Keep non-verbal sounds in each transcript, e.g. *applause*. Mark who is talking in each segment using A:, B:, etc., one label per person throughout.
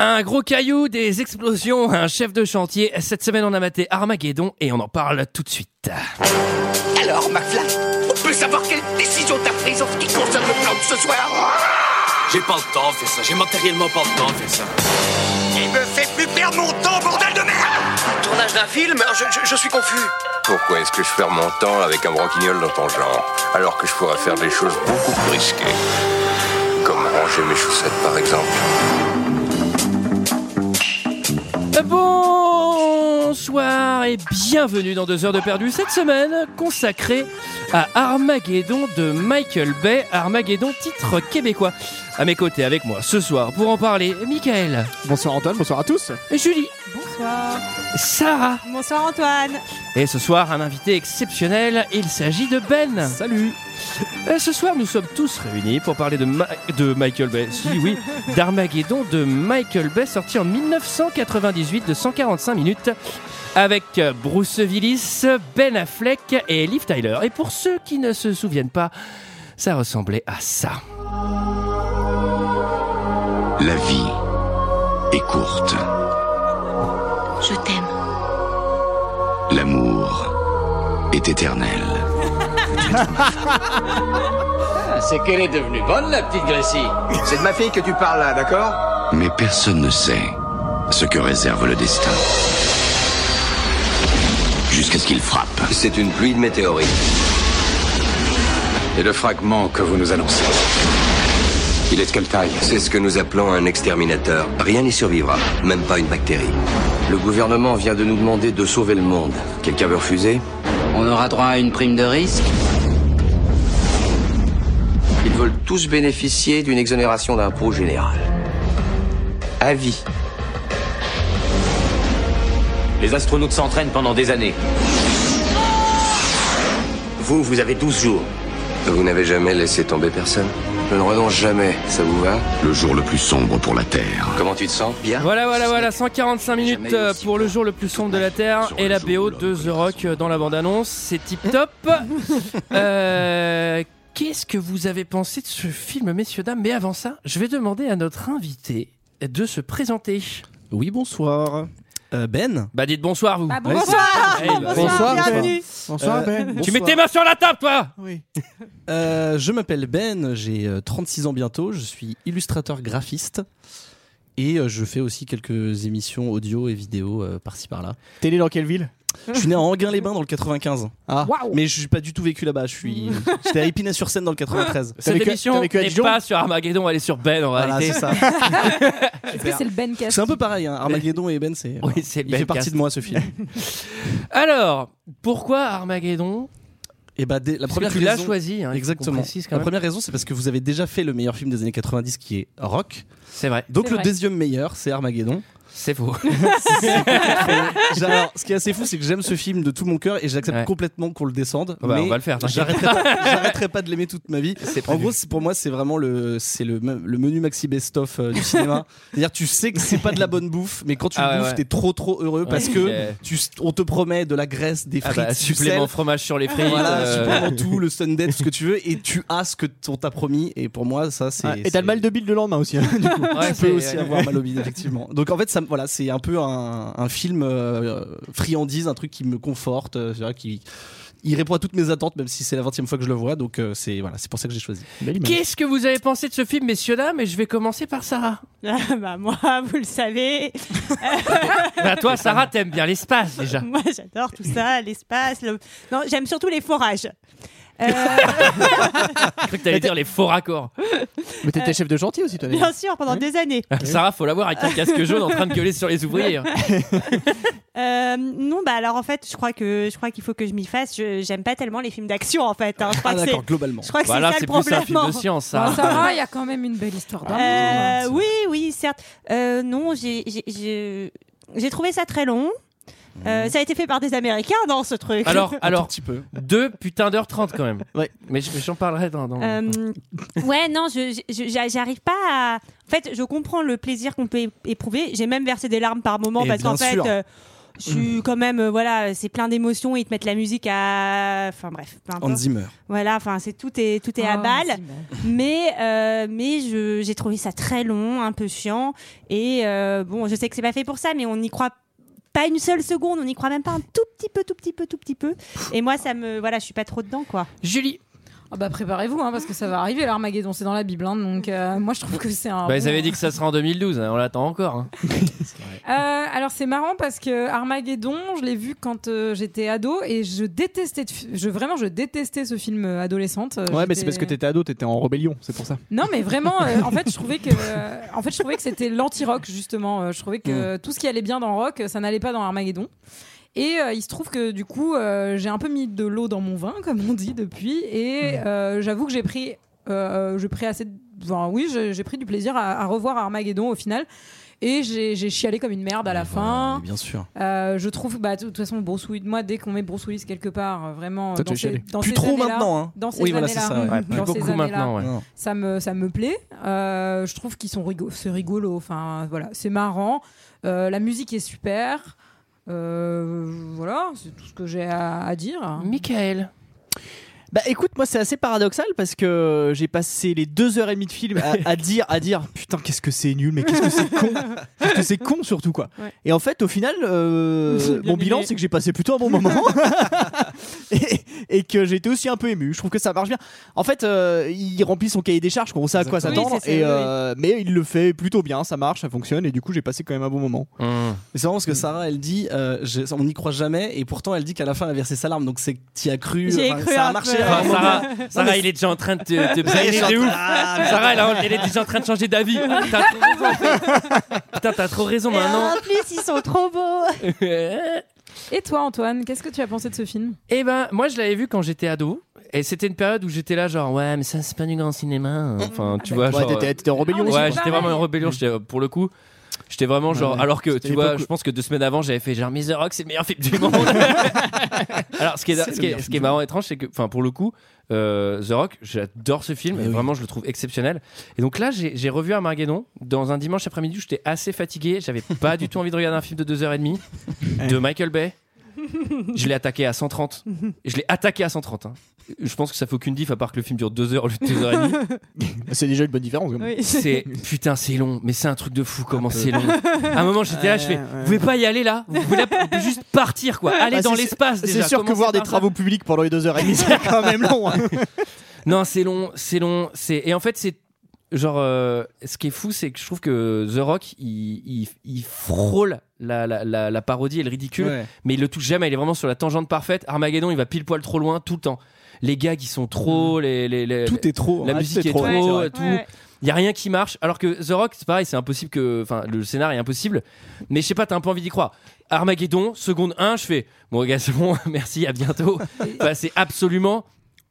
A: Un gros caillou, des explosions, un chef de chantier. Cette semaine, on a maté Armageddon et on en parle tout de suite.
B: Alors, McFly, on peut savoir quelle décision t'as prise en ce qui concerne le plan de ce soir
C: J'ai pas le temps de faire ça, j'ai matériellement pas le temps de faire ça.
B: Il me fait plus perdre mon temps, bordel de merde
D: Tournage d'un film je, je- je suis confus.
E: Pourquoi est-ce que je perds mon temps avec un broquignol dans ton genre, alors que je pourrais faire des choses beaucoup plus risquées Comme ranger mes chaussettes, par exemple.
A: Bonsoir et bienvenue dans 2 heures de perdu cette semaine consacrée à Armageddon de Michael Bay, Armageddon titre québécois. À mes côtés avec moi ce soir pour en parler, Michael,
F: Bonsoir Antoine, bonsoir à tous.
A: Julie,
G: Bonsoir.
A: Sarah
G: Bonsoir Antoine.
A: et ce soir un invité exceptionnel, il s'agit de Ben.
F: Salut.
A: Euh, Ce soir, nous sommes tous réunis pour parler de, Ma- de Michael Bay. Si, oui, d'Armageddon de Michael Bay, sorti en 1998 de 145 minutes avec euh, Bruce Willis, Ben Affleck et Liv Tyler. Et pour ceux qui ne se souviennent pas, ça ressemblait à ça.
H: La vie est courte.
I: Je t'aime.
H: L'amour est éternel.
D: C'est qu'elle est devenue bonne, la petite Gracie.
B: C'est de ma fille que tu parles là, d'accord
H: Mais personne ne sait ce que réserve le destin. Jusqu'à ce qu'il frappe.
E: C'est une pluie de météorites.
H: Et le fragment que vous nous annoncez. Il est de quelle taille
E: C'est ce que nous appelons un exterminateur. Rien n'y survivra, même pas une bactérie.
J: Le gouvernement vient de nous demander de sauver le monde.
E: Quelqu'un veut refuser
J: On aura droit à une prime de risque. Ils veulent tous bénéficier d'une exonération d'impôt général. À vie.
C: Les astronautes s'entraînent pendant des années.
J: Vous, vous avez 12 jours.
E: Vous n'avez jamais laissé tomber personne
J: Je ne renonce jamais.
E: Ça vous va
H: Le jour le plus sombre pour la Terre.
E: Comment tu te sens
J: Bien.
A: Voilà, voilà, voilà, 145 minutes
J: Jamais eu
A: euh,
J: aussi
A: pour le
J: peur.
A: jour le plus sombre de la Terre
H: Sur
A: et
H: le
A: la BO
H: jour
A: de
H: où
A: The
H: l'homme
A: Rock euh, dans la bande-annonce. C'est tip top. Euh, Qu'est-ce que vous avez pensé de ce film, messieurs, dames Mais avant ça, je vais demander à notre invité de se présenter.
F: Oui, bonsoir. Euh, ben.
A: Bah dites bonsoir, vous.
F: Ouais,
G: bonsoir.
A: c'est-
G: Ah, bah,
F: Bonsoir,
G: bonsoir. Bienvenue.
F: Bonsoir Ben.
A: Euh, Tu mets tes mains sur la table, toi
F: Oui. Euh, je m'appelle Ben, j'ai euh, 36 ans bientôt, je suis illustrateur graphiste et euh, je fais aussi quelques émissions audio et vidéo euh, par-ci par-là.
K: T'es né dans quelle ville
F: Je suis né à Enguin-les-Bains dans le 95. Ah. Mais je suis pas du tout vécu là-bas, je suis j'étais à Épinay-sur-Seine dans le 93.
A: Cette
K: vécu à-
A: émission
K: t'as vécu à
A: n'est
K: Dijon
A: pas sur Armageddon, elle est sur Ben en
F: Voilà,
A: réalité.
F: c'est ça.
G: Est-ce que c'est le Ben Cast
F: C'est un peu pareil, hein, Armageddon et Ben, c'est
A: Oui, c'est
F: il
A: Ben
F: fait partie
A: Cast.
F: de moi ce film.
A: Alors, pourquoi Armageddon
F: Et bah dès- la
A: Parce que
F: première
A: tu l'as
F: raison-
A: choisi, hein, il faut qu'on
F: Exactement.
A: précise quand
F: La
A: même.
F: première raison, c'est parce que vous avez déjà fait le meilleur film des années 90 qui est Rock.
A: C'est vrai,
F: Donc
G: C'est
F: le
G: vrai.
F: deuxième meilleur, c'est Armageddon.
A: c'est faux.
F: Alors, ce qui est assez fou, c'est que j'aime ce film de tout mon cœur et j'accepte
A: Ouais.
F: complètement qu'on le descende.
A: Bah,
F: mais
A: on va le faire, t'inquiète.
F: J'arrêterai pas, j'arrêterai pas de l'aimer toute ma vie.
A: *laughs* C'est
F: En
A: prévu.
F: gros, c'est- pour moi, c'est vraiment le, c'est le, me- le menu maxi best-of euh,
A: *laughs*
F: du cinéma. C'est-à-dire, tu sais que c'est pas de la bonne bouffe, mais quand tu
A: Ah ouais,
F: le bouffes,
A: ouais.
F: t'es trop trop heureux parce
A: Ouais.
F: que
A: Ouais.
F: tu, on te promet de la graisse, des
A: Ah
F: frites,
A: bah,
F: du
A: supplément
F: sel.
A: fromage sur les frites.
F: Voilà,
A: euh,
F: supplément tout, le Sunday, tout ce que tu veux, et tu as ce que t- on t'a promis. Et pour moi, ça, c'est.
K: Ah, Et t'as le mal de bile le lendemain aussi. hein, du
A: *laughs*
K: coup.
A: ouais,
F: Tu peux
A: c'est-
F: aussi avoir mal au
L: *laughs*
F: bide, effectivement. Donc en fait, ça, me- voilà, c'est un peu un, un film euh, friandise, un truc qui me conforte, euh, c'est vrai, qui il répond à toutes mes attentes, même si c'est la 20 e fois que je le vois. Donc euh, c'est voilà, c'est pour ça que j'ai choisi.
A: Qu'est-ce que vous avez pensé de ce film, messieurs dames Et je vais commencer par Sarah.
G: Ah, *laughs* bah, moi, vous le savez,
A: Bah toi, Sarah, t'aimes bien l'espace déjà.
G: moi j'adore tout ça, l'espace. le- Non, j'aime surtout les forages. Euh,
A: J'ai cru que t'allais dire les faux raccords.
K: Mais t'étais chef de chantier aussi, toi. d'ailleurs.
G: bien sûr, pendant
K: Oui.
G: des années.
A: *laughs* Sarah, faut la voir avec un casque jaune en train de gueuler sur les ouvriers.
G: Euh, non, bah alors en fait, je crois que je crois qu'il faut que je m'y fasse. Je- J'aime pas tellement les films d'action en fait. hein. Je crois
F: Ah
G: que
F: d'accord,
G: c'est
F: globalement.
G: je crois que c'est
A: Voilà, *laughs* Bah, c'est
G: ça le
A: plus un
G: problème.
A: film de science,
I: Bon,
A: Sarah.
I: ça va, il y a quand même une belle histoire d'amour.
G: Ah.
I: hein,
G: Euh, oui, oui, certes. Euh, non, j'ai- j'ai- j'ai j'ai trouvé ça très long. Euh,
F: Mhm.
G: ça a été fait par des Américains, non, ce truc
A: *laughs* Alors,
F: un
A: alors,
F: petit peu.
A: deux putains d'heures 30 quand même.
F: Ouais.
A: Mais je- mais j'en parlerai dans. dans-
G: Euh, ouais, non, je- je- je- j'arrive pas à. En fait, je comprends le plaisir qu'on peut é- éprouver. J'ai même versé des larmes par moment
F: Et
G: parce
F: bien
G: qu'en fait.
F: sûr. Mhm.
G: euh, Je suis quand même, euh, voilà, c'est plein d'émotions. Ils te mettent la musique à. Enfin bref. peu importe.
F: Hans Zimmer.
G: Voilà, enfin, c'est tout est, tout est à
F: Oh,
G: balle.
L: bah.
G: Mais, euh, mais je- j'ai trouvé ça très long, un peu chiant. Et euh, bon, je sais que c'est pas fait pour ça, mais on n'y croit pas une seule seconde. On n'y croit même pas un tout petit peu, tout petit peu, tout petit peu. Et moi, ça me. Voilà, je suis pas trop dedans, quoi.
A: Julie.
L: Ah bah préparez-vous hein, parce que ça va arriver l'Armageddon, c'est dans la Bible. hein, donc euh, moi je trouve que c'est un.
A: Bah,
L: bon-
A: ils avaient dit que ça sera en 2012, hein, on l'attend encore. hein.
L: Euh, alors c'est marrant parce que Armageddon, je l'ai vu quand euh, j'étais ado et je détestais, de fi- je vraiment je détestais ce film euh, adolescente. Euh,
K: Ouais, mais
L: j'étais-
K: c'est parce que t'étais ado, t'étais en rébellion, c'est pour ça.
L: Non mais vraiment, euh, en fait je trouvais que, euh, en fait je trouvais que c'était l'anti-rock justement. Euh, Je trouvais que tout ce qui allait bien dans rock, ça n'allait pas dans Armageddon. Et euh, il se trouve que du coup euh, j'ai un peu mis de l'eau dans mon vin comme on dit depuis et euh, j'avoue que j'ai pris, euh, j'ai pris assez, de- enfin, oui j'ai j'ai pris du plaisir à, à revoir Armageddon au final. Et j'ai j'ai chialé comme une merde à la fin.
F: Bien sûr.
L: Euh, je trouve, bah, de toute façon, Bruce Willis, moi, dès qu'on met Bruce Willis quelque part, euh, vraiment,
F: Toi,
L: dans
F: tu
L: ces,
F: chiales.
L: dans
F: Plus
L: ces
F: trop
L: années-là-
F: maintenant, hein.
L: dans ces
F: Oui, voilà, c'est
L: années-là,
F: ça, ouais. Ouais,
L: *laughs* dans
F: plus
L: ces
F: beaucoup
L: années-là,
F: maintenant, ouais. Non.
L: ça me, ça me plaît. Euh, je trouve qu'ils sont rigolo, c'est rigolo, enfin, voilà, c'est marrant. Euh, la musique est super. Euh, voilà, c'est tout ce que j'ai à, à dire.
A: Michael.
K: Bah écoute, moi c'est assez paradoxal parce que j'ai passé les deux heures et demie de film à, à dire, à dire putain qu'est-ce que c'est nul, mais qu'est-ce que c'est
F: *laughs*
K: con, qu'est-ce que c'est con surtout quoi.
L: Ouais.
K: Et en fait au final, euh,
F: *laughs*
L: J'ai bien
K: mon bilan
L: aimé.
K: c'est que j'ai passé plutôt un bon moment et, et que j'ai été aussi un peu ému. Je trouve que ça marche bien. En fait, euh, il remplit son cahier des charges, quoi, on sait à quoi
F: Exactement.
K: s'attendre,
F: Oui, c'est ça,
K: et, euh, mais il le fait plutôt bien, ça marche, ça fonctionne et du coup j'ai passé quand même un bon moment.
A: Mmh.
F: Mais C'est vraiment parce
K: Mm.
F: que Sarah, elle dit, euh, j'ai- on n'y croit jamais, et pourtant elle dit qu'à la fin elle a versé sa larme, donc c'est que t'y as cru.
A: J'y ai
F: enfin,
A: cru
F: ça
A: un
F: a marché.
A: peu.
F: à un
A: Ah,
F: moment.
A: Sarah,
F: Non, mais
A: Sarah,
F: c'est-
A: il est déjà en train de te- de brainer
F: Il est
A: de
F: en
A: ouf.
F: train- Ah, mais-
A: Sarah, elle a- elle est déjà en train de changer d'avis. Putain, t'as trop raison. Putain, t'as trop raison maintenant.
G: En plus, ils sont trop beaux.
L: Et toi, Antoine, qu'est-ce que tu as pensé de ce film
A: Eh ben, moi, je l'avais vu quand j'étais ado. Et c'était une période où j'étais là, genre, ouais, mais ça, c'est pas du grand cinéma. hein. Enfin, tu vois,
K: Ouais,
A: genre,
K: t'étais- t'étais en rébellion aussi,
A: Ouais,
K: quoi.
A: j'étais vraiment en rébellion. j'étais, euh, Pour le coup, j'étais vraiment genre.
K: ouais.
A: Alors que,
K: C'était
A: tu vois,
K: l'époque où-
A: je pense que deux semaines avant, j'avais fait genre, The Rock, c'est le meilleur film
K: *laughs*
A: du monde. alors, ce qui est,
K: C'est
A: ce
K: le
A: qui
K: meilleur
A: est, ce qui est
K: film.
A: marrant, étrange, c'est que, enfin, pour le coup, euh, The Rock, j'adore ce
K: Ah
A: film. Et vraiment, je le trouve exceptionnel. Et donc là, j'ai j'ai revu Armageddon dans un dimanche après-midi où j'étais assez fatigué. J'avais pas du tout envie de regarder un film de 2h30 de Michael Bay. Je l'ai attaqué à 130. Je l'ai attaqué à 130. hein. Je pense que ça fait aucune diff à part que le film dure 2 heures au lieu de 2 heures et demie.
K: C'est déjà une bonne différence. quand même. *laughs*
A: C'est putain, c'est long, mais c'est un truc de fou comment
K: peu.
A: c'est long. À un moment, j'étais là, je fais,
K: Ouais, ouais.
A: vous pouvez pas y aller là, vous
K: *laughs*
A: pouvez, là- vous pouvez juste partir quoi, aller
K: Bah,
A: dans
K: c'est-
A: l'espace. déjà.
K: C'est sûr que
A: Commencez
K: voir des
A: par ça.
K: travaux publics pendant les deux heures et demie, c'est quand même long. hein.
A: Non, c'est long, c'est long, c'est et en fait c'est genre euh, ce qui est fou, c'est que je trouve que The Rock il, il, il frôle la, la, la, la parodie et le ridicule,
F: Ouais.
A: mais il le touche jamais. Il est vraiment sur la tangente parfaite. Armageddon, il va pile poil trop loin tout le temps. Les gars qui sont
K: Mm.
A: trop, les, les, les-
F: Tout est trop,
A: la
F: hein,
A: musique
F: tout
A: est
F: est
A: trop,
F: trop, ouais, c'est vrai.
A: tout.
F: Ouais, ouais.
A: Il y a rien qui marche. Alors que The Rock, c'est pareil, c'est impossible que. Enfin, le scénar est impossible. Mais je sais pas, t'as un peu envie d'y croire. Armageddon, seconde 1, je fais. Bon, gars, c'est bon, *laughs* merci, à bientôt. Enfin, c'est absolument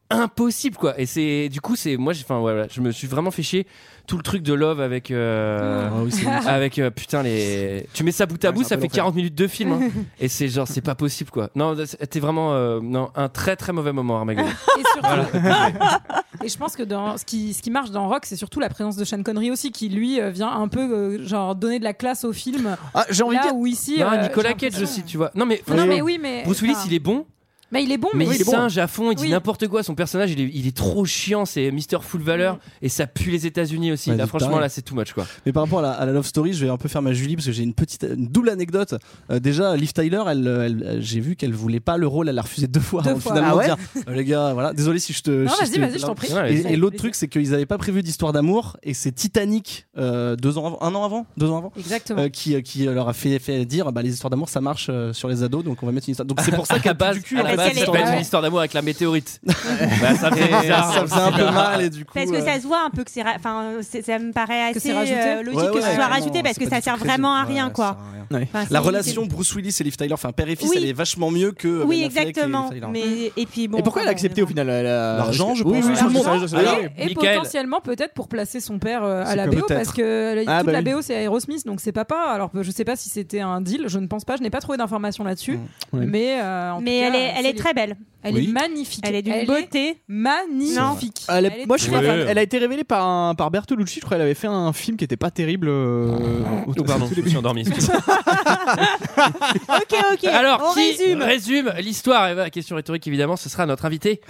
A: impossible, quoi. Et c'est. Du coup, c'est. Moi, j'ai- enfin, voilà, je me suis vraiment fait chier tout le truc de love avec. euh,
F: Ah oui, c'est bon, ça.
A: avec, euh, putain, les. Tu mets ça bout à
F: Ouais,
A: bout,
F: c'est un
A: ça
F: peu
A: fait
F: l'enfer.
A: 40 minutes de film.
F: *laughs*
A: hein. Et c'est genre, c'est pas possible, quoi. Non, c'était vraiment. euh, non, un très très mauvais moment, Armageddon.
F: Ah,
L: Et surtout,
A: Voilà.
L: Et je pense que dans ce qui, ce qui marche dans Rock, c'est surtout la présence de Sean Connery aussi, qui lui euh, vient un peu euh, genre donner de la classe au film.
K: Ah, j'ai
L: envie de dire. Ou ici,
A: Non,
L: euh,
A: Nicolas
L: j'ai
A: Cage
L: l'impression-
A: aussi, tu vois. Non, mais,
L: Non, mais
A: franchement,
L: oui, mais.
A: Bruce Willis,
L: enfin,
A: il est bon.
L: Mais il est bon, mais,
A: *laughs* Mais il
L: bon.
A: singe à fond, il dit
L: Oui.
A: n'importe quoi. Son personnage, il est, il est trop chiant. C'est Mister Full Valeur et ça pue les États-Unis aussi.
F: Ouais,
A: là,
F: Mm. c'est
A: franchement,
F: pareil.
A: là, c'est too much quoi.
F: Mais par rapport à la, à la love story, je vais un peu faire ma Julie parce que j'ai une petite, une double anecdote. Euh, déjà, Liv Tyler, elle, euh, elle- elle- j'ai vu qu'elle voulait pas le rôle, elle l'a refusé deux fois.
L: Deux
F: avant de
L: fois.
F: Finalement,
L: Ah ouais
F: dire, euh, les gars, voilà. Désolé si je te.
L: Non,
F: si
L: vas-y,
F: te-
L: vas-y, je t'en prie.
F: Et,
L: Ouais,
F: et l'autre
L: vas-y.
F: truc, c'est qu'ils avaient pas prévu d'histoire d'amour et c'est Titanic euh, deux ans avant, un an avant, deux ans avant.
L: Exactement.
F: euh, qui, euh, qui leur a fait, fait dire bah, les histoires d'amour ça marche euh, sur les ados donc on va mettre une histoire donc c'est
A: *laughs*
F: pour ça
A: qu'à
F: qu'à
A: base,
F: du cul
A: à la
F: en fait,
A: base,
F: cette
A: ça
F: histoire
A: s'appelle
F: d'amour.
A: une histoire d'amour avec la
F: *laughs*
A: météorite. Bah, ça
F: Et
A: faisait bizarre.
F: ça faisait un peu mal et du coup
G: Parce que
F: euh,
G: ça se voit un peu que c'est, ra- enfin, c'est- ça me paraît
L: Que
G: assez
L: c'est rajouté.
G: euh, logique
F: Ouais,
G: que ce
F: ouais,
G: soit
F: vraiment,
G: rajouté parce
F: c'est
G: que
F: pas
G: ça
F: du
G: sert
F: tout crédible.
G: vraiment à
F: Ouais,
G: rien,
F: ouais,
G: quoi. Enfin, c'est-
F: la relation Bruce Willis et Liv Tyler enfin père et fils
G: Oui.
F: elle est vachement mieux que
G: Oui,
F: Ben Affleck et Liv
G: exactement.
F: Tyler.
G: Mais et puis bon.
K: Et pourquoi elle a accepté au final elle a-
F: L'argent, je
K: Oui,
F: pense.
K: oui, tout le monde.
F: L'argent.
K: Alors,
L: Et
K: Michael.
L: potentiellement peut-être pour placer son père euh, à
K: C'est
L: la
K: comme-
L: BO parce
K: peut-être.
L: que la-
K: Ah,
L: toute
K: bah
L: la
K: oui.
L: BO c'est Aerosmith donc c'est papa alors je sais pas si c'était un deal je ne pense pas je n'ai pas trouvé d'informations là-dessus
K: Mmh. Ouais.
L: mais euh, en
G: Mais
L: tout
G: elle
L: cas,
G: est, elle
L: c'est
G: est
L: les-
G: très belle.
L: Elle
K: Oui.
L: est magnifique.
G: Elle est d'une
L: est
G: beauté.
L: magnifique.
K: Elle est- moi, je suis
L: très
K: fan.
L: fan.
K: Elle a été révélée par, un, par Bertolucci. Je crois qu'elle avait fait un film qui était pas terrible. euh, au-
A: Oh, pardon,
K: au
A: je
K: tout
A: me
K: début.
A: suis endormi. excuse-moi.
G: Ok,
A: *laughs*
G: ok.
A: Alors,
G: on
A: qui
G: résume.
A: résume l'histoire Eh ben, Question rhétorique, évidemment, ce sera notre invité.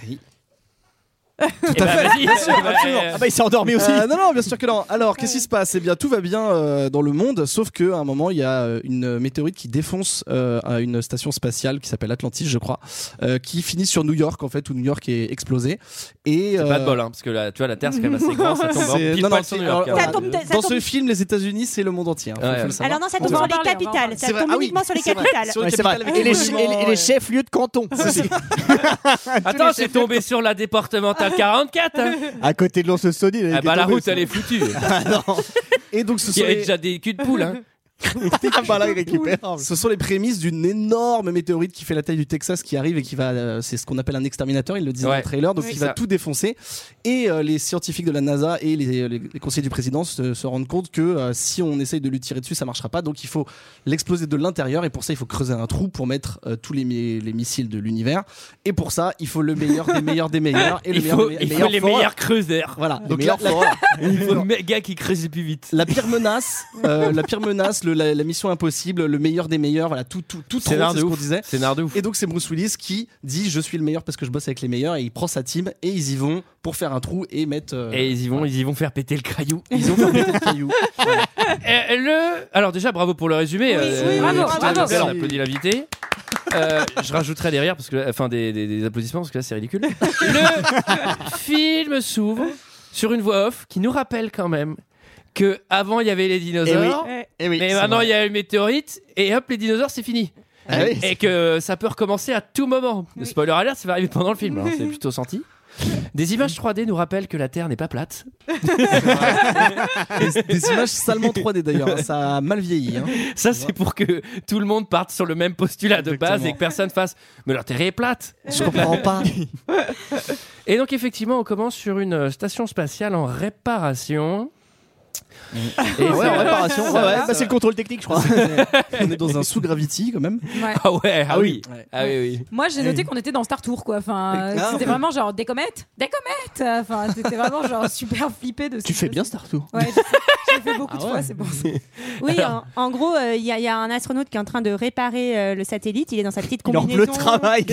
F: Tout à
A: Eh ben,
F: fait.
A: vas-y,
F: *laughs* Bien sûr,
A: eh ben,
F: absolument.
K: Ah bah,
A: euh,
F: Euh, non, non, bien sûr que non. Alors, qu'est-ce qui se passe Eh bien, tout va bien euh, dans le monde, sauf qu'à un moment, il y a euh, une météorite qui défonce euh, à une station spatiale qui s'appelle Atlantis, je crois, euh, qui finit sur New York, en fait, où New York est explosé. Et
A: C'est pas de
F: euh,
A: bol, hein, parce que là, tu vois, la Terre, c'est quand même assez grand, ça tombe en
F: c'est-
A: pile
F: non, non,
A: poil sur
F: c'est-
A: New York,
F: alors,
A: hein.
G: Ça tombe- ça
F: Dans
G: tombe-
F: ce film, les États-Unis, c'est le monde entier. hein, faut-
A: Ouais.
F: faut le savoir.
G: Alors non, ça
F: On
G: tombe
F: va-
G: sur
L: en
G: les
L: parler, on va en
G: capitales.
L: parler.
G: Ça
F: C'est vrai,
G: tombe
F: ah oui,
G: uniquement sur les
F: c'est vrai.
G: capitales.
F: Sur les
K: Ouais, c'est vrai.
F: capitales avec
K: Et les,
F: des
K: chi- et les- et les
F: monuments,
K: chefs-lieux de canton.
F: *laughs*
A: Attends, c'est tombé sur la départementale 44. hein.
K: À côté de l'once Sony.
A: Ah bah la route, elle est foutue.
F: *laughs* Ah Et donc,
A: Il
F: ce
A: y
F: sont
A: avait
F: les-
A: déjà des culs de poule. hein.
K: Ah bah là, il récupère.
F: Ce sont les prémices d'une énorme météorite qui fait la taille du Texas qui arrive et qui va. euh, c'est ce qu'on appelle un exterminateur, il le disait dans
A: Ouais.
F: le trailer, donc
A: Oui.
F: il
A: Ça.
F: va tout défoncer. Et euh, les scientifiques de la NASA et les, les- les conseillers du président se, se rendent compte que euh, si on essaye de lui tirer dessus, ça marchera pas. Donc il faut l'exploser de l'intérieur et pour ça, il faut creuser un trou pour mettre euh, tous les, mi- les missiles de l'univers. Et pour ça, il faut le meilleur des meilleurs des meilleurs et le
A: Il
F: meilleur
A: faut,
F: des
A: il faut
F: meilleurs
A: les
F: foreurs.
A: meilleurs creuseurs.
F: *laughs* Voilà,
A: Donc
F: les
A: là,
F: meilleurs foreurs.
A: il faut le gars qui creuse le plus vite.
F: La pire menace, euh, la pire menace, le- la, la mission impossible, le meilleur des meilleurs, voilà tout tout tout
A: Scénar
F: trop, c'est
A: de
F: ce
A: ouf.
F: qu'on disait.
A: Scénar de ouf.
F: Et donc c'est Bruce Willis qui dit je suis le meilleur parce que je bosse avec les meilleurs et il prend sa team et ils y vont pour faire un trou et mettre euh,
A: Et ils y vont, ils y vont faire péter le crayon.
F: ils ont fait péter le caillou.
A: Euh, le... Alors déjà, bravo pour le résumé. euh,
L: oui, bravo,
A: putain,
L: bravo.
A: Michel, On applaudit l'invité. Euh, je rajouterai derrière parce que là- enfin des, des- des applaudissements parce que là c'est ridicule. Le film s'ouvre sur une voix off qui nous rappelle quand même que avant il y avait les dinosaures,
K: Eh oui. *laughs* Eh oui,
A: mais
K: c'est
A: maintenant
K: vrai.
A: il y a le météorite et hop les dinosaures c'est fini.
K: Ah oui,
A: et que ça peut recommencer à tout moment. Spoiler alert, ça va arriver pendant le film,
G: *laughs*
A: hein, c'est plutôt senti. Des images 3D nous rappellent que la Terre n'est pas plate.
F: des, des images salement 3D d'ailleurs, hein, ça a mal vieilli. hein.
A: Ça, c'est pour que tout le monde parte sur le même postulat de base
F: Exactement.
A: et que personne fasse Mais leur terre est plate
F: Je comprends pas.
A: Et donc, effectivement, on commence sur une euh, station spatiale en réparation. Et
K: Mm. Ah Ouais,
A: ça-
K: en réparation. Ouais,
A: ça-
K: ouais.
A: ça-
K: Bah, c'est le contrôle technique, je crois.
F: On est dans un sous gravity quand même.
L: Ouais.
A: Ah ouais, ah oui.
F: Ouais.
A: Ah oui, oui.
L: Moi, j'ai noté qu'on était dans Star Tour, quoi. Enfin, euh,
F: Ah.
L: c'était vraiment genre des comètes, des comètes. Enfin, c'était vraiment genre super flippé de. ce
K: Tu
L: qui
K: fais
L: se
K: bien Star Tour.
G: *laughs*
L: Ouais, je sais. je l'ai fait beaucoup
K: Ah
L: de fois, c'est
K: *laughs*
L: pour ça.
G: Oui, en, en gros, euh, il y, a- il y a un astronaute qui est en train de réparer euh, le satellite. Il est dans sa petite
K: Il est en
G: combinaison.
K: bleu travail.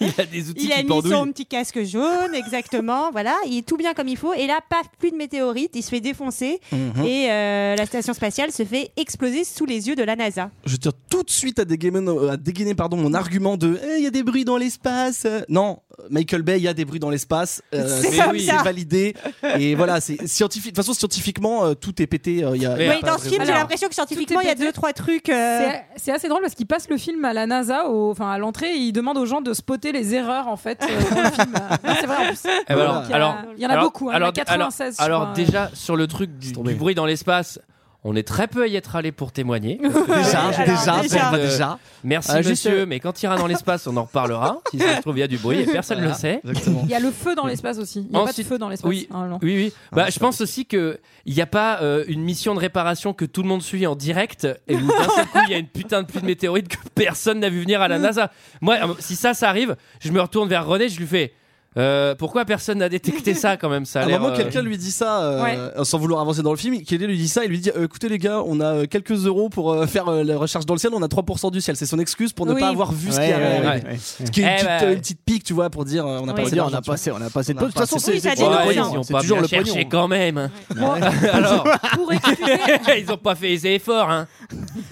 A: Il a des outils
G: Il a
A: qui
G: mis son
A: pendouillent.
G: petit casque jaune, exactement. *laughs* voilà, il est tout bien comme il faut. Et là, paf, plus de météorite, il se fait défoncer.
K: Mmh.
F: Mhm.
G: Et euh, la station spatiale se fait exploser sous les yeux de la NASA.
F: Je tire tout de suite à dégainer, à dégainer pardon, mon argument de Eh, il y a des bruits dans l'espace. Euh, Non, Michael Bay, il y a des bruits dans l'espace. Euh,
G: C'est
F: c'est
G: comme ça.
F: c'est validé.
G: *laughs*
F: Et voilà, c'est scientifique. De toute façon, scientifiquement, euh, tout est pété. euh, il y a- il y a
A: Mais
G: Oui,
F: pas
G: dans
F: de
G: ce film, j'ai
F: raison.
G: l'impression que scientifiquement, il y a
L: pété.
G: deux, trois trucs. euh,
L: C'est- C'est assez drôle parce qu'il passe le film à la NASA, au- enfin à l'entrée, et il demande aux gens de spotter les erreurs en fait euh, dans
K: *laughs*
L: le film. Non, C'est vrai. En plus.
A: Eh ben alors-
L: Donc, il y a- il y en a
A: alors-
L: beaucoup, hein, il y en a
A: alors-
L: 96, je
A: Alors, alors
L: crois.
A: déjà, sur le truc du,
K: tombé.
A: du bruit dans l'espace, on est très peu à y être allé pour témoigner.
G: *laughs*
K: Déjà,
G: Alors,
K: déjà,
G: déjà.
K: déjà.
A: Euh,
K: déjà.
A: Merci
K: Ah, juste,
A: monsieur,
K: euh,
A: mais quand il ira dans l'espace, on en reparlera. Si ça se trouve, il y a du bruit et personne ne le sait.
L: Il y a le feu dans l'espace aussi. Il n'y a pas
A: Ensuite-
L: de feu dans l'espace.
A: Oui,
L: normalement.
A: oui, oui. Bah, je pense aussi que il n'y a pas euh, une mission de réparation que tout le monde suit en direct et où d'un seul coup il y a une putain de pluie de météorites que personne n'a vu venir à la NASA. Moi, euh, si ça, ça arrive, je me retourne vers René, je lui fais. euh, pourquoi personne n'a détecté ça quand même ça a
F: À un
A: l'air,
F: moment,
A: euh,
F: Ah, bah, quelqu'un lui dit ça, euh,
L: Ouais.
F: euh, sans vouloir avancer dans le film, quelqu'un lui dit ça, il lui dit euh, écoutez les gars, on a euh, quelques euros pour euh, faire euh, la recherche dans le ciel, on a 3% du ciel. C'est son excuse pour ne
L: Oui.
F: pas avoir vu ce
K: Ouais,
F: qui arrive.
K: ouais,
A: ouais.
K: ouais.
F: Ce qui est une
A: Eh
F: petite,
A: ben.
F: euh, une petite pique, tu vois, pour dire euh, on a
G: Ouais.
K: On
F: pas assez
K: dit, on
F: d'argent,
K: a
F: tu vois.
K: passé, on a passé de
F: On
K: peu.
F: a
K: De toute façon,
F: passé-
K: c'est
G: Oui, ça
K: c'est
G: dit
K: toujours
G: le
K: le
A: ouais, ils
G: pognon.
A: ont
K: pognon. C'est
A: pas
K: toujours
A: bien
K: le
A: cherché
K: pognon.
A: quand même.
L: Pour,
A: *laughs* Alors,
K: *laughs*
L: pour excuser,
A: ils ont pas fait les efforts. Hein.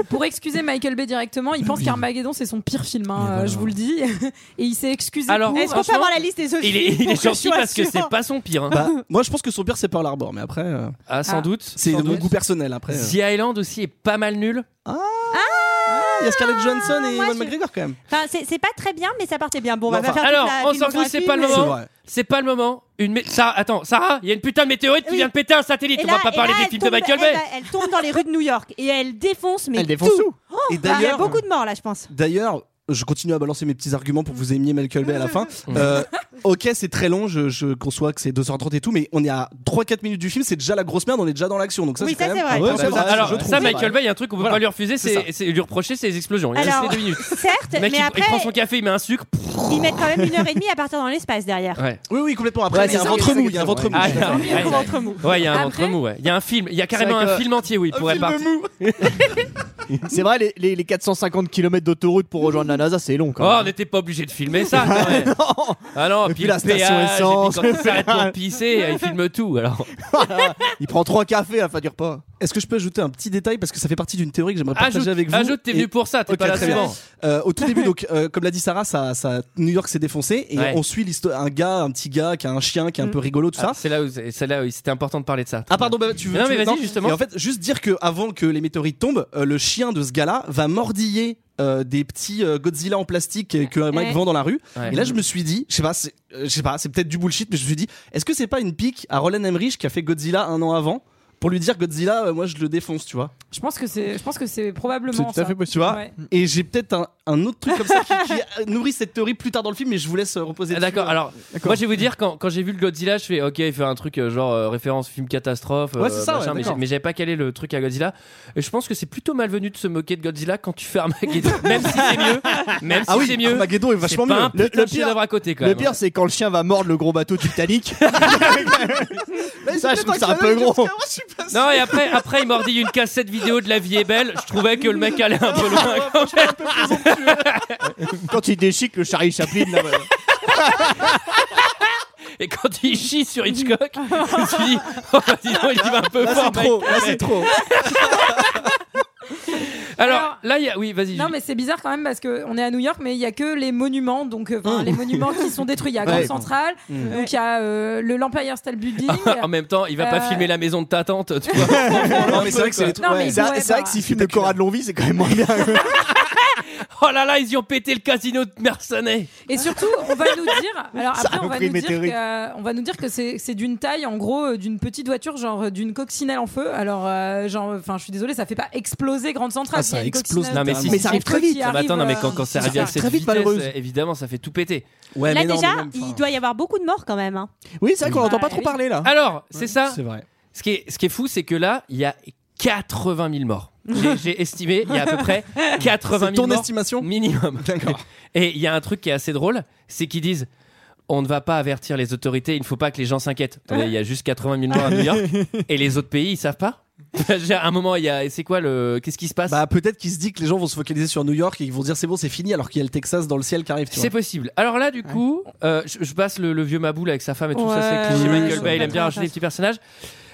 L: pour excuser Michael Bay directement, il pense qu'Armageddon c'est son pire film, hein, euh, je vous le dis. *laughs* Et il s'est excusé.
A: Alors,
L: pour,
G: Est-ce qu'on peut
L: franchement,
G: avoir la liste des autres
A: Il est,
G: films
A: il est
G: pour que je
A: gentil
G: sois
A: parce que
G: sûre
A: c'est pas son pire. hein.
F: Bah, moi, je pense que son pire, c'est Pearl Harbor, mais après, euh,
A: Ah, sans
L: Ah.
A: doute.
F: c'est
A: sans
F: mon
A: doute.
F: goût personnel. Après, euh.
A: The Island aussi est pas mal nul.
F: il y a Scarlett Johansson et
G: moi,
F: Ewan
G: je-
F: McGregor quand même.
G: Enfin, c'est c'est pas très bien, mais ça partait bien. Bon, on
F: Non,
G: va pas
F: enfin,
G: faire toute
A: alors,
G: la
A: on s'en fout,
G: filmographie,
A: c'est pas le
G: mais-
A: moment.
F: C'est
A: Non.
F: vrai.
A: C'est pas le moment. Une mé- Sarah, attends, Sarah, il y a une putain de météorite qui
G: Oui.
A: vient de péter un satellite.
G: Et
A: on
G: là-
A: va pas
G: et
A: parler
G: là,
A: des
G: elle
A: films de
G: tombe-
A: Michael
G: elle-
A: Bay.
G: Elle, tombe dans les rues de New York et elle défonce, mais
K: Elle défonce tout.
F: Et
G: Enfin, il y a
A: *laughs*
F: d'ailleurs,
G: beaucoup de morts là, je pense.
F: D'ailleurs, je continue à balancer mes petits arguments pour que vous aimiez Michael Bay à la fin. Euh, ok, c'est très long, je, je conçois que c'est 2h30 et tout, mais on est à 3-4 minutes du film, c'est déjà la grosse merde, on est déjà dans l'action. Donc ça,
G: Oui,
F: c'est
G: ça,
F: quand même.
G: c'est vrai. Ouais,
F: un peu
G: c'est vrai.
F: dommage, Bah, je
A: Alors,
F: trouve.
A: ça, Michael Bay, il y a un truc qu'on peut
F: Voilà.
A: pas lui refuser,
F: C'est ça.
A: c'est c'est lui reprocher, c'est les explosions. Il a
G: Alors,
A: juste les deux minutes.
G: certes,
A: Le mec,
G: mais
A: il,
G: après,
A: il prend son café, il met un sucre.
G: ils mettent quand même une heure et demie à partir dans l'espace derrière.
A: Ouais.
F: Oui, oui, complètement. Après, il y a un ventre mou. Il y a un ventre mou.
A: Ah,
F: je suis d'accord.
A: ouais, ouais. Ouais, il y a un ventre mou. ouais. Il y a un film, il y a carrément
K: C'est vrai
A: un
K: que-
A: film entier, oui, pour être parti.
K: C'est vrai, les, les- les 450 km d'autoroute pour rejoindre la NASA, c'est long quand
A: Oh,
K: même.
A: on n'était pas obligé de filmer ça. quand même. Ah non,
K: Et
A: puis,
K: puis la
A: le
K: station
A: péage,
K: essence.
A: et puis quand il s'arrête pour pisser, il filme tout. Alors.
K: Il prend trois cafés à la fin du repas.
F: Est-ce que je peux ajouter un petit détail parce que ça fait partie d'une théorie que j'aimerais partager
A: Ajoute-
F: avec vous
A: ajoute, t'es venu
F: Et-
A: pour ça, t'es
F: Ok,
A: pas là
F: très bien.
A: souvent.
F: Euh, au tout début, donc, euh, comme l'a dit Sarah, ça, ça- New York s'est défoncé et
A: Ouais.
F: on suit l'histoire, un gars, un petit gars qui a un chien qui est un peu rigolo, tout
A: Ah,
F: ça.
A: C'est là où c'est c'est là où c'était important de parler de ça.
F: Ah pardon, bah, tu veux
A: Non,
F: tu
A: mais
F: veux-
A: vas-y, justement.
F: Et en fait, juste dire que avant que les météorites tombent, euh, le chien de ce gars-là va mordiller. euh, des petits euh, Godzilla en plastique euh, que Mike
A: Ouais.
F: vend dans la rue
A: Ouais. Ah,
F: et là je me suis dit je sais pas c'est- euh, je sais pas c'est peut-être du bullshit mais je me suis dit est-ce que c'est pas une pique à Roland Emmerich qui a fait Godzilla un an avant pour lui dire Godzilla euh, moi je le défonce tu vois
L: Je pense que c'est, je pense que c'est probablement.
F: c'est tout à
L: ça.
F: fait possible tu vois
L: Ouais.
F: et j'ai peut-être un, un autre truc comme ça qui, qui *laughs* nourrit cette théorie plus tard dans le film mais je vous laisse euh, reposer
A: Ah, D'accord,
F: dessus.
A: alors moi je vais vous dire, quand, quand j'ai vu le Godzilla, je fais ok, il fait un truc euh, genre euh, référence film catastrophe, euh,
F: Ouais, c'est ça, ouais,
A: mais
F: d'accord.
A: j'ai- mais j'avais pas calé le truc à Godzilla. Et je pense que c'est plutôt malvenu de se moquer de Godzilla quand tu fais
K: *laughs*
A: Armageddon, même si c'est mieux, même
K: Ah
A: si
K: oui,
A: c'est mieux.
K: Armageddon est vachement
A: pas
K: mieux.
A: un
K: Le-
A: putain
K: le
A: de
K: pire-
A: chef-d'œuvre à côté quand
K: Le
A: même. hein.
K: pire, c'est quand le chien va mordre le gros
A: *laughs*
K: bateau Titanic. ça, je trouve ça un peu gros.
F: ah,
A: Non, et après, après il mordit une cassette vidéo de La vie est belle. Je trouvais que le mec allait un peu loin. quand même.
K: Quand il déchique le Charlie Chaplin, là, voilà.
A: Et quand il chie sur Hitchcock, je me suis dit, *laughs* oh, bah, dis donc, il y va un peu
F: Ah,
K: Là,
A: fort.
K: c'est trop,
A: mec.
K: là, c'est trop.
A: Alors là, il y a... oui, vas-y.
L: Non
A: Julie.
L: mais c'est bizarre quand même parce que on est à New York mais il y a que les monuments donc euh, enfin,
A: Mm.
L: les monuments qui sont détruits il y a
A: Ouais.
L: Grand Central
A: Mm.
L: donc il y a euh, le l'Empire State Building
A: en même temps, il va pas
L: Euh,
A: filmer la maison de ta tante, tu vois.
F: *laughs*
A: non,
K: mais c'est vrai que c'est les trucs- Non, mais ouais. ils
A: C'est
K: pourraient
A: vrai
K: pas.
A: que
K: s'il filme le Cora de Longvie, c'est quand même moins
F: *laughs*
K: bien.
A: oh là là, ils y ont pété le casino de Mercenay.
L: et surtout on va nous dire alors
A: Ça
L: après
A: a
L: on va,
A: pris
L: nous dire
A: météorite.
L: que, euh, on va nous dire que c'est c'est d'une taille en gros euh, d'une petite voiture genre euh, d'une coccinelle en feu alors euh, genre enfin je suis désolée ça fait pas exploser Grand Central
A: Ah, ça
L: Il y a une
A: explose
L: coccinelle.
A: littéralement. Mais ça arrive
L: très vite.
A: Non, mais attends, non, mais quand, quand c'est
K: Ça
A: arrivé à
K: arrive
A: cette
K: très vite,
A: vitesse,
K: malheureuse.
A: euh, évidemment, ça fait tout péter.
G: là déjà, il doit y avoir beaucoup de morts quand même. hein.
K: Oui, c'est vrai qu'on
G: Ouais,
K: n'entend pas trop
G: oui.
K: parler là.
A: Alors, Ah, c'est ça.
F: Hein C'est vrai.
A: Ce qui, est, ce qui est fou, c'est que là, il y a 80 000 morts. J'ai- J'ai estimé, il y a à peu près 80 000
F: C'est ton
A: morts *laughs*
F: estimation
A: minimum. Et il y a un truc qui est assez drôle, c'est qu'ils disent on ne va pas avertir les autorités, il ne faut pas que les gens s'inquiètent. Attendez, il y a juste 80 000 morts à New York et les autres pays, ils savent pas. *laughs* à un moment, il y a. C'est quoi le. Qu'est-ce qui se passe
F: *laughs* Bah peut-être qu'il se dit que les gens vont se focaliser sur New York et qu'ils vont dire c'est bon c'est fini alors qu'il y a le Texas dans le ciel qui arrive. tu
A: C'est
F: vois.
A: possible. Alors là, du coup, euh, je, je passe le, le vieux Maboul avec sa femme et tout ça.
F: Ouais,
A: C'est cliché
F: ouais,
A: Michael
F: ouais,
A: Bay, il
F: ouais.
A: aime bien rajouter des petits personnages.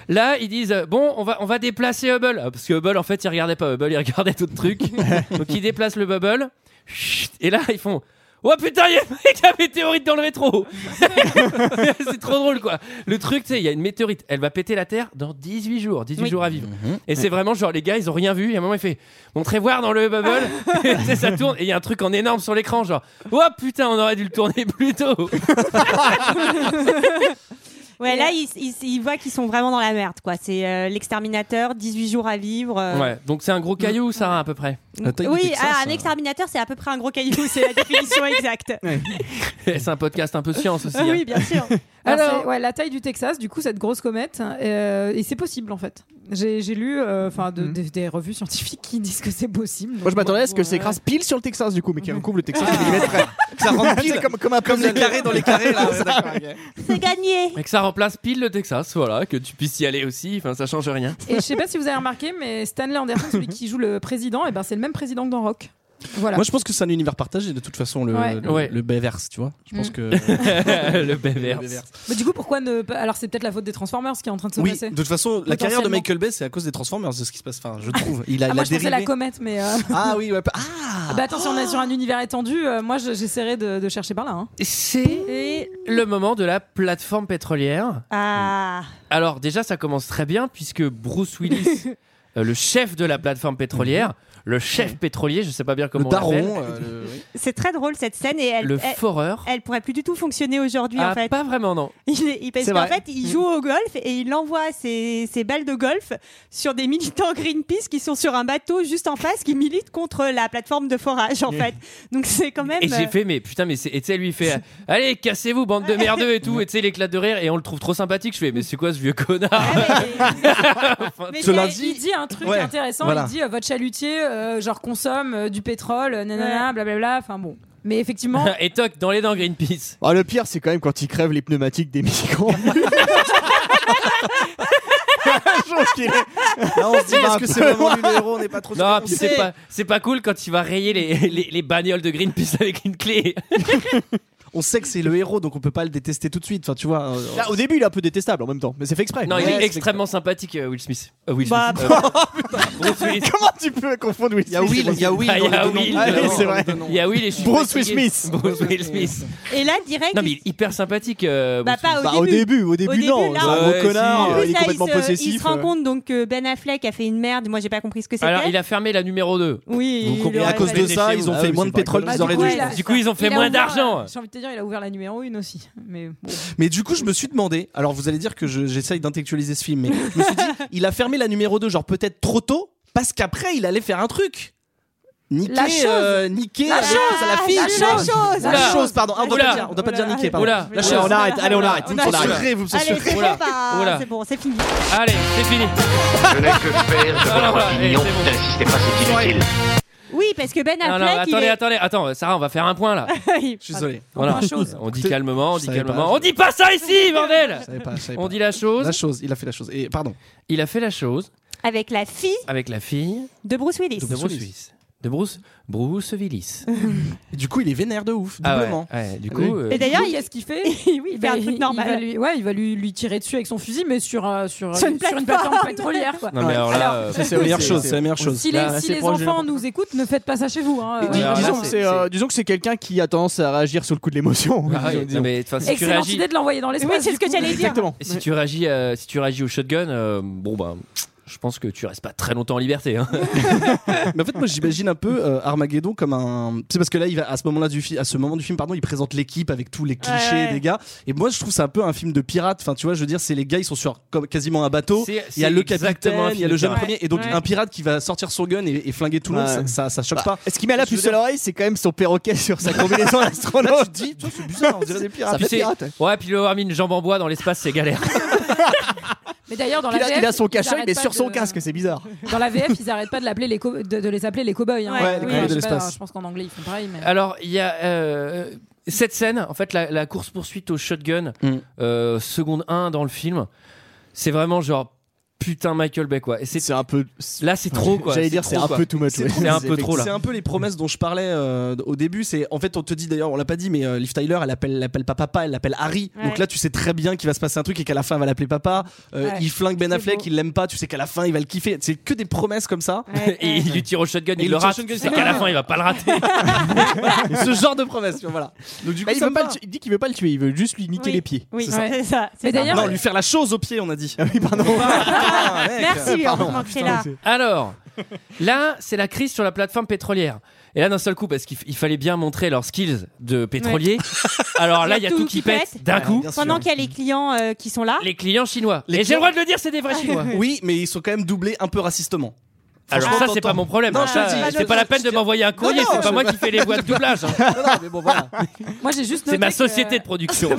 A: Là, ils disent euh, bon, on va on va déplacer Hubble Ah, parce que Hubble en fait, il regardait pas Hubble, il regardait d'autres *laughs* trucs. Donc ils déplacent le Hubble. Chut. Et là, ils font oh putain, il y a *laughs* il y a une météorite dans le rétro. *laughs* C'est trop drôle quoi. Le truc, tu sais, il y a une météorite, elle va péter la Terre dans 18 jours, 18
K: Oui.
A: jours à vivre. Et c'est vraiment genre les gars, ils ont rien vu. Et à un moment, il fait montrez voir dans le *laughs* bubble. Et tu sais, ça tourne et il y a un truc en énorme sur l'écran, genre oh putain, on aurait dû le tourner *laughs* plus tôt.
G: Ouais, là, ils, ils, ils voient qu'ils sont vraiment dans la merde, quoi. C'est euh, l'exterminateur, 18 jours à vivre. euh. Mm.
A: Ouais, donc c'est un gros caillou, Sarah, à peu
G: *laughs*
A: près.
G: Oui, ah, un exterminateur, c'est à peu près un gros caillou, c'est la
L: *laughs*
G: définition exacte.
A: c'est un podcast un peu science aussi.
G: Ah
A: hein.
G: oui,
A: *laughs*
G: bien sûr.
L: Alors, ouais, la taille du Texas, du coup, cette grosse comète, euh, et c'est possible en fait. J'ai j'ai lu, euh, enfin,
F: Mhm.
L: de- des, des revues scientifiques qui disent que c'est possible. Mhm.
K: Moi, je m'attendais à ce que
L: c'est
K: s'écrase pile sur le Texas du coup, mais qui recouvre le
L: *laughs*
K: Texas. à des millimètres près. Ça
F: *laughs*
K: rentre pile comme, comme un
F: Comme les
K: puzzle.
F: carrés dans les carrés là. ouais, d'accord.
G: C'est gagné.
A: Et que ça remplace pile le Texas, voilà, que tu puisses y aller aussi, enfin ça change
G: *laughs*
A: rien.
L: Et je sais pas si vous avez remarqué, mais Stanley Anderson, celui qui joue le président, et ben c'est le même président que dans Rock. Voilà.
F: Moi je pense que c'est un univers partagé de toute façon le
L: Ouais.
F: le,
A: Ouais.
F: le Bayverse, tu vois. Je pense
A: *laughs*
L: Mm.
F: que
A: le
F: Le
A: Bévers.
F: Bayverse.
L: Mais du coup, pourquoi ne pas Alors, c'est peut-être la faute des Transformers qui est en train de se
F: Oui,
L: passer.
F: de toute façon la carrière de
L: Potentiellement.
F: Michael Bay c'est à cause des Transformers de ce qui se passe. Enfin je trouve il a,
L: Ah,
F: il
L: moi,
F: a
L: je pensais
F: dérivé.
L: la comète, mais. euh,
F: Ah oui ouais. Ah.
L: Bah, attention, on est sur un univers étendu. euh, moi, je- j'essaierai de, de chercher par là. hein.
A: C'est le moment de la plateforme pétrolière.
G: Ah.
A: Alors déjà, ça commence très bien puisque Bruce Willis,
G: *laughs* Mm-hmm.
A: euh, le chef de la plateforme pétrolière, le chef pétrolier, je sais pas bien comment on
F: daron,
A: l'appelle,
F: euh,
G: C'est très drôle cette scène et elle,
A: Le
G: elle,
A: foreur.
G: elle pourrait plus du tout fonctionner aujourd'hui
A: Ah,
G: en fait.
A: pas vraiment, non.
G: *laughs* Il, est- il- parce
A: C'est
G: qu'en
A: vrai.
G: fait, il joue au golf et il envoie ses, ses balles de golf sur des militants Greenpeace qui sont sur un bateau juste en face qui militent contre la plateforme de forage en fait. Donc c'est quand même.
A: Mm. Et j'ai
G: euh,
A: fait, mais putain, mais c'est. Et tu sais, lui, il fait euh, Allez, cassez-vous, bande de merdeux et tout. Et tu sais, l'éclat de rire. Et on le trouve trop sympathique. Je fais Mais c'est quoi ce vieux
G: Ah
A: connard *laughs*
L: Mais
A: Ce
L: il-
A: lundi-
L: il dit un truc
A: Ouais,
L: intéressant.
A: voilà.
L: Il dit euh, votre chalutier, euh, genre consomme euh, du pétrole, euh, nanana, blablabla. Enfin bon.
A: *laughs*
L: Mais effectivement,
A: Et toc, dans les dents, Greenpeace.
K: Ah, le pire, c'est quand même quand ils crèvent les pneumatiques des migrants. Je trouve qu'il est-
F: Là, on se dit, est-ce que c'est vraiment lui le héros
A: On n'est pas trop Non, puis c'est pas, c'est pas cool quand il va rayer les, les, les bagnoles de Greenpeace avec une clé.
F: On sait que c'est le héros, donc on peut pas le détester tout de suite. Enfin, tu vois. euh,
K: Là, au début, il est un peu détestable en même temps, mais c'est fait exprès.
A: Non, il
K: Ouais,
A: est
K: c'est *laughs*
A: extrêmement sympathique, euh, Will Smith. Euh, Will
K: Bah,
A: Smith. *laughs* Bruce Willis.
K: Comment tu peux confondre Will
A: Il y a Will, il y a Will
K: Ah,
A: dans
K: il y a
A: le nom.
K: Will.
A: Ah,
K: Ah,
A: oui,
K: c'est
A: dans
K: vrai.
A: le nom. Il y a Will et je suis
K: Bruce
A: fatigué.
K: Will Smith.
A: Bruce Will Smith.
G: Et là, direct.
A: Non, mais il est hyper sympathique. euh,
G: Bah,
A: Bruce
G: pas
A: Willis.
G: au Bah, au début.
K: début, au début, non.
G: là,
K: c'est un
A: ouais,
K: gros
A: si.
K: connard,
A: En
K: il
G: Plus,
K: est
G: là,
K: complètement
G: se-
K: possessif.
G: il se
F: euh.
G: rend compte donc que Ben Affleck a fait une merde. Moi, j'ai pas compris ce que c'était.
A: Alors, il a fermé la numéro 2.
G: Oui,
A: Vous
G: il
A: comprenez,
G: aurait pas dû.
F: ça, ils ont Ah fait oui, moins de c'est pas pétrole
G: Bah,
F: qu'ils
A: du
F: auraient
A: coup,
F: dû.
A: il a-
F: Ouais.
A: Du coup, ils ont fait
L: Bah, il a
A: moins
L: ouvert-
A: d'argent.
L: J'ai envie de te dire, il a ouvert la numéro 1 aussi. Mais bon.
F: Mais du coup, je me suis demandé, alors vous allez dire que je- j'essaye d'intellectualiser ce film, mais je me suis dit, il a fermé la numéro 2, genre peut-être trop tôt, parce qu'après, il allait faire un truc. Niquer,
K: La chose.
F: euh, niquer
K: La
F: avec-
K: chose.
F: à la fille.
K: La chose.
F: La
K: Oula.
F: chose, pardon. Ah, on doit
K: Oula.
F: pas dire, on doit pas dire niquer, pardon.
A: Oula.
F: La
A: Oula.
F: chose.
A: On arrête, allez, on arrête,
F: Vous me censurez, vous me
G: Allez,
F: censurez.
G: c'est bon, bah,
A: Oula.
G: c'est bon, c'est fini.
A: Allez, c'est fini.
B: Je n'ai que faire
A: *laughs*
B: de
A: Alors,
B: votre
A: voilà,
B: opinion.
A: et c'est
B: N'insistez pas, c'est inutile.
G: Oui, parce que Ben
A: Non, non,
G: Affleck. il
A: attendez,
G: est- *laughs*
A: attendez, attends, euh, Sarah, on va faire un point là.
G: Il-
A: Voilà.
F: Autre chose.
A: On dit calmement, on dit
F: savais pas,
A: calmement.
F: je-
A: On dit pas ça ici, bordel
F: Pas, je savais
A: On
F: pas.
A: dit la chose.
F: La chose, il a fait la chose. Et pardon.
A: Il a fait la chose
G: Avec la fille
A: avec la fille
G: de Bruce Willis.
A: de Bruce Willis. De Bruce, Bruce Willis.
F: Et Du coup, il est vénère de ouf,
A: Ah ouais,
F: doublement.
A: ouais, du
F: Ah
A: coup,
F: oui.
A: euh,
L: Et d'ailleurs,
G: il-
L: qu'est-ce qu'il fait
G: *laughs* Oui, il fait
L: Bah,
G: un truc
L: Il va
G: normal.
L: lui, ouais, il va lui, lui tirer dessus avec son fusil, mais sur, euh, sur,
G: Sur une plateforme.
L: pétrolière. Quoi.
A: Non, mais alors là, euh,
F: Ça, c'est la meilleure chose, c'est la meilleure chose.
L: Si les,
F: Là,
L: si
F: c'est
L: les
F: proche d'une-
L: enfants nous écoutent, ne faites pas ça chez vous. hein.
K: Dis-
L: Euh,
K: disons,
L: voilà.
K: que c'est, euh, disons que c'est quelqu'un qui a tendance à réagir sur le coup de
A: Ah
K: l'émotion.
A: oui,
K: Disons-
A: non,
K: disons.
A: mais, enfin, si tu
L: Excellente
A: réagis-
L: idée de l'envoyer dans l'espace.
G: Oui, c'est
L: du
G: ce que
L: coup.
G: j'allais dire.
K: Exactement.
A: Et si tu réagis, euh, si tu réagis au shotgun, euh, bon bah, je pense que tu restes pas très longtemps en liberté. hein.
F: Mais en fait, moi, j'imagine un peu euh, Armageddon comme un. C'est parce que là, il va à ce moment-là du film, à ce moment du film, pardon, il présente l'équipe avec tous les clichés
A: Ouais, ouais.
F: des gars. Et moi, je trouve c'est un peu un film de pirate. Enfin, tu vois, je veux dire, c'est les gars, ils sont sur comme, quasiment un bateau.
A: C'est-
F: Il y a
A: c'est
F: le
A: exactement un
F: capitaine,
A: film
F: il y a le
A: de
F: jeune
A: pirate.
F: premier, et donc
A: Ouais.
F: un pirate qui va sortir son gun et, et flinguer tout le
K: Ouais.
F: monde. Ça, ça, ça choque pas.
K: Bah, Ce qui met la
F: Je veux
K: puce à
F: dire-
K: l'oreille, c'est quand même son perroquet sur sa
F: *laughs*
K: combinaison astronaute.
F: Dis, toi, c'est bizarre, on dirait des pirates.
K: Ça
A: Ah, Puis c'est-
K: fait pirate.
A: ouais, puis le Armin jambe en bois dans l'espace, c'est galère.
L: Mais d'ailleurs, dans
K: Il
L: la
K: a,
L: VF,
K: il a son
L: ils
K: cache-œil,
L: arrêtent
K: mais
L: pas
K: sur son
L: de-
K: casque, c'est bizarre.
L: Dans la VF, ils arrêtent pas de, l'appeler les co- de, de les appeler les cow-boys. hein.
G: Ouais, les
L: Oui,
G: cow-boys
L: je
F: de
L: sais
F: l'espace.
L: pas, Je pense qu'en anglais, ils font pareil.
K: *laughs*
L: Mais...
A: Alors il y a euh, cette scène, en fait, la, course poursuite au shotgun, euh, seconde 1 dans le film, c'est vraiment genre putain Michael Bay quoi. Et c'est
K: un peu.
A: Là c'est trop quoi.
K: J'allais dire, c'est
A: trop,
K: un
A: quoi.
K: peu too much. ouais.
A: C'est un peu trop
F: C'est
A: là.
F: un peu les promesses dont je parlais euh, au début. C'est en fait, on te dit d'ailleurs, on l'a pas dit, mais euh, Liv Tyler, elle appelle, elle appelle pas papa, elle l'appelle Harry.
G: Ouais.
F: Donc là, tu sais très bien qu'il va se passer un truc et qu'à la fin, elle va l'appeler papa. Euh,
G: Ouais.
F: Il flingue Ben
G: C'est
F: Affleck,
G: beau.
F: il l'aime pas. Tu sais qu'à la fin, il va le kiffer. C'est que des promesses comme ça.
G: Ouais,
A: *laughs* Et il lui tire au shotgun, il,
F: il
A: le
F: tire au
A: rate.
F: shotgun,
A: C'est
F: c'est
A: qu'à la
F: pas-
A: fin il va pas le rater.
F: Et ce genre de promesses, tu vois, voilà. Donc du coup,
K: Bah, il,
F: ça
K: veut
F: me
K: pas
F: va.
K: le tu- il dit qu'il veut pas le tuer, il veut juste lui niquer
G: Oui.
K: les pieds.
G: Oui,
F: C'est ça.
G: c'est ça. c'est
L: Mais
G: ça.
L: d'ailleurs,
F: Non, lui faire la chose au pied, on a dit.
K: Ah oui, pardon.
G: *laughs*
F: Ah, mec.
L: hein,
G: Merci, heureusement que t'es là.
A: Alors, là, c'est la crise sur la plateforme pétrolière. Et là, d'un seul coup, parce qu'il f- il fallait bien montrer leurs skills de pétrolier, alors là, il y a tout qui pète d'un coup.
F: Bien sûr.
G: Pendant qu'il y a les clients euh, qui sont là.
A: Les clients chinois. Et
F: Les
A: j'ai
F: clients-
A: le droit de le dire, c'est des vrais chinois.
F: Oui, mais ils sont quand même doublés un peu racistement.
A: Alors
F: Franchement,
A: ça, c'est
F: t'entends-
A: pas mon problème.
F: Non,
A: hein.
F: je te
A: Ça,
F: le dis, je
A: C'est
F: te
A: pas
F: le
A: la
F: dis,
A: peine
F: je
A: de
F: te-
A: m'envoyer un courrier.
F: Non, non,
A: C'est pas
F: je-
A: moi qui fais les voix de doublage. hein.
F: Non, non, mais bon, voilà.
L: Moi, j'ai juste
A: C'est ma
L: noté que- euh,
A: société de production.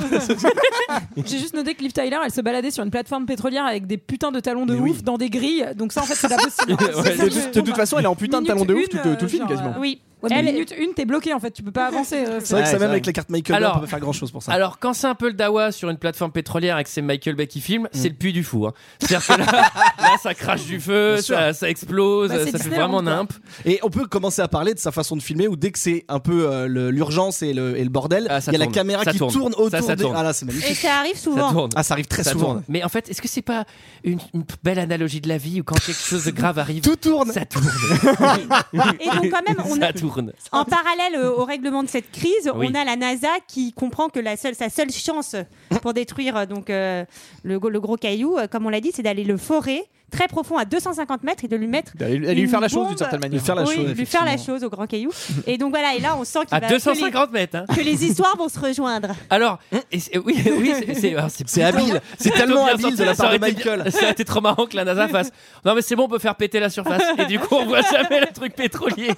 L: J'ai juste noté que Liv Tyler, elle se baladait sur une plateforme pétrolière avec des putains de talons de
F: Mais
L: ouf
F: oui.
L: dans des grilles. Donc ça, en fait, c'est pas possible.
A: Ouais,
K: De, toute- de toute façon, elle est en putain de
L: Minute
K: talon de ouf
L: une,
K: tout, tout le film
L: genre,
K: quasiment.
L: euh,
G: Oui.
L: Ouais, mais
G: Elle-
L: minute une, t'es bloqué en fait, tu peux pas avancer. euh,
F: C'est vrai que
K: Ouais,
F: ça
K: c'est
F: même
K: vrai.
F: avec la carte Michael, Bay,
A: Alors-
F: on peut pas faire grand chose pour
A: *laughs*
F: ça.
A: Alors, quand c'est un peu le dawa sur une plateforme pétrolière et que c'est Michael Bay qui filme, c'est le puits du fou. hein. C'est-à-dire que *laughs* là, là, ça crache du feu,
F: Bien sûr.
A: ça, ça explose,
L: Bah, c'est
A: ça fait
L: Disneyland,
A: vraiment
L: quoi.
A: nimp.
F: Et on peut commencer à parler de sa façon de filmer où dès que c'est un peu euh, le- l'urgence et le, et le bordel, il
A: Ah, ça
F: y a la
A: tourne.
F: caméra
A: Ça
F: qui
A: tourne.
F: tourne, autour
A: Ça, ça
F: des-
A: tourne.
F: Ah là, c'est magnifique.
G: Et ça arrive
A: Ça
G: souvent.
A: tourne.
F: Ah, ça arrive très
A: Ça
F: souvent.
A: tourne. Mais en fait, est-ce que c'est pas une, une belle analogie de la vie où quand quelque chose de grave arrive,
F: Tout tourne.
A: ça tourne
G: Et donc, quand même, on
A: Ça tourne.
G: En parallèle euh, au règlement de cette crise,
A: Oui.
G: on a la NASA qui comprend que la seule, sa seule chance pour détruire euh, donc euh, le, go- le gros caillou, euh, comme on l'a dit, c'est d'aller le forer très profond à 250 mètres et de lui mettre.
K: D'aller- aller lui
G: une
K: faire la chose,
G: bombe.
K: d'une certaine manière. Lui faire la
G: Oui,
K: chose,
G: lui faire la
K: effectivement.
G: chose au grand caillou. Et donc voilà, et là on sent qu'il
A: À
G: va-
A: 250
G: que les-
A: mètres, hein.
G: Que les histoires vont se rejoindre.
A: Alors, et c'est- oui, *laughs* oui, c'est- c'est alors,
F: C'est
A: plutôt-
F: habile. C'est
A: plutôt
F: tellement
A: bien
F: habile
A: sorti.
F: de la
A: Ça
F: part de
A: aurait été-
F: Michael.
A: Ça aurait été trop marrant que la NASA fasse. Non, mais c'est bon, on peut faire péter la surface. Et du coup, on voit jamais le truc
F: *laughs*
A: pétrolier.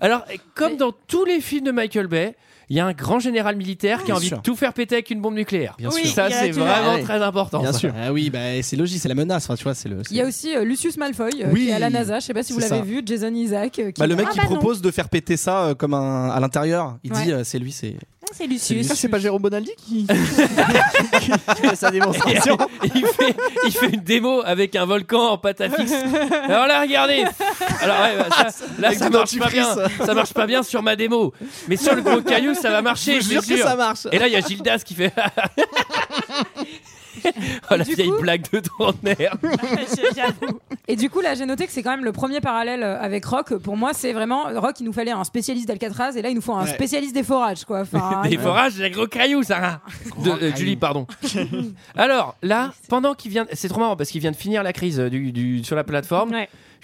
A: Alors, comme dans tous les films de Michael Bay, il y a un grand général militaire qui a
F: Bien
A: envie
F: sûr.
A: de tout faire péter avec une bombe nucléaire.
F: Bien sûr.
A: Ça, c'est vraiment
F: Ah oui.
A: très important.
F: Bien
A: ça.
F: sûr. Ah oui, bah, c'est logique, c'est la menace. Enfin, tu vois, c'est le. c'est-
L: Il y a aussi euh, Lucius Malfoy euh,
F: Oui,
L: qui est à la NASA. Je sais pas si vous
F: c'est
L: l'avez
F: ça.
L: vu, Jason Isaac. euh, qui
F: Bah, le mec
L: Ah
F: qui
L: bah non.
F: propose de faire péter ça euh, comme un, à l'intérieur, il
L: Ouais.
F: dit euh, c'est lui, c'est.
G: C'est
F: lui.
G: Lucius.
K: Ça, c'est
G: *laughs*
K: pas Jérôme Bonaldi qui. qui fait
A: *laughs*
K: sa démonstration.
A: il, fait, il fait une démo avec un volcan en pâte à fixe. Alors là, regardez. Alors ouais, bah, ça, là,
F: Avec
A: ça
F: du
A: marche pas bien.
F: dentifrice.
A: Ça marche pas bien sur ma démo. Mais sur le gros caillou, ça va marcher.
F: *laughs* Je
A: Je
F: jure
A: vous
F: que ça marche.
A: Et là, il y a Gildas qui fait. oh la vieille blague de tournaire.
L: Et du coup, là, j'ai noté que c'est quand même le premier parallèle euh, avec Rock. Pour moi, c'est vraiment Rock. Il nous fallait un spécialiste d'Alcatraz, et là, il nous faut un
A: Ouais.
L: spécialiste des forages, quoi. Enfin,
A: Des
L: euh,
A: forages, des gros cailloux, Sarah. De, euh, Julie, pardon. Alors là, pendant qu'il vient, c'est trop marrant parce qu'il vient de finir la crise euh, du, du- sur la plateforme.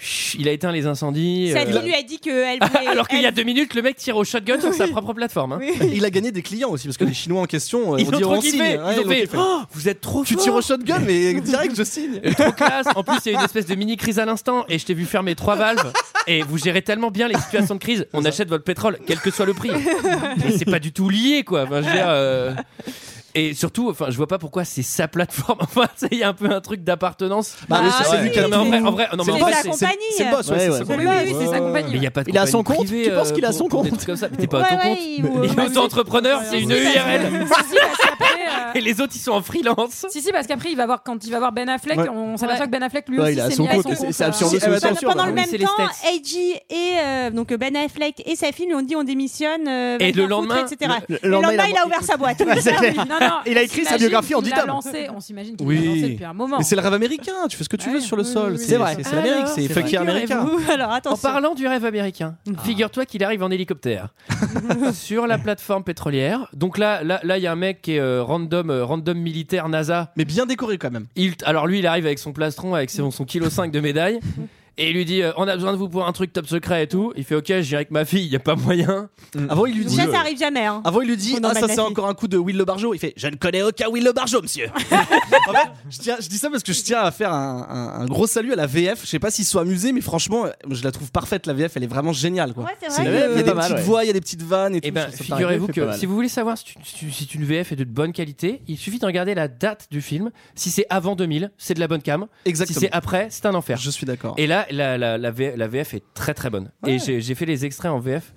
A: Chut, Il a éteint les incendies.
G: Sa
A: euh,
G: fille lui a dit qu'elle voulait.
A: Alors qu'il y a
G: elle-
A: deux minutes, le mec tire au shotgun sur sa propre plateforme. hein.
F: Il a gagné des clients aussi parce que les Chinois en question, euh,
A: Ils
F: on
A: ont
F: dit
A: trop
F: on
A: kiffé.
F: signe.
A: Ils ont fait, Oh, vous êtes trop
F: Tu
A: fort.
F: tires au shotgun, mais direct je signe.
A: Trop classe. En plus, il y a une espèce de mini crise à l'instant et je t'ai vu fermer *laughs* trois valves. Et vous gérez tellement bien les situations de crise. On achète votre pétrole, quel que soit le *laughs* prix. Mais c'est pas du tout lié, quoi. Enfin, je veux dire, euh, Et surtout, enfin, je vois pas pourquoi c'est sa plateforme. *laughs* Enfin, tu sais, il y a un peu un truc d'appartenance.
F: Bah, mais c'est- c'est
A: ouais.
F: lui qui a
A: Non, mais en vrai, en vrai, non, mais
F: C'est
A: en
F: le
A: vrai,
F: boss,
A: c'est-
F: c'est- c'est le boss, ouais,
A: Ouais,
F: c'est
A: ouais.
F: sa
A: Oui,
F: compagnie.
A: oui, c'est sa compagnie. Mais il y a pas de
K: Il a son
A: compagnie
K: compte
A: privée,
K: Tu penses qu'il a
A: euh,
K: son
A: pour- pour des
K: compte
A: trucs comme ça. Mais t'es pas à ton
K: Ouais, ouais, il-
A: compte.
K: ouais,
A: Il est
K: ouais.
A: auto-entrepreneur, c'est une
L: Si, parce que-
A: URL.
L: Si, si, parce qu'après,
A: *laughs*
L: euh,
A: Et les autres, ils sont en freelance.
L: Si, si, parce qu'après, il va voir quand il va voir Ben Affleck,
A: Ouais.
L: on s'aperçoit que Ben Affleck lui
A: Ouais,
L: aussi
A: il a
L: s'est
A: son
K: *laughs*
L: mis à
A: compte,
L: son
A: mais
L: compte.
A: c'est- c'est
L: euh,
A: absurde
L: euh,
A: aussi,
L: parce que
A: attention,
L: pendant
A: bah
L: le
A: oui,
L: même
A: c'est les
G: Tant
A: States.
G: AG et euh, donc Ben Affleck et sa fille lui ont dit on démissionne. euh, va
A: Et
G: te
A: le
G: faire
A: lendemaps,
G: foutre, etc.
A: le- le
G: Et le lendemain,
A: lendemain,
G: il a ouvert
A: *laughs*
G: sa boîte.
F: Ouais, c'est clair.
L: Non, non,
F: Il a écrit sa
L: s'imagine
F: biographie en
L: qu'il
F: 10
L: l'a
F: tomes.
L: lancé, On s'imagine qu'il l'a lancé
F: Oui.
K: *laughs*
L: depuis un moment.
F: Mais c'est le rêve américain. Tu fais ce que tu veux sur le sol.
A: oui,
F: C'est
A: oui.
F: vrai.
A: C'est
F: C'est l'Amérique.
A: vrai.
F: C'est
A: C'est
F: fucking
A: vrai.
F: américain.
A: Figurez-vous.
G: Alors
A: En
G: attention.
A: parlant du rêve américain,
F: Ah.
A: figure-toi qu'il arrive en
F: *laughs*
A: hélicoptère sur la plateforme pétrolière. Donc là, là, là, il y a un mec qui est euh, random, euh, random militaire NASA.
F: Mais bien décoré quand même.
A: Il, alors lui, il arrive avec son plastron, avec son, son kilo 5 de
F: *laughs*
A: médaille, et il lui dit euh, "On a besoin de vous pour un truc top secret et tout." Il fait "Ok, j'irai avec ma fille. Il y a pas moyen."
F: Avant, il lui
G: Donc
F: dit.
G: ça, ça arrive jamais. hein.
F: Avant, il lui dit
G: On
F: Ah,
G: emmène
F: ça,
G: la
F: c'est
G: fille.
F: encore un coup de Will Le Bargeau. Il fait Je ne connais aucun Will Le Bargeau, monsieur. En fait, je, tiens- je dis ça parce que je tiens à faire un, un- un gros salut à la VF. Je sais pas s'ils sont amusés, mais franchement, euh, je la trouve parfaite. La VF, elle est vraiment géniale. Quoi.
G: c'est
A: Ah, vrai que-
F: la VF, il y a
A: Pas
F: des
A: mal,
F: petites
A: ouais.
F: voix, il y a des petites vannes et tout.
A: Eh ben,
F: Ça, ça
A: figurez-vous
F: fait pas
A: que
F: mal.
A: si vous voulez savoir si, tu- si tu- si une VF est de bonne qualité, il suffit de regarder la date du film. Si c'est avant 2000, c'est de la bonne cam.
F: Exactement.
A: Si c'est après, c'est un enfer.
F: Je suis d'accord.
A: Et là, la, la, la, V- la VF est très très bonne. Et j'ai j'ai fait les extraits en VF.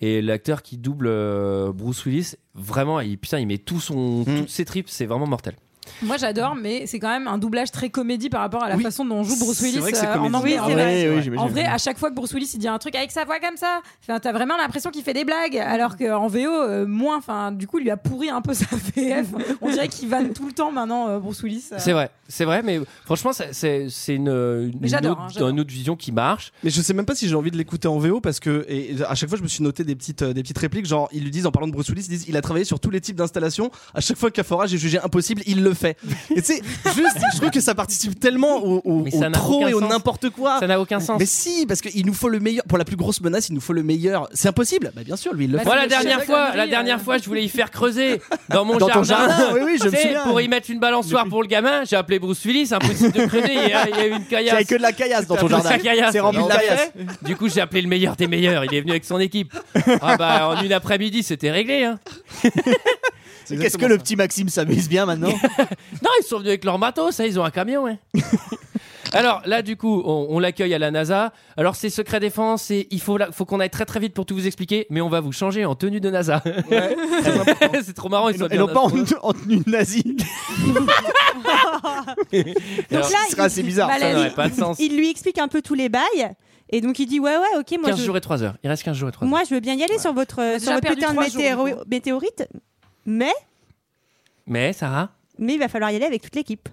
A: Et l'acteur qui double euh, Bruce Willis, vraiment, il, putain, il met tout son,
F: Mm.
A: toutes ses tripes, c'est vraiment mortel.
L: Moi j'adore, mais c'est quand même un doublage très comédie par rapport à la façon dont joue Bruce
A: C'est
L: Willis
A: vrai que c'est
L: euh, en
A: comédie.
L: anglais.
A: Oui, c'est vrai, Ouais, c'est oui, vrai. ah. j'imagine.
L: en vrai, à chaque fois que Bruce Willis il dit un truc avec sa voix comme ça, enfin, t'as vraiment l'impression qu'il fait des blagues, alors qu'en VO, euh, moins. Enfin, du coup, il lui a pourri un peu sa VF. On dirait qu'il vanne tout le temps maintenant, euh, Bruce Willis. euh.
A: C'est vrai, c'est vrai, mais franchement, ça- c'est c'est une, une,
L: Mais j'adore,
A: autre,
L: hein, j'adore.
A: une autre vision qui marche.
F: Mais je sais même pas si j'ai envie de l'écouter en VO parce que et à chaque fois je me suis noté des petites euh, des petites répliques genre ils lui disent en parlant de Bruce Willis ils disent il a travaillé sur tous les types d'installations à chaque fois qu'un forage est jugé impossible il le fait et c'est juste je trouve que ça participe tellement au, au-
A: Mais
F: au
A: ça n'a
F: trop
A: aucun
F: et au
A: sens.
F: n'importe
L: Ah.
F: quoi
A: Ça n'a aucun sens.
F: mais si parce qu'il nous faut le meilleur pour la plus grosse menace il nous faut le meilleur c'est impossible bah bien sûr lui il le fait
A: Moi, la dernière fois, la dernière fois, je voulais y faire creuser dans mon
F: euh, Dans ton
A: jardin.
F: jardin, oui, oui, je me
A: Tu sais,
F: souviens.
A: Pour y mettre une balançoire pour le gamin, j'ai appelé Bruce Willis, impossible de creuser. Il y a, il y a eu
F: *laughs*
A: une caillasse.
K: J'avais que de la caillasse dans ton
A: T'as pris
K: jardin.
A: sa caillasse.
K: C'est rempli de
A: Alors,
K: la
A: on l'a
K: caillasse.
A: fait. Du coup, j'ai appelé le meilleur des meilleurs. Il est venu avec son équipe. Ah bah, en une après-midi, c'était réglé. hein.
K: Qu'est-ce que le petit Maxime s'amuse bien maintenant
A: Non, ils sont venus avec leur matos, ça, ils ont un camion,
K: *laughs*
A: ouais. Alors là, du coup, on, on l'accueille à la NASA. Alors c'est secret défense et il faut, la- faut qu'on aille très très vite pour tout vous expliquer, mais on va vous changer en tenue de NASA. *laughs* c'est trop marrant. Ils sont
K: Et
A: bien
K: non pas en,
A: instruits.
K: *laughs* en tenue nazie.
G: Donc
A: Alors,
G: là,
A: ce serait assez bizarre, ça
G: Balèze.
A: n'aurait pas de sens.
G: Il lui explique un peu tous les bails. Et donc il dit ouais ouais ok moi
A: 15
G: je,
A: jours et 3 heures. Il reste 15 jours et 3 heures.
G: moi je veux bien y aller sur votre euh, sur
L: déjà
G: votre
L: perdu
G: putain de
L: trois jours,
G: météoro-
L: du coup.
G: météorite mais
A: Mais Sarah
G: mais il va falloir y aller avec toute l'équipe.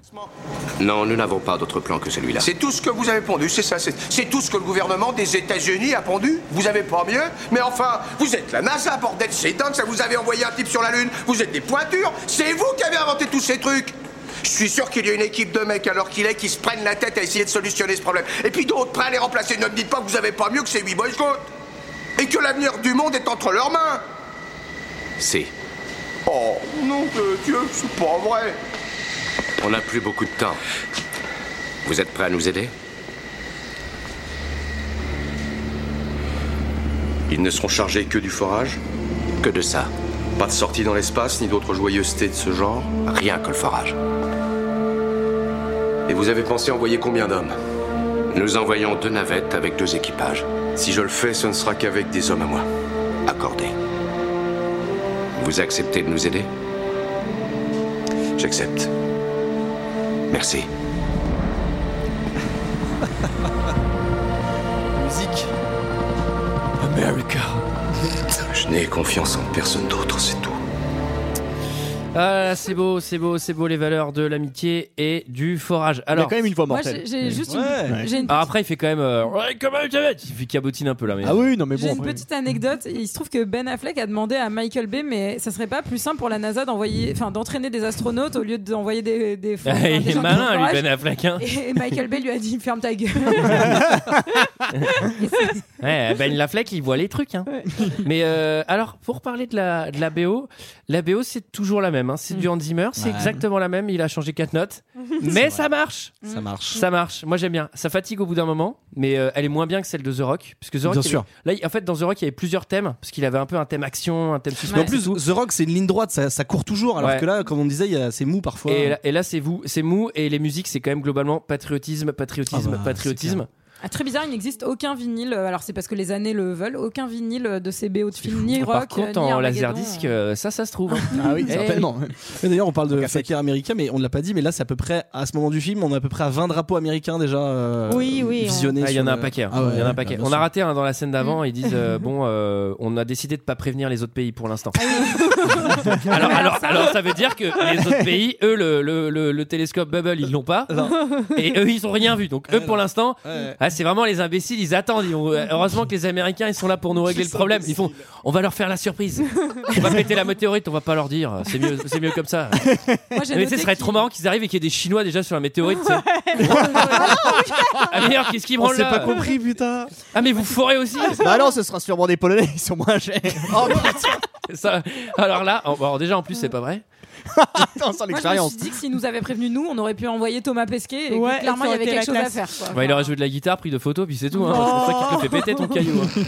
J: Non, nous n'avons pas d'autre plan que celui-là.
B: C'est tout ce que vous avez pondu, c'est ça. C'est c'est tout ce que le gouvernement des États-Unis a pondu. Vous avez pas mieux Mais enfin, vous êtes la NASA, bordel, c'est dingue, ça vous avez envoyé un type sur la Lune. Vous êtes des pointures. C'est vous qui avez inventé tous ces trucs. Je suis sûr qu'il y a une équipe de mecs alors qu'il est qui se prennent la tête à essayer de solutionner ce problème. Et puis d'autres prêts à les remplacer. Ne me dites pas que vous avez pas mieux que ces huit boys Scouts. Et que l'avenir du monde est entre leurs mains.
J: Si.
B: Oh, non de Dieu, c'est pas vrai.
J: On n'a plus beaucoup de temps. Vous êtes prêt à nous aider Ils ne seront chargés que du forage Que de ça.
H: Pas de sortie dans l'espace, ni d'autres joyeusetés de ce genre
J: Rien que le forage.
H: Et vous avez pensé envoyer combien d'hommes
J: Nous envoyons deux navettes avec deux équipages.
H: Si je le fais, ce ne sera qu'avec des hommes à moi.
J: Accordé. Vous acceptez de nous aider
H: J'accepte.
J: Merci.
F: Musique.
H: America. Je n'ai confiance en personne d'autre, c'est tout.
A: Ah, c'est beau, c'est beau, c'est beau les valeurs de l'amitié et du forage. Alors,
K: Il a quand même une voix
L: Moi,
K: mortelle.
L: j'ai- j'ai juste une-
K: Ouais.
L: j'ai une
A: Alors après, il fait quand même. euh, ouais, comment tu vas Il fait cabotine un peu là. Mais...
K: Ah oui, non, mais
L: J'ai
K: bon.
L: une
K: après-
L: petite anecdote. Il se trouve que Ben Affleck a demandé à Michael Bay, mais ça serait pas plus simple pour la NASA d'envoyer, enfin, d'entraîner des astronautes au lieu d'envoyer des, des,
A: Ah,
L: enfin, des
A: il
L: gens
A: est
L: de
A: malin, lui,
L: l'entourage.
A: Ben Affleck. hein.
L: Et Michael Bay lui a dit ferme ta gueule.
A: *laughs* Ouais, ben Affleck, il voit les trucs. hein. Mais euh, alors, pour parler de la, de la BO, la BO, c'est toujours la même. hein. C'est
L: Mm.
A: du Hans Zimmer, c'est
F: Ouais.
A: exactement la même. Il a changé quatre notes.
L: *laughs*
A: Mais ça marche
F: Ça marche.
A: Ça marche, moi j'aime bien. Ça fatigue au bout d'un moment, mais euh, elle est moins bien que celle de The Rock. Parce que The Rock,
F: Bien
A: il y
F: sûr.
A: avait- là, il- en fait, dans The Rock, il y avait plusieurs thèmes, parce qu'il avait un peu un thème action, un thème
F: Mais
A: suspense.
F: en plus, The Rock, c'est une ligne droite, ça, ça court toujours, alors
A: Ouais.
F: que là, comme on disait, il y a- c'est mou parfois.
A: Et là, et là, c'est vous, c'est mou, et les musiques, c'est quand même globalement patriotisme, patriotisme,
F: Ah bah,
A: patriotisme.
L: Ah, très bizarre, il n'existe aucun vinyle. euh, Alors c'est parce que les années le veulent. Aucun vinyle de ces BO de films, ni rock,
A: Par contre,
L: euh,
A: en
L: ni Armageddon,
A: laserdisc,
L: euh.
A: euh, ça, ça se
F: *laughs*
A: trouve. hein.
F: Ah oui,
A: Eh
F: certainement. Mais d'ailleurs, on parle de
K: à fait.
F: fakir américain, mais on ne l'a pas dit, mais là, c'est à peu près, à ce moment du film, on a à peu près à 20 drapeaux américains déjà euh,
G: Oui, oui, on-
F: visionnés.
A: Ah, il y
F: sur
A: en a un
F: le-
A: paquet. hein.
F: Ah ouais,
A: il y en a un
F: ouais,
A: paquet.
F: bien
A: on
F: sûr.
A: a raté hein, dans la scène d'avant. Ils disent euh, bon, euh, on a décidé de pas prévenir les autres pays pour l'instant.
L: Ah
A: *laughs* alors, alors, alors, ça veut dire que les autres pays, eux, le, le- le- le télescope Bubble, ils l'ont pas. Et eux, ils ont rien vu. Donc eux, pour l'instant,
F: Ouais.
A: ah, c'est vraiment les imbéciles. Ils attendent. Ils ont- euh, Heureusement que les Américains, ils sont là pour nous régler le problème. Ils font, on va leur faire la surprise. On va péter la météorite. On va pas leur dire. C'est mieux, c'est mieux comme
K: *laughs*
A: ça.
L: Moi,
A: Mais tu
L: j'ai noté
A: sais, ce serait
L: qu'il-
A: trop marrant qu'ils arrivent et qu'il y ait des Chinois déjà sur la météorite. tu sais. ah, mais alors, qu'est-ce qu'ils
K: On
A: branlent
K: s'est
A: là
K: pas compris, putain.
A: ah mais vous fourrez aussi
K: bah non, ce sera sûrement des Polonais, *laughs* ils sont moins chers. Oh putain,
A: Ça- Alors là, en- bon, déjà en plus c'est pas vrai.
K: sans
L: Moi, je me
K: l'expérience.
L: suis dit que s'ils nous avaient prévenu nous, on aurait pu envoyer Thomas Pesquet. Et que
G: Ouais,
L: clairement,
G: ça
L: il
G: aurait
L: y avait
G: été
L: quelque chose
G: la
L: à faire. quoi.
A: Bah, il aurait joué de la guitare, pris de photos, puis c'est tout.
K: Oh.
A: hein. C'est ça qui te le fait péter ton caillou. hein.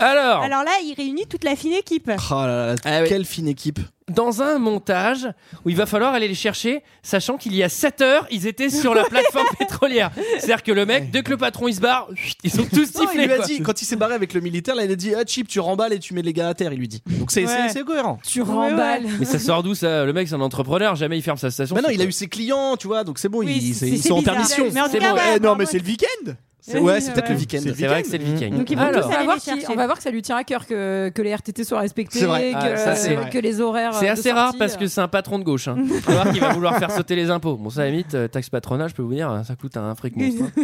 A: Alors,
G: Alors là, il réunit toute la fine équipe.
F: Oh là là,
A: Ah oui.
F: quelle fine équipe.
A: dans un montage où il va falloir aller les chercher, sachant qu'il y a 7 heures, ils étaient sur la plateforme
F: *laughs*
A: pétrolière. C'est-à-dire que le mec, dès que le patron il se barre, chut, ils sont tous sifflés.
F: Non, il lui a
A: quoi.
F: dit, quand il s'est barré avec le militaire, là, il a dit Ah, Chip, tu remballes et tu mets les gars à terre, il lui dit. Donc c'est c'est-
G: Ouais.
F: c'est cohérent.
L: Tu
G: Ouais,
L: remballes.
A: Mais ça sort d'où ça Le mec c'est un entrepreneur, jamais il ferme sa station.
F: Mais Bah non, il a eu ses clients, tu vois, donc c'est bon,
G: Oui,
F: ils,
G: c'est-
F: ils
G: c'est
F: sont en
G: bizarre.
F: permission.
G: Mais en tout
A: C'est
G: cas,
A: bon.
G: ouais,
K: Eh non, mais
G: apparemment,
K: c'est le week-end.
F: C'est- Ouais, c'est
G: Ouais.
F: peut-être le week-end.
K: C'est le
A: C'est vrai que c'est le week-end.
G: Donc ils vont
A: Alors,
L: on, va
G: Allez,
L: voir
G: les
L: qu'il-
G: chercher.
L: on va voir que ça lui tient à cœur que, que les RTT soient respectés,
F: C'est vrai.
L: que,
A: Ah, ça, c'est
L: euh,
A: vrai.
L: que les horaires.
A: C'est
L: euh,
A: assez
L: de
A: rare
L: sortie,
A: parce
L: euh,
A: que c'est un patron de gauche. Hein. Faut voir qu'il va vouloir faire sauter les impôts. Bon, ça, à la limite, euh, taxe patronale, je peux vous dire, euh, ça coûte un fric monstre. hein.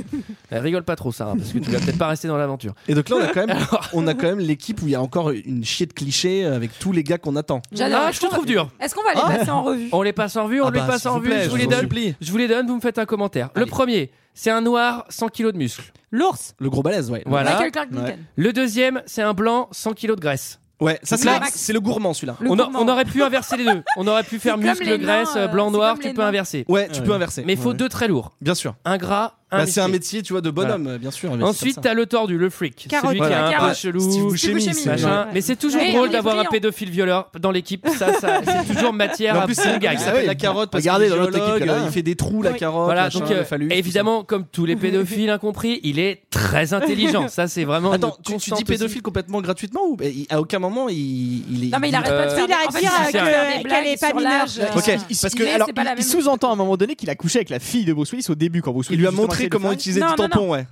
A: Euh, rigole pas trop, Sarah, parce que tu vas peut-être pas rester dans l'aventure.
F: Et donc là, on a quand même, on a quand même l'équipe où il y a encore une chier de clichés avec tous les gars qu'on attend.
L: J'adore.
A: Ah, je te trouve dur.
L: Est-ce qu'on va les
G: Oh.
L: passer en revue
A: On les passe en revue, on
F: Ah
A: les
F: bah,
A: passe
F: s'il
A: en
F: vous
A: revue.
F: plaît,
A: je, vous les
F: vous
A: donne,
F: supplie.
A: je vous les donne, vous me faites un commentaire. Le
F: Allez.
A: premier, c'est un noir, 100 kilos de muscles.
G: *laughs* L'ours.
F: Le gros balèze, ouais.
A: Voilà.
L: Michael Clark Duncan.
A: Le deuxième, c'est un blanc, 100 kilos de graisse.
F: Ouais, ça c'est
L: Le
F: la-
L: Max.
F: c'est le gourmand celui-là.
L: Le
A: On, a-
L: gourmand.
A: on aurait pu inverser les deux. On aurait pu faire
L: C'est comme les
A: muscle,
L: nains,
A: graisse,
L: euh,
A: blanc,
L: c'est
A: noir,
L: comme
A: tu
L: les
A: peux
L: nains.
A: inverser.
F: Ouais, tu
K: Ouais.
F: peux inverser.
A: Mais il faut
F: Ouais.
A: deux très lourds.
F: Bien sûr.
A: Un gras, un
F: Bah, c'est un
A: musclé.
F: métier, tu vois, de bonhomme, bien sûr. mais c'est
A: Ensuite,
F: comme ça.
A: t'as le tordu, le freak.
G: Carotte.
A: Celui
F: Voilà.
A: qui est un peu
F: Carotte.
A: chelou.
F: Steve Buscemi,
L: Buscemi,
F: c'est
L: machin.
F: vrai.
A: Machin. Mais c'est toujours
L: Ouais,
A: drôle
L: on est
A: d'avoir un
L: brillant.
A: pédophile violeur dans l'équipe. Ça,
L: *laughs*
A: ça c'est ah toujours matière
F: Mais en
A: à
F: plus, c'est
A: bon
F: un gars
A: gag.
F: qui
A: ça.
F: s'appelle
K: oui,
F: la carotte parce
K: regardez
F: qu'il est
K: dans l'autre
F: biologue,
K: équipe, là.
F: il fait des trous, la
G: Oui.
F: carotte.
A: Voilà,
F: machin,
A: donc
F: le
A: euh,
F: phallus, tout ça.
A: évidemment, comme tous *laughs* les pédophiles incompris, il est très intelligent. Ça, c'est vraiment. une
F: Attends, tu, tu
A: constante aussi.
F: dis pédophile complètement gratuitement ou bah, il- à aucun moment il, il est.
L: Non, mais il arrête pas de
A: Euh,
L: faire.
G: il arrête
L: en fait,
G: de dire
L: arrête de
G: que-
L: faire des
G: qu'elle
L: blagues
G: est pas
L: sur
G: mineure.
L: l'âge,
F: Ok,
L: euh,
F: parce que
L: Mais
F: alors
L: c'est pas la
K: il
L: même
K: sous-entend à un moment donné qu'il a couché avec la fille de Bruce Willis au début quand Bruce
F: il
K: Willis
F: lui a
K: justement,
F: montrer comment utiliser du tampon, ouais.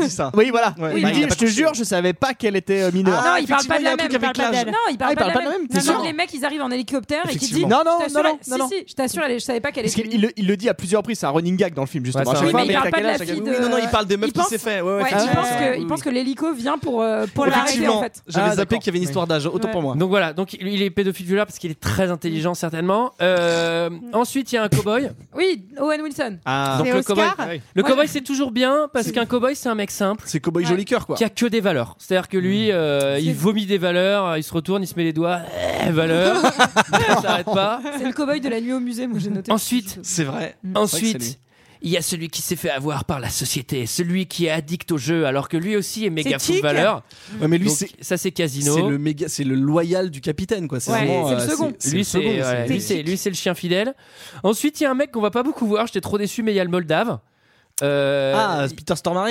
F: Dis ça.
K: Oui, voilà.
F: Ouais.
K: Il
F: Bah, il
K: dit,
F: a pas
K: je te jure, je savais pas qu'elle était euh, mineure.
L: Ah non, il parle pas de la même.
K: effectivement,
L: parle
K: il y a un
L: pas
K: truc avec l'âge.
L: d'elle. Non, il parle
K: Ah, il
L: pas de
K: parle
L: la même.
K: T'es
L: Non, non,
K: sûr
L: les mecs, ils arrivent en hélicoptère et qui disent
K: Effectivement. Non, non,
L: Je t'assure,
K: non, non,
L: elle-
K: non, non.
L: Si, si, je t'assure, elle est- je savais pas qu'elle
K: Parce
L: était.
K: qu'il le, il le dit à plusieurs reprises, c'est un running gag dans le film, justement.
F: Ouais,
K: à
F: c'est
K: chaque
F: un
K: fois, mais
F: running gag.
K: à quel
L: parle
K: âge,
L: pas
K: chaque-
L: de la fille
K: Oui,
L: de-
K: non, non, il parle des meufs
L: pense-
K: qui s'est fait. Ouais,
L: Ouais,
K: ouais,
L: il pense
K: effectivement.
L: que- il pense que l'hélico vient pour euh, pour l'arrêter
F: Effectivement,
L: en fait.
F: j'avais zappé qu'il y avait une histoire d'âge, autant
L: Ouais.
F: pour moi.
A: Donc voilà, donc il il est pédophile violeur parce qu'il est très intelligent certainement. Euh, ensuite, il y a un cowboy.
L: Oui, Owen Wilson.
F: Ah.
A: Donc
L: Mm. C'est
A: le cowboy,
L: Oscar
A: le
L: Ouais.
A: cowboy c'est toujours bien parce qu'un cowboy c'est un mec simple
F: C'est cowboy joli cœur quoi.
A: qui a que des valeurs. C'est-à-dire que lui,
F: Mm.
A: euh, il vomit des valeurs, il se retourne, il se met les doigts, eh, valeurs,
L: *laughs*
A: ça s'arrête pas.
L: C'est le cowboy de la nuit au musée, moi j'ai noté.
A: Ensuite,
F: C'est vrai.
A: ensuite. Il y a celui qui s'est fait avoir par la société, celui qui est addict au jeu, alors que lui aussi est méga
L: C'est
A: fou de
L: Tic.
A: valeur.
F: Ouais, mais lui,
A: Donc,
F: c'est-
A: ça c'est Casino.
F: C'est le méga, c'est le loyal du capitaine quoi.
L: Ouais,
F: vraiment,
L: c'est le
F: euh,
L: second.
A: Lui,
F: c'est
A: c'est
F: le second,
A: ouais,
F: c'est-
A: lui, c'est- lui, c'est le chien fidèle. Ensuite, il y a un mec qu'on va pas beaucoup voir. J'étais trop déçu, mais il y a le Moldave. Euh,
F: Ah, Peter Stormare.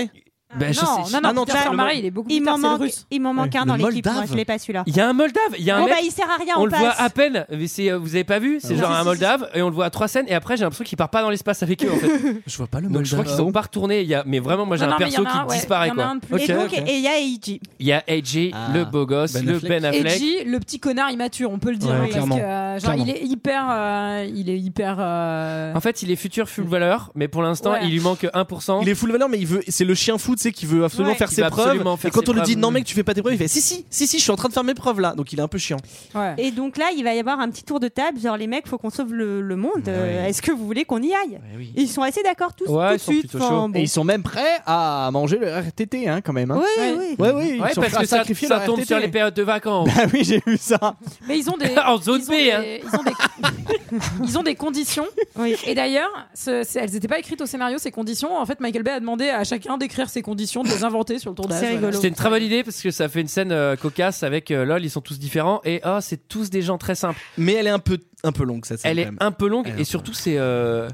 G: Eh,
A: ben, je sais-
L: Non, non,
F: Ah, non,
L: non, Peter
F: t'as-
L: Stormare, il est beaucoup plus
G: Il m'en
L: tard, c'est le
G: manque,
L: russe.
G: il m'en manque un
F: Le
G: dans l'équipe,
F: Moldave.
G: moi je l'ai pas celui-là.
A: Il y a un Moldave. Il y a un
L: Oh,
G: Bon
A: mec.
G: bah il sert à rien,
A: on
G: on,
A: le
G: passe.
A: voit à peine. Mais c'est- euh, vous avez pas vu C'est
F: Ah
A: genre
F: non.
A: un
F: Si, si, si,
A: Moldave et on le voit à trois scènes. Et après, j'ai l'impression qu'il part pas dans l'espace avec eux. En
L: *laughs*
A: fait.
F: Je vois pas le
A: Donc je crois qu'ils sont pas retournés. Il y a... Mais vraiment, moi j'ai
L: Non,
A: un
L: non, mais
A: perso
L: il y en a
A: qui
L: un, ouais,
A: disparaît.
L: il y en a
A: quoi.
L: un de plus.
F: Ok,
G: et donc
F: ok.
G: et il y a Eiji.
A: Il y a AJ,
F: Ah,
A: le beau gosse,
F: Ben
A: le
F: Affleck.
A: Ben Affleck.
L: Edgy, le petit connard immature, on peut le dire.
F: Ouais,
L: hein,
F: clairement.
L: Parce que, euh, genre,
F: Clairement.
L: il est hyper. euh, il est hyper. euh,
A: En fait, il est futur full valeur, mais pour l'instant,
L: Ouais.
A: il lui manque 1%.
F: Il est full valeur, mais il veut. C'est le chien fou, tu sais, qui veut absolument
L: Ouais.
F: faire
A: Qui
F: ses
A: veut
F: preuves.
A: absolument faire
F: et quand
A: ses
F: on lui dit
A: preuves.
F: non mec, tu fais pas tes preuves, il fait si si si si, je suis en train de faire mes preuves là. Donc il est un peu chiant.
L: ouais.
G: Et donc là, il va y avoir un petit tour de table, genre les mecs, faut qu'on sauve le, le monde.
A: Bah
G: euh, Est-ce que vous voulez qu'on y aille Ils sont assez d'accord tous
A: Ouais,
G: tout
A: ils
G: de
A: sont
G: suite.
A: plutôt chauds.
G: enfin, bon.
K: Et ils sont même prêts à manger le RTT, hein, quand même. Hein.
G: Oui,
L: Ouais.
G: oui.
K: Ouais, oui, ils
A: Ouais,
K: sont
A: parce
K: prêts à
A: que ça,
K: sacrifier
A: ça
K: leur
A: tombe
K: RTT.
A: sur
F: *laughs*
A: les périodes de vacances.
F: Ah
K: Bah oui, j'ai vu ça.
L: Mais ils
A: *laughs*
L: ont des.
A: En zone
L: ils ont
A: B,
L: des-
A: hein.
L: Ils ont des, ils ont des conditions.
G: Oui.
L: Et d'ailleurs, ce- c'est- elles n'étaient pas écrites au scénario, ces conditions. En fait, Michael Bay a demandé à chacun d'écrire ses conditions, de les inventer sur le
G: *laughs*
L: tournage.
G: C'est
L: Voilà.
G: rigolo.
A: Ah, C'était une très bonne idée parce que ça fait une scène euh, cocasse avec euh, LOL, ils sont tous différents et ah, c'est tous des gens très simples.
F: Mais elle est un peu un peu longue cette scène.
A: Elle est
F: quand même.
A: un peu longue
F: Elle est un
A: et
F: peu
A: surtout c'est euh,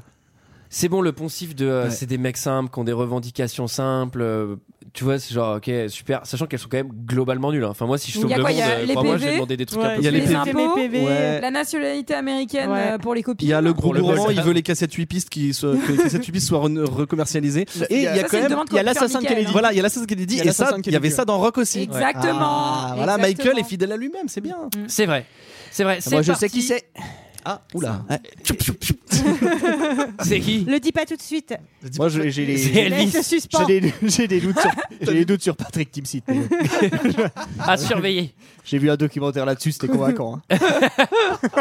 A: c'est bon le poncif de euh,
F: Ouais.
A: c'est des mecs simples qui ont des revendications simples. euh, tu vois, c'est genre ok super, sachant qu'elles sont quand même globalement nulles. hein. Enfin moi si je
L: Il y
A: sauve
L: a
A: le
L: quoi,
A: monde,
L: il y a
A: euh,
L: les
A: enfin, moi je vais
L: PV,
A: demander des trucs
G: ouais,
A: un peu.
F: il y a
A: plus.
F: les
L: Les
F: PV.
L: impôts,
G: PV,
F: Ouais.
L: La nationalité américaine
G: Ouais.
L: euh, pour les copines.
F: Il y a le gros
A: Pour le
F: gourmand,
A: bol.
F: il veut les cassettes 8 pistes qui se, que les cassettes 8 pistes soient re- recommercialisées. Et il y a
L: Ça, c'est
F: quand
L: une
F: même,
L: demande
K: il y a
L: qu'on peut faire
K: l'assassin de
L: Michael,
K: Kennedy.
L: hein.
F: voilà, il y a l'assassin Kennedy
K: Il y a
F: et ça,
K: l'assassin
F: il y avait
K: Kennedy.
F: ça dans Rock aussi.
L: Exactement.
F: Ah, voilà,
L: Exactement.
F: Michael est fidèle à lui-même, c'est bien.
A: C'est vrai, Mm. c'est vrai.
K: Moi, je
A: parti.
K: sais qui c'est.
F: Ah, oula.
A: C'est qui
G: Le dis pas tout de suite.
K: *laughs* Moi, je- j'ai
A: C'est
K: les.
A: Elvis
G: Laisse le
K: J'ai
G: suspens.
K: des, j'ai des doutes
F: *laughs*
K: sur, j'ai des doutes sur Patrick Timsit. mais *laughs* bon.
A: à surveiller.
K: J'ai vu un documentaire là-dessus, c'était convaincant. hein.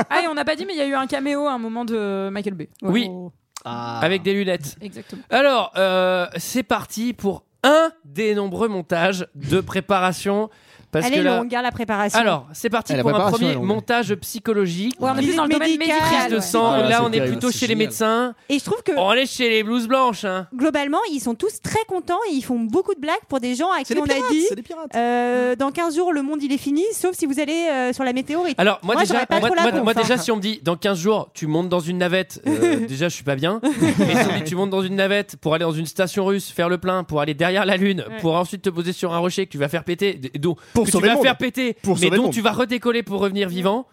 L: Ah, et on n'a pas dit, mais il y a eu un caméo à un moment de Michael Bay.
A: Oui.
L: Oh,
F: Ah.
K: Ah.
A: Avec des lunettes.
L: Exactement.
A: Alors, euh, c'est parti pour un des nombreux montages de préparation. Parce
G: Elle
A: que
G: est
A: là...
G: longue, hein, la préparation.
A: Alors, c'est parti
K: Eh, la
A: pour un
K: préparation
A: premier
K: est longue.
A: montage psychologique.
L: Ouais, on est plus
G: Visite
L: dans le domaine
G: médicale,
L: médical.
A: Prise de
L: ouais.
A: sang. Oh,
F: Ah,
A: là,
F: c'est
A: on est
F: terrible,
A: plutôt
F: c'est
A: chez les
F: génial.
G: *laughs*
A: médecins.
G: Et je trouve que
A: On est chez les blouses blanches. hein.
G: globalement, ils sont tous très contents et ils font beaucoup de blagues pour des gens à qui
F: C'est des
G: on
F: pirates,
G: a dit
F: c'est des pirates.
G: euh, dans 15 jours le monde il est fini, sauf si vous allez euh, sur la météorite.
A: Alors, moi,
G: Moi,
A: déjà,
G: j'aurais pas
A: moi,
G: trop la
A: moi-
G: conf,
A: moi,
G: hein.
A: déjà, si on me dit dans 15 jours, tu montes dans une navette,
G: *laughs*
A: euh, déjà, je suis pas bien. Mais si on me dit tu montes dans une navette pour aller dans une station russe, faire le plein, pour aller derrière la Lune,
G: Ouais.
A: pour ensuite te poser sur un rocher que tu vas faire péter, d- donc,
K: Pour
A: que tu
K: sauver
A: vas
K: le monde.
A: faire péter,
K: Pour
A: mais
K: sauver le
A: dont
K: monde.
A: tu vas redécoller pour revenir vivant.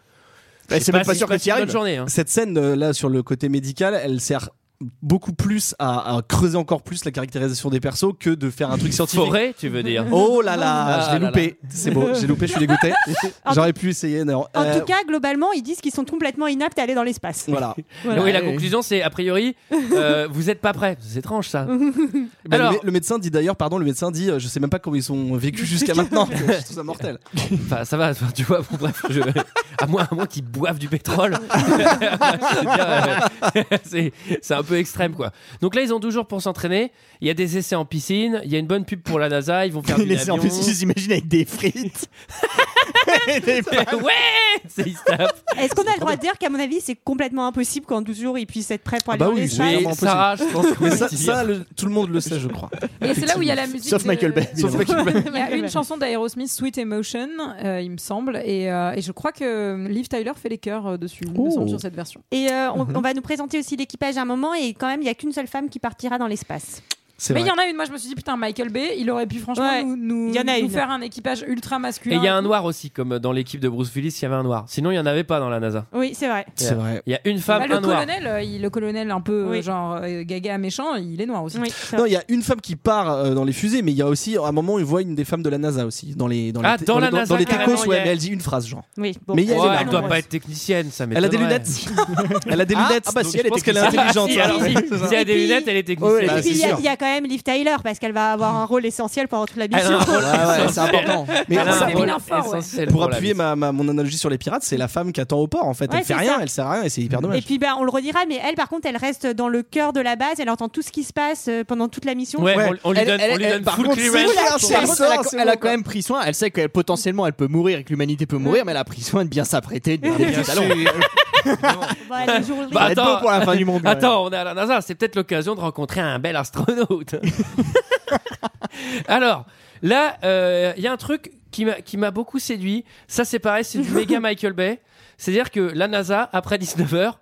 K: Bah,
A: Je
K: c'est
A: sais
K: même pas
A: si
K: sûr
A: je
K: que
A: passe
K: tu y
A: une bonne
K: arrives.
A: journée, hein.
F: Cette scène, euh, là, sur le côté médical, elle sert beaucoup plus à, à creuser encore plus la caractérisation des persos que de
A: *laughs*
F: faire un truc scientifique.
A: Forêt, tu veux dire.
F: Oh là là,
A: Ah
F: je l'ai
A: là
F: loupé. C'est beau, j'ai loupé, je suis dégoûté. J'aurais pu essayer. non.
G: En
F: Euh,
G: tout cas, globalement, ils disent qu'ils sont complètement inaptes à aller dans l'espace.
F: voilà.
G: Voilà.
A: Oui, la conclusion, c'est a priori,
F: *laughs*
A: euh, vous n'êtes pas prêt. C'est étrange ça.
F: Ben,
A: Alors-
F: le, mé- le médecin dit d'ailleurs, pardon, le médecin dit, euh, je sais même pas comment ils ont vécu jusqu'à maintenant. C'est tout ça mortel.
A: Enfin, ça va, enfin, tu vois, bon, bref, je- à moins, à moins qu'ils boivent du
F: *laughs*
A: pétrole. Je veux dire, euh, *laughs* c'est c'est un peu extrême, quoi. Donc là, ils ont toujours pour s'entraîner. Il y a des essais en piscine, il y a une bonne pub pour la NASA, ils vont
F: *laughs*
A: faire du
K: Les en
A: avion.
K: plus, j'imagine avec des frites. Et des
A: *laughs*
K: pâtes.
A: ouais, c'est ils se tapent.
F: Ah
G: Est-ce qu'on a le droit de dire qu'à mon avis, c'est complètement impossible qu'en 12 jours ils puissent être prêts pour
F: Ah
G: aller
F: bah
G: dans
F: oui,
G: l'espace
A: Mais
F: clairement impossible.
A: Sarah, je pense qu'on
F: Mais
A: va
F: ça,
A: te dire.
F: ça, le- tout le monde le sait, je crois.
L: Et c'est là où il y a la musique.
K: Sauf
L: de-
K: Michael Bay.
F: Sauf
K: évidemment.
F: Michael Bay.
L: *laughs* Il y a une chanson d'Aerosmith, Sweet Emotion, euh, il me semble, et, euh, et je crois que Liv Tyler fait les chœurs euh, dessus, il me
K: Oh.
L: semble, sur cette version.
F: Mhm.
G: Et euh, on, on va nous présenter aussi l'équipage à un moment et quand même, il y a qu'une seule femme qui partira dans l'espace.
L: Mais il y en a une, moi je me suis dit, putain, Michael Bay, il aurait pu franchement
G: Ouais.
L: nous, nous-
G: Il y en a
L: nous
G: une.
L: faire un équipage ultra
A: Et
L: masculin.
A: il y a un noir aussi, comme dans l'équipe de Bruce Willis, il y avait un noir. Sinon, il n'y en avait pas dans la NASA.
G: Oui, c'est vrai.
A: Il y a- Il y a une femme, un
L: Bah, le,
A: noir.
L: colonel, euh, il- le colonel un peu euh, genre euh, gaga méchant, il est noir aussi.
F: Non, il y a une femme qui part euh, dans les fusées, mais il y a aussi, à un moment, il voit une des femmes de la NASA aussi. Dans les, dans les
A: Ah,
F: t-
A: dans la
F: les-
A: NASA,
F: dans les
A: carrément, il
F: tacos,
A: y
F: ouais,
A: a-
F: mais elle dit une phrase, genre.
G: Oui, bon.
F: Mais il y a-
A: Ouais,
F: là.
A: elle doit pas être technicienne, ça
F: Elle a des
A: m'étonnerait.
F: lunettes. elle a des lunettes.
A: Ah, bah,
F: donc
A: si,
F: je
A: elle est
F: pense qu'elle est
A: technicienne.
F: intelligente.
A: Si, alors,
F: alors.
A: si, si, si elle a des lunettes, elle est technicienne.
F: Ouais,
G: Et
F: bah,
G: puis
F: c'est
G: il y, a-
F: sûr.
G: il y a quand même Liv Tyler parce qu'elle va avoir un rôle essentiel pendant toute la
A: Elle a
G: mission.
A: un rôle
F: Ah ouais, c'est
A: essentiel.
F: important. Mais
A: *laughs* Elle a
F: ça,
A: un
F: c'est
A: rôle
F: bien
G: fort, ouais.
A: essentiel
F: Pour
A: pour la
F: appuyer ma, ma- mon analogie sur les pirates, c'est la femme qui attend au port en fait. elle
G: Ouais,
F: fait
G: c'est
F: rien,
G: ça.
F: elle sert à rien et c'est hyper
G: Et
F: dommage.
G: puis ben, on le redira, mais elle par contre elle reste dans le cœur de la base, elle entend tout ce qui se passe euh, pendant toute la mission. *laughs*
A: Ouais, on- on lui
K: Elle-
A: donne-
K: elle-
A: on lui
K: elle-
A: donne
K: par
A: full
K: contre,
A: clearance.
K: c'est- par
A: C'est
K: contre,
A: ça,
K: elle a-
A: c'est
K: Elle a
A: bon,
K: quand même pris soin. Elle sait que potentiellement elle peut mourir et que l'humanité peut mourir, mais elle a pris soin de
A: *laughs*
K: bien s'apprêter, de bien
A: Bien
K: mettre du
A: sûr.
K: talon.
G: Bah, les jours-
A: Bah,
K: va être beau pour la fin du monde, ouais.
A: Attends, on est à la NASA, c'est peut-être l'occasion de rencontrer un bel astronaute. *laughs* Alors, là, euh, il y a un truc qui m'a- qui m'a beaucoup séduit. Ça, c'est pareil,
F: *laughs*
A: c'est du méga Michael Bay. C'est-à-dire que la NASA, après 19h,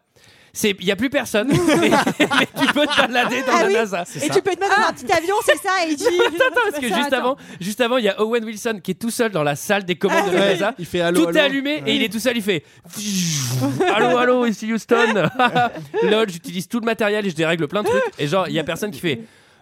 A: il n'y a plus
F: *laughs*
A: personne. mais, mais tu peux te balader dans
G: Ah
A: la
G: oui,
A: NASA.
G: Et tu peux te mettre dans un petit avion, c'est ça,
A: Ah
G: et
A: *laughs* Attends, attends, parce que juste avant, juste avant, il y a Owen Wilson qui est tout seul dans la salle des commandes de la
F: Ah, Ouais,
A: NASA.
F: il fait allô,
A: Tout est
F: allô.
A: allumé et il est tout seul. Il fait *laughs* allô, allô, ici
F: *laughs*
A: Houston. Lol, j'utilise tout le matériel et je dérègle plein de trucs. Et genre, il y a personne qui fait.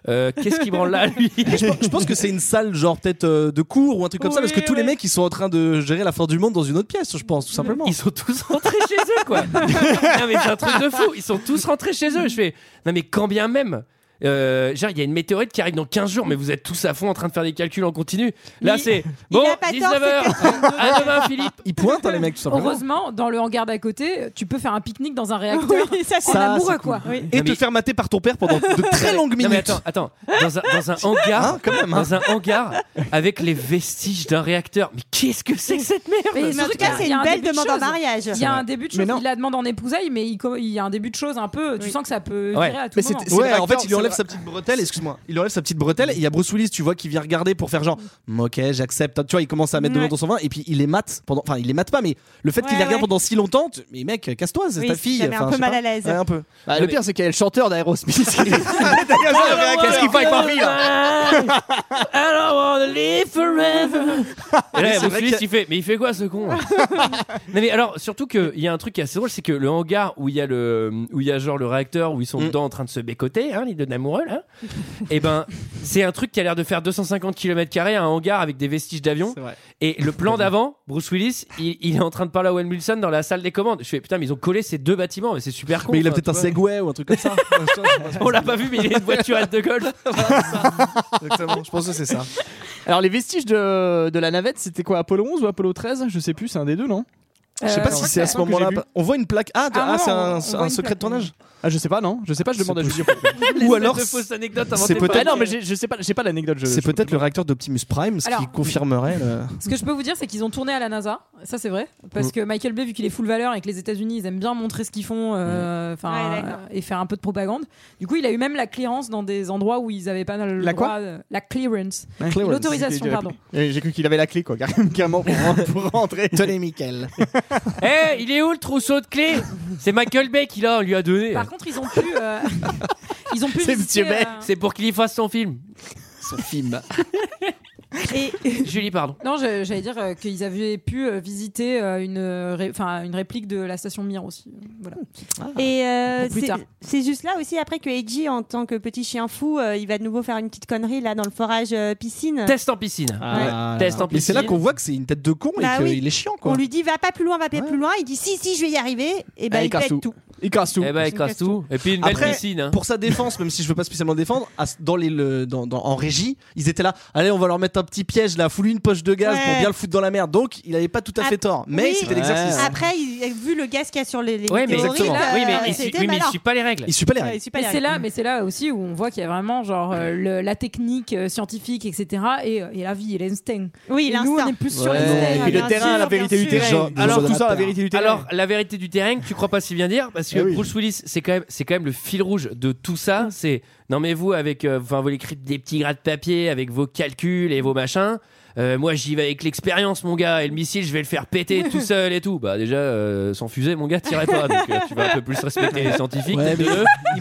A: euh, Qu'est-ce qui branle là, lui
F: Je pense- je pense que c'est une salle genre peut-être euh, de cours ou un truc comme ça parce que tous les mecs ils sont en train de gérer la fin du monde dans une autre pièce, je pense tout simplement.
A: Ils sont tous *laughs* rentrés chez eux, quoi. non, mais c'est un truc de fou. Ils sont tous rentrés chez eux. Je fais, non, mais quand bien même. euh, genre, il y a une météorite qui arrive dans 15 jours, mais vous êtes tous à fond en train de faire des calculs en continu. Là, c'est bon,
L: a pas tort,
A: 19h, à demain, Philippe.
F: Ils pointent, hein, les mecs, tout simplement.
L: Heureusement, dans le hangar d'à côté, tu peux faire un pique-nique dans un réacteur.
G: ça,
L: en
F: Ça,
L: amoureux,
F: c'est cool.
L: quoi. Oui.
F: Et te faire mater par ton père pendant de très longues
A: *laughs* Non, mais
F: minutes.
A: attends, attends. Dans un, dans un hangar,
F: Hein,
A: dans un hangar avec les vestiges d'un réacteur. Mais qu'est-ce que c'est que cette merde
G: Mais en tout cas, c'est
L: il y a
G: une
L: un
G: belle
L: début de
G: demande en
L: chose.
G: mariage.
L: Il y a un début de
F: Mais
L: chose.
F: non.
L: Il la demande en épousaille, mais il, co- il y a un début de chose un peu. Tu sens que ça peut
F: Ouais.
L: virer à tout
F: Mais c'est-
L: moment.
F: c'est le réacteur, en fait, il lui enlève sa petite bretelle, excuse-moi. Il lui enlève sa petite bretelle et il y a Bruce Willis, tu vois, qui vient regarder pour faire genre, ok, j'accepte. Tu vois, il commence à mettre de l'eau
G: Ouais.
F: dans son vin et puis il les mate pendant. Enfin, il les mate pas, mais le fait qu'il
G: Ouais,
F: les regarde
G: ouais.
F: pendant si longtemps, tu- mais mec, casse-toi, c'est
G: Oui,
F: ta
G: ça
F: fille.
G: met un
F: Enfin,
G: peu
F: je sais
G: mal
F: pas.
G: à l'aise.
F: Ouais, un peu.
K: Bah, le pire, c'est qu'elle est le chanteur d'Aerosmith.
F: *laughs*
A: Ah, Qu'est-ce qu'il fait avec ma fille I don't wanna live forever. Et
F: Mais
A: là,
F: c'est
A: Bruce Willis,
F: vrai qu'il y a-
A: il fait, mais il fait quoi Eh, ce
F: *laughs*
A: con là Non mais alors, surtout qu'il y a un truc qui est assez drôle, c'est que le hangar où il y a le, où il y a genre le réacteur où ils sont
F: Mm.
A: dedans en train de se bécoter, hein, les deux amoureux là. et ben, c'est un truc qui a l'air de faire 250 km carrés, un hangar avec des vestiges d'avions.
F: C'est vrai.
A: Et le plan d'avant, Bruce Willis, il, il est en train de parler à Owen Wilson dans la salle des commandes. Je fais putain, mais ils ont collé ces deux bâtiments, mais c'est super con.
F: Mais il a
A: enfin,
F: peut-être un
A: tu vois.
F: Segway ou un truc comme
K: *laughs*
F: ça.
A: On l'a pas vu, mais il a une voiturette de golf.
F: Exactement, je pense que c'est ça.
K: Alors, les vestiges de, de la navette, c'était quoi Apollo 11 ou Apollo 13 Je sais plus, c'est un des deux, non
F: Je sais pas
K: Euh,
F: si c'est à ce
K: je crois que
F: moment-là.
K: j'ai vu.
F: On voit une plaque. Ah,
L: Ah
F: ah, c'est
L: non,
F: un,
L: on
F: un
L: voit une
F: secret
L: plaque,
F: de tournage.
K: Ah, je sais pas, non Je sais pas, je demande à Julien.
F: *laughs* Ou alors,
A: de fausses anecdotes
F: c'est
A: inventées par-
F: peut-être-
K: Ah non, mais j'ai- je sais pas, j'ai pas l'anecdote. je-
F: c'est
K: je-
F: peut-être le réacteur d'Optimus Prime, ce qui
L: Alors-
F: confirmerait. le- Mm.
L: Ce que je peux vous dire, c'est qu'ils ont tourné à la NASA. Ça, c'est vrai. Parce que Michael Bay, vu qu'il est full valeur et que les États-Unis, ils aiment bien montrer ce qu'ils font
F: Mm.
L: euh, enfin,
G: Ouais, d'accord.
L: euh, et faire un peu de propagande. Du coup, il a eu même la clearance dans des endroits où ils avaient pas le
K: La quoi
L: droit, euh, la clearance.
K: Ouais.
F: Clearance.
L: L'autorisation, pardon.
K: Et J'ai cru qu'il avait la clé, quoi, *laughs* carrément, pour, ren- pour rentrer.
F: Tenez, Michael.
A: Eh, il est où le trousseau de clés C'est Michael Bay qui l'a, on lui a donné. hein.
L: Par contre, ils ont pu. euh, *laughs* ils ont pu.
K: C'est
L: visiter,
K: Monsieur Bay.
L: euh,
A: C'est pour qu'il y fasse son film.
F: Son film.
L: et-
A: Julie,
F: *laughs*
A: pardon.
L: Non, je- j'allais dire euh, qu'ils avaient pu euh, visiter euh, une, euh, ré- enfin, une réplique de la station Mir aussi. Voilà.
G: Et euh,
L: Pour plus
G: c'est-
L: tard.
G: c'est juste là aussi après que Eiji, en tant que petit chien fou, euh, il va de nouveau faire une petite connerie là dans le forage euh, piscine.
A: Test en piscine.
F: Ah,
A: Test en
F: Mais c'est
A: piscine.
F: là qu'on voit que c'est une tête de con
G: Bah
F: et qu'il
G: oui.
F: est chiant, quoi.
G: On lui dit va pas plus loin, va pas plus loin. Il dit si si je vais y arriver. Et ben
K: Ah, il
G: il
K: casse
G: pète
K: tout.
G: tout.
K: Il casse tout.
A: Eh ben, il casse tout. Et puis une belle
F: Après,
A: piscine. hein.
F: Pour sa défense, même si je veux pas spécialement le défendre, à- dans les, le- dans- dans- en régie, ils étaient là. Allez, on va leur mettre un petit piège là, foule une poche de gaz
G: Ouais.
F: pour bien le foutre dans la merde. Donc, il avait pas tout à
G: Ah,
F: fait tort, mais
G: oui.
F: c'était l'exercice.
K: Ouais.
G: Après, il a vu le gaz qu'il y a sur les, les
A: Ouais, mais
G: météorites,
F: exactement.
G: euh,
A: oui, mais il suit,
G: c'était
A: oui, mais il
G: malin.
A: suit pas les règles.
F: Il suit pas les
G: Ouais,
F: règles.
G: il suit pas
L: Mais
G: les
L: c'est
G: règles.
L: là, mais c'est là aussi où on voit qu'il y a vraiment genre euh, le- la technique euh, scientifique, etc. Et, euh, et la vie et l'instinct.
G: Oui,
L: Et nous,
G: l'instinct.
L: on est plus sur
K: Ouais.
L: l'instinct.
K: Et puis
G: bien
K: le terrain, la
G: sûr, bien
K: vérité du
G: sûr.
K: terrain.
F: Des gens- des
K: Alors,
F: gens
K: tout ça, la
F: amateurs.
K: vérité du terrain.
A: Alors, la vérité du terrain, que tu crois pas si bien dire, parce parce
F: Eh
A: que Bruce Willis, c'est quand même, c'est quand même le fil rouge de tout ça. C'est non mais vous avec, euh, enfin vous les cri- des petits gras de papier avec vos calculs et vos machins. euh, moi, j'y vais avec l'expérience, mon gars. Et le missile, je vais le faire péter
F: *laughs*
A: tout seul et tout. Bah déjà, euh, sans fusée, mon gars, tirait pas. Donc euh, tu vas un peu plus respecter les scientifiques.
F: Ouais,
A: de-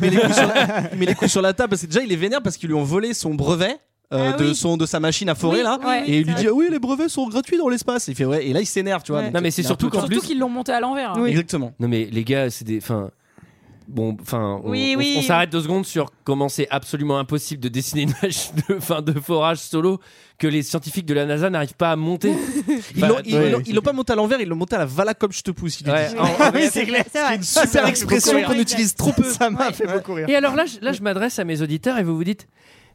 F: mais il, met les coups sur la, il met les coups sur la table parce que déjà il est vénère parce qu'ils lui ont volé son brevet. euh,
A: Ah
F: de
A: oui.
F: son de sa machine à forer
A: Oui,
F: là
A: ouais,
F: et il lui
A: c'est
F: dit
A: vrai.
F: ah oui les brevets sont gratuits dans l'espace il fait ouais et là il s'énerve tu vois
A: Ouais.
F: donc,
A: Non, mais
F: euh,
A: c'est
F: il est
A: surtout
F: un peu
A: qu'en
F: con.
A: plus-
L: Surtout qu'ils l'ont monté à l'envers.
F: exactement
A: non mais les gars c'est des enfin bon enfin on,
L: Oui,
A: on-
L: oui.
A: on s'arrête deux secondes sur comment c'est absolument impossible de dessiner une machine de fin de forage solo que les scientifiques de la NASA n'arrivent pas à monter
F: ils l'ont ils l'ont- ils l'ont pas monté à l'envers ils l'ont monté à la vala comme je te pousse il lui dit.
A: *laughs* c'est
F: oh, clair
A: vrai.
F: une super
G: *laughs*
A: Ça m'a fait
F: expression
A: beaucoup
F: qu'on
A: rire.
F: utilise trop peu
K: ça m'a fait beaucoup rire
A: et alors là, je- là, je m'adresse à mes auditeurs et vous vous dites,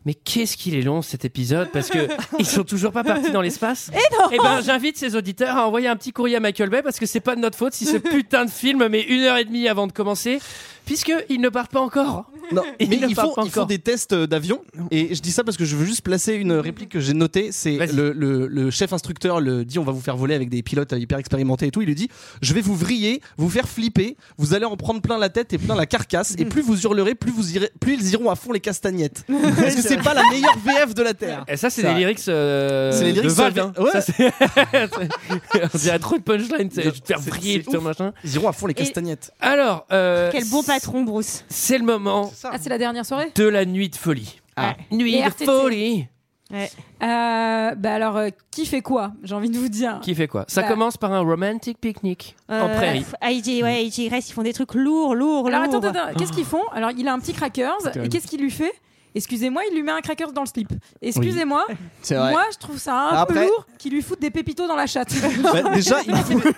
A: mais qu'est-ce qu'il est long cet épisode parce que ils sont toujours pas partis dans l'espace.
L: Et non
A: Eh ben, j'invite ces auditeurs à envoyer un petit courrier à Michael Bay parce que c'est pas de notre faute si ce putain de film met une heure et demie avant de commencer, puisque il ne part pas encore.
F: Non,
A: Il
F: mais
A: ne
F: ils
A: part
F: font,
A: pas
F: ils font
A: encore.
F: des tests euh, d'avion et je dis ça parce que je veux juste placer une réplique que j'ai notée. C'est le, le- le chef instructeur le dit on va vous faire voler avec des pilotes euh, hyper expérimentés et tout. Il lui dit je vais vous vriller, vous faire flipper, vous allez en prendre plein la tête et plein la carcasse et plus vous hurlerez, plus vous irez, plus ils iront à fond les castagnettes. Parce que c'est pas la meilleure VF de la terre.
A: Et Eh, ça, c'est
F: Ça.
A: des lyrics, euh,
F: C'est les lyrics
A: de Valve.
F: sur-
A: hein.
F: Ouais.
A: Ça, c'est- *laughs* On dirait trop de punchline. Je vais te faire briller,
F: c'est
A: putain,
F: ouf.
A: machin.
F: Ils iront à fond les
A: Et-
F: castagnettes.
A: Alors, euh,
G: Quel bon patron, Bruce.
A: c'est le moment
L: Ah, c'est la dernière soirée
A: de la nuit de folie.
F: Ah.
A: Nuit
L: Les
A: de
L: RTT.
A: folie.
L: Euh, bah alors, euh, qui fait quoi J'ai envie de vous dire.
A: Qui fait quoi Ça
L: Bah.
A: commence par un romantic picnic en
G: Euh,
L: *laughs*
A: prairie.
G: ah, AJ, ouais, AJ Rest, ils font des trucs lourds, lourds,
L: Alors
G: lourds.
L: attends, attends, attends, qu'est-ce qu'ils font Alors il a un petit crackers
G: terrible.
L: et qu'est-ce qu'il lui fait Excusez-moi, il lui met un crackers dans le slip. Excusez-moi,
F: *laughs* C'est vrai.
L: moi je trouve ça un peu
F: Après-
L: lourd qu'il lui foute des pépitos dans la chatte.
F: *laughs* Bah, déjà, il-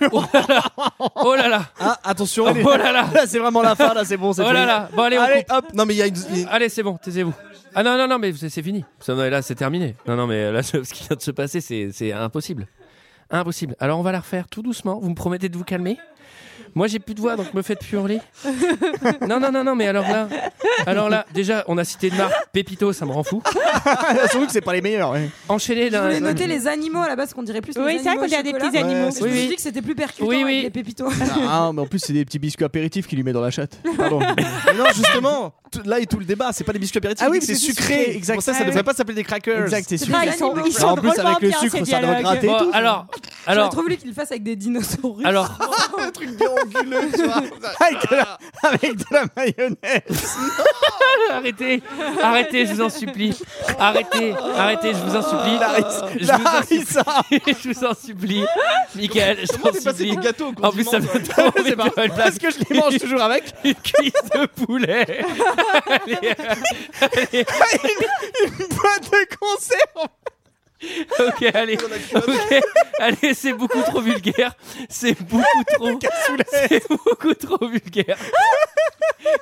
L: *laughs*
A: Oh là là
F: Ah, attention.
A: Oh là là.
F: c'est vraiment la fin, *laughs* là, c'est bon. c'est
A: Oh là
F: fini.
A: là. Bon, allez, on coupe.
F: hop. Non, mais il y a une.
A: *laughs* Allez, c'est bon, taisez-vous. Ah non, non, non, mais c'est c'est fini. Ça, non, Là, c'est terminé. Non, non, mais euh, là, *laughs* ce ce qui vient de se passer, c'est c'est impossible. Impossible. Alors, on va la refaire tout doucement. Vous me promettez de vous calmer Moi, j'ai plus de voix, donc me faites plus
L: *laughs*
A: hurler. Non, non, non, non, mais alors là, alors là, déjà, on a cité de marque Pépito, ça me rend fou.
F: Ah,
K: Surtout que c'est pas les meilleurs.
L: *laughs*
K: ouais.
A: Enchaîner
L: Je
A: d'un.
L: voulais noter les animaux à la base qu'on dirait plus.
G: Oui,
L: les
G: c'est vrai
L: animaux
G: qu'on
L: au
G: dirait des
L: chocolat.
G: petits animaux.
L: Je me suis dit que c'était plus percutant
A: Oui, oui.
L: avec les pépitos.
K: Ah, mais en plus, c'est des petits biscuits apéritifs qu'il lui met dans la chatte. Pardon.
F: *laughs* Mais non, justement, tout- là est tout le débat. C'est pas des biscuits apéritifs.
K: Ah oui,
F: c'est
K: parce que c'est
F: sucré.
K: sucré, exact.
F: Pour ça,
K: Ah
F: ça
K: oui.
F: devrait pas s'appeler des crackers.
K: Exact, c'est
L: Ah, ils sont- ils
K: sont En plus, drôlement avec le bien, sucre, ces ça doit dialogues. gratter et
A: Bon,
K: tout.
A: alors,
L: Alors,
A: alors,
L: trop voulu qu'il le fasse avec des *laughs* dinosaures.
A: *laughs* alors,
F: Un truc bien anguleux, tu
L: *laughs*
F: vois.
K: Avec de la, avec de la mayonnaise.
A: arrêtez, arrêtez, je vous en supplie. Arrêtez, arrêtez, je vous en supplie. Ah. Je vous en supplie. *laughs* je vous en supplie. Michael, je
F: Comment
A: t'en
F: c'est passé
A: supplie.
F: des gâteaux
A: En plus, ça me donne envie de me *laughs* placer
K: Parce que je les mange
A: *laughs*
K: toujours avec.
A: une cuisse de poulet. Allez, allez,
K: Une boîte de conserve.
A: ok, allez. Ok, allez, c'est beaucoup trop vulgaire. C'est beaucoup trop. *laughs* C'est beaucoup trop vulgaire.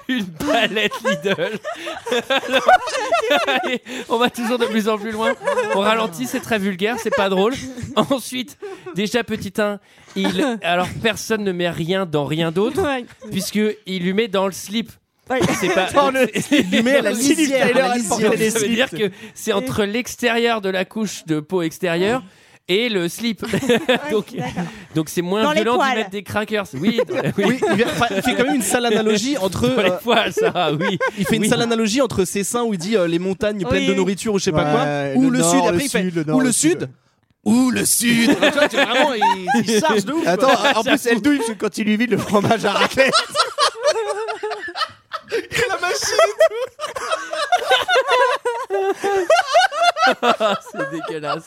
A: Une palette Lidl. Alors, allez, on va toujours de plus en plus loin. On ralentit, c'est très vulgaire, c'est pas drôle. Ensuite, déjà petit 1, il alors personne ne met rien dans rien d'autre
G: Ouais.
A: puisque il lui met dans le slip.
G: Ouais.
A: C'est pas
K: Dans le-
A: il
F: lui met à la lisière, à la lisière.
A: donc, ça veut
K: slips.
A: dire que c'est entre l'extérieur de la couche de peau extérieure et le slip. *laughs* donc, donc c'est moins
G: Dans les
A: violent d'y
G: poils.
A: mettre des crackers. Oui, dans- oui,
F: Oui, il fait- il fait quand même
A: *laughs*
F: une sale analogie entre.
A: dans les
F: euh,
A: poils, ça va, oui.
F: il fait une
A: Oui.
F: sale analogie entre ses seins où il dit euh, les montagnes
G: Oui,
F: pleines de
G: oui.
F: nourriture ou je sais pas
K: Ouais,
F: quoi,
K: le
F: ou le,
K: nord,
F: sud.
K: le
F: Après, il fait
K: sud, le nord,
F: ou le
K: le sud.
F: sud. Ou le sud. Alors, *laughs* tu vois, tu- vraiment, il, il charge de ouf.
K: Attends,
F: quoi. *laughs*
K: en plus, elle douille parce que quand il lui vide le fromage à raclette.
F: la machine.
A: Ah, c'est dégueulasse.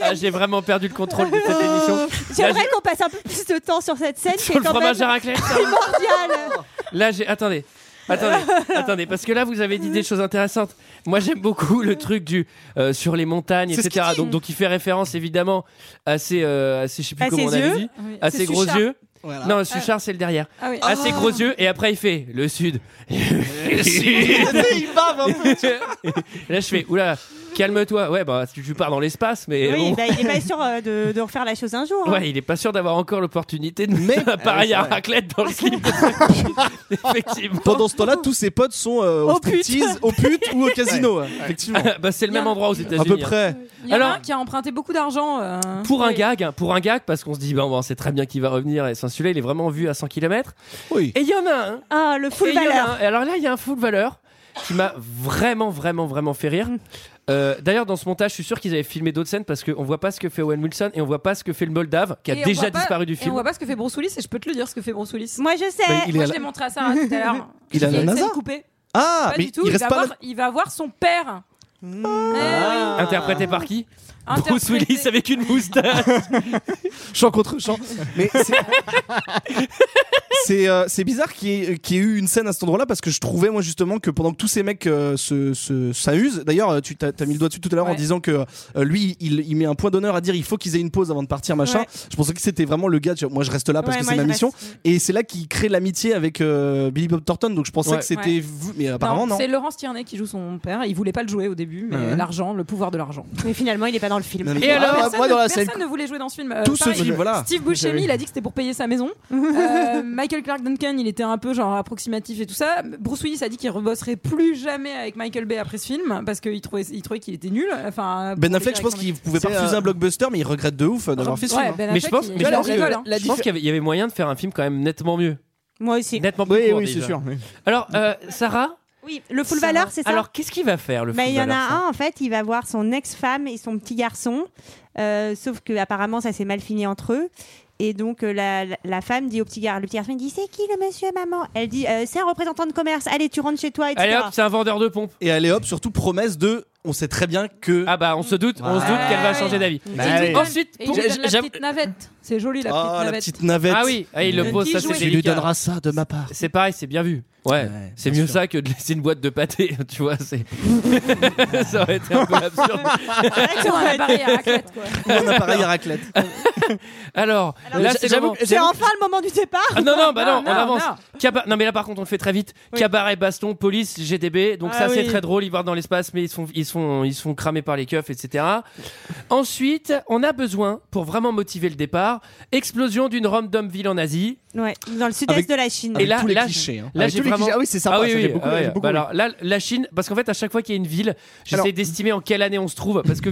A: Ah, j'ai vraiment perdu le contrôle de cette émission.
G: *laughs* J'aimerais qu'on passe un peu plus de temps sur cette scène qui
A: Sur
G: est
A: le
G: quand même
A: fromage à raclette. ça.
L: Ah
G: primordiale.
A: Là, j'ai. Attendez. Attendez,
F: *laughs*
A: attendez, parce que là vous avez dit des choses intéressantes. Moi j'aime beaucoup le truc du euh, sur les montagnes,
F: C'est ce
A: etc. Donc, donc il fait référence évidemment à ses, euh, à ses- je sais plus
G: À
A: comment
G: ses
A: on avait
G: yeux.
A: dit,
L: Oui.
A: à
L: C'est
A: ses gros
L: Suchard.
A: yeux.
F: Voilà.
A: Non, Suchard c'est le derrière.
L: Ah oui.
A: À ses
G: Oh.
A: gros yeux et après il fait *laughs* le sud. Le sud.
F: il bave un peu.
A: là je fais oula, Calme-toi. Ouais, bah tu, tu pars dans l'espace, mais
G: Oui,
A: bon.
G: bah, il est pas sûr euh, de, de refaire la chose un jour. hein.
A: Ouais, il est pas sûr d'avoir encore l'opportunité de *laughs* mettre un
F: Ouais,
A: pareil
F: c'est
A: à
F: vrai.
A: raclette
F: *laughs*
A: dans le slip. de *laughs* Effectivement.
F: Pendant ce temps-là, tous ses potes sont euh, au
A: Aux putes.
F: striptease, au pute *laughs* ou au casino.
A: Ouais.
F: hein, Effectivement.
A: Ah, *laughs* bah, c'est le même endroit aux États-Unis.
F: À peu
A: hein.
F: près.
L: Il y en a
A: Alors-
L: un qui a emprunté beaucoup d'argent. euh,
A: Pour un
L: oui.
A: gag, hein, pour un gag, parce qu'on se dit, ben, bon, bon, c'est très bien qu'il va revenir. Et sans celui-là, il est vraiment vu à 100 km. Oui. Et il y en a un.
G: Ah, le full
A: Et il y en a
G: valeur.
A: un- et alors là, il y a un full valeur qui m'a vraiment, vraiment, vraiment fait rire.
L: Mm.
A: Euh, D'ailleurs, dans ce montage, je suis sûr qu'ils avaient filmé d'autres scènes parce qu'on voit pas ce que fait Owen Wilson et on voit pas ce que fait le Moldave qui a
L: Et on
A: déjà
L: voit pas-
A: disparu du
L: Et on
A: film.
L: voit pas ce que fait Bruce Willis et je peux te le dire ce que fait Bruce Willis.
G: Moi je
A: Mais
G: sais.
A: il est
L: Moi
A: à
L: je
A: la-
L: l'ai montré à Sarah tout à l'heure.
F: Il a
L: Il y
F: la
L: une
F: NASA
L: scène coupée.
F: Ah,
L: Pas
F: mais
L: du tout.
F: il
L: Il,
F: reste
L: va
F: pas. Ah.
L: voir, il va voir son père. Eh
A: Interprété par qui
L: Interprété-
A: Bruce Willis avec une moustache.
F: Chant contre chant. Mais c'est- *laughs* c'est euh, c'est bizarre qu'il y, ait- qu'il y ait eu une scène à cet endroit-là parce que je trouvais moi justement que pendant que tous ces mecs euh, se se- s'amusent, d'ailleurs euh, tu t'as t'as mis le doigt dessus tout à l'heure en disant que euh, lui il, il met un point d'honneur à dire il faut qu'ils aient une pause avant de partir machin.
G: Ouais.
F: Je pensais que c'était vraiment le gars, tu vois, moi je reste là parce
G: Ouais,
F: que
G: moi,
F: c'est ma
G: je
F: mission
G: reste.
F: et c'est là qu'il crée l'amitié avec euh, Billy Bob Thornton donc je pensais
L: Ouais.
F: que c'était
L: Ouais.
F: vu mais apparemment non.
L: C'est Laurence Tierney qui joue son père. Il voulait pas le jouer au début, mais
F: Ouais.
L: l'argent, le pouvoir de l'argent.
G: Mais finalement, il est pas dans le film.
F: Non, mais- Et alors,
L: personne,
F: moi, dans
L: ne-
F: la scène-
L: personne ne voulait jouer dans ce film. Euh,
F: Tout ce
L: pareil,
F: film, voilà.
L: Steve Buscemi, il a dit que c'était pour payer
F: *laughs*
L: sa maison. Euh, Michael Clark Duncan, il était un peu genre approximatif et tout ça. Bruce Willis a dit qu'il rebosserait plus jamais avec Michael Bay après ce film parce qu'il trouvait il trouvait qu'il était nul. Enfin, pour
F: Ben
L: les
F: Affleck, je pense
L: directions-
F: qu'il pouvait pas
L: C'est,
F: refuser
L: euh,
F: un blockbuster, mais il regrette de ouf d'avoir fait ce
L: Ouais,
F: film.
L: Ben
A: mais je
L: Affleck,
A: pense,
L: il-
A: mais je
L: il en
A: pense que-
L: rigole, hein.
A: je pense qu'il y avait- il y avait moyen de faire un film quand même nettement mieux.
G: Moi aussi.
A: Nettement plus
F: Oui,
A: court,
F: oui, c'est
A: déjà.
F: sûr, oui.
A: Alors, euh, Sarah
G: Oui, le full valeur, c'est ça.
A: Alors, qu'est-ce qu'il va faire, le
G: Bah,
A: full
G: il y en a
A: valeur, ça
G: un en fait, il va voir son ex-femme et son petit garçon, euh, sauf que apparemment ça s'est mal fini entre eux. Et donc euh, la, la- la femme dit au petit garçon, le petit garçon il dit c'est qui le monsieur maman Elle dit Euh, c'est un représentant de commerce. Allez tu rentres chez toi. Etc.
A: Allez hop, c'est un vendeur de pompes.
F: Et allez hop, surtout promesse de on sait très bien que.
A: Ah bah on se doute, on se doute
L: Ouais.
A: qu'elle va changer d'avis.
L: Et il lui donne-
A: Ensuite,
L: et il
A: pour-
L: lui donne la
A: j'aime-
L: petite navette. C'est joli la petite
F: Ah, la
L: navette.
F: petite navette.
A: Ah oui, ah, il le
L: Un
A: pose,
L: petit
A: ça c'est
L: jouet.
F: Tu lui
A: délicat.
F: donneras ça de ma part.
A: C'est pareil, c'est bien vu. Ouais, c'est mieux ça que de laisser une boîte de pâté, *laughs* tu vois, c'est ça aurait été un peu absurde.
L: Sur un appareil à raclette, quoi.
F: Ou un appareil à raclette.
A: Alors,
G: Alors,
A: là
G: j-
A: c'est le
G: j'avoue
A: moment-
G: que- c'est *laughs* enfin le moment du départ.
A: Ah non, non, bah non, on
G: Non, non,
A: avance.
G: non.
A: Caba- Non, mais là, par contre, on le fait très vite. Cabaret, baston, police, GDB. Donc,
G: Ah
A: ça, c'est
G: oui.
A: très drôle. Ils partent dans l'espace, mais ils sont, ils, sont, ils sont cramés par les keufs, etc. Ensuite, on a besoin, pour vraiment motiver le départ, explosion d'une random ville en Asie.
G: Ouais, dans le sud-est
A: Avec-
G: de la Chine.
A: Et là, là, là, j'ai vraiment- Ah oui, oui, ah ouais. Bah alors, là, la Chine, parce qu'en fait, à chaque fois qu'il y a une ville, j'essaie
G: Alors-
A: d'estimer en quelle année on se trouve. Parce que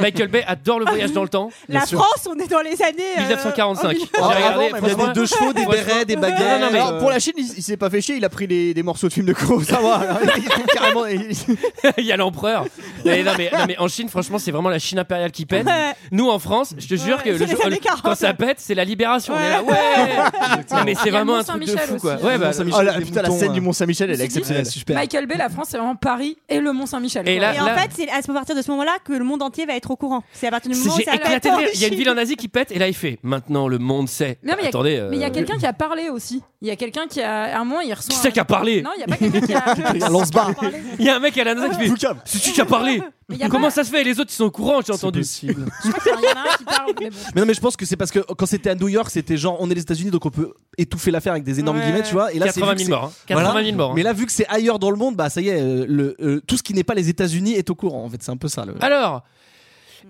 A: Michael Bay adore le voyage dans le
G: *laughs*
A: temps.
G: La France, on est dans les années euh,
A: 1945.
G: oh,
A: J'ai
K: Ah,
A: regardé,
K: avant, même, il y a
A: franchement-
K: des deux chevaux, des
A: franchement-
K: bérets, des baguettes.
A: Non, non, mais-
K: Alors, pour la Chine, il, il s'est pas fait chier, il a pris les- des morceaux de films de Crow, ça va. alors, il- carrément, il-
A: *laughs* il y a l'empereur.
L: *laughs*
A: Mais non, mais, non, mais en Chine, franchement, c'est vraiment la Chine impériale qui pète.
K: Ouais.
A: Nous, en France, je te jure
K: Ouais,
A: que le
K: c'est les
A: jour-
K: années 40.
A: quand ça pète, c'est la libération. On est là, ouais. Non, mais c'est
L: Il y a
A: vraiment
L: le
A: un truc de
L: Mont-Saint-Michel
A: fou, quoi.
L: aussi.
A: Ouais, bah,
K: Oh, la, putain, la scène du Mont Saint-Michel, elle est exceptionnelle.
L: Michael Bay, la France, c'est vraiment Paris et le Mont Saint-Michel.
A: oh, Et
L: quoi.
A: là-
G: Et en fait, c'est à ce- à partir de ce moment-là que le monde entier va être au courant. C'est à partir du
A: C'est-
G: moment où
A: J'ai
G: ça va
A: éclaté de
G: être
A: rire. Il y a une
G: enrichi.
A: ville en Asie qui pète, et là, il fait. Maintenant, le monde sait.
L: Non, mais il y a-
A: Attendez. euh,
L: mais il y a quelqu'un qui a parlé aussi. Il y a quelqu'un qui a. À un moment, il reçoit.
A: Qui c'est
L: un-
A: qui a parlé
L: Non, il n'y a pas quelqu'un qui a.
F: Lance-barre.
A: Il y a un mec à la NASA qui fait. C'est tu qui as parlé.
L: Mais *laughs* il y a
A: Comment ça se fait Les autres, ils sont au courant, j'ai entendu.
F: Mais non, mais je pense que c'est parce que quand c'était à New York, c'était genre on est les États-Unis donc on peut étouffer l'affaire avec des énormes
A: Ouais.
F: guillemets, tu vois. Et là, c'est
A: 80
F: vu que
A: 000
F: c'est-
A: morts, hein. 80 000 morts, hein.
F: Mais là, vu que c'est ailleurs dans le monde, bah ça y est, euh, le, euh, tout ce qui n'est pas les États-Unis est au courant. En fait, c'est un peu ça. Le...
A: Alors,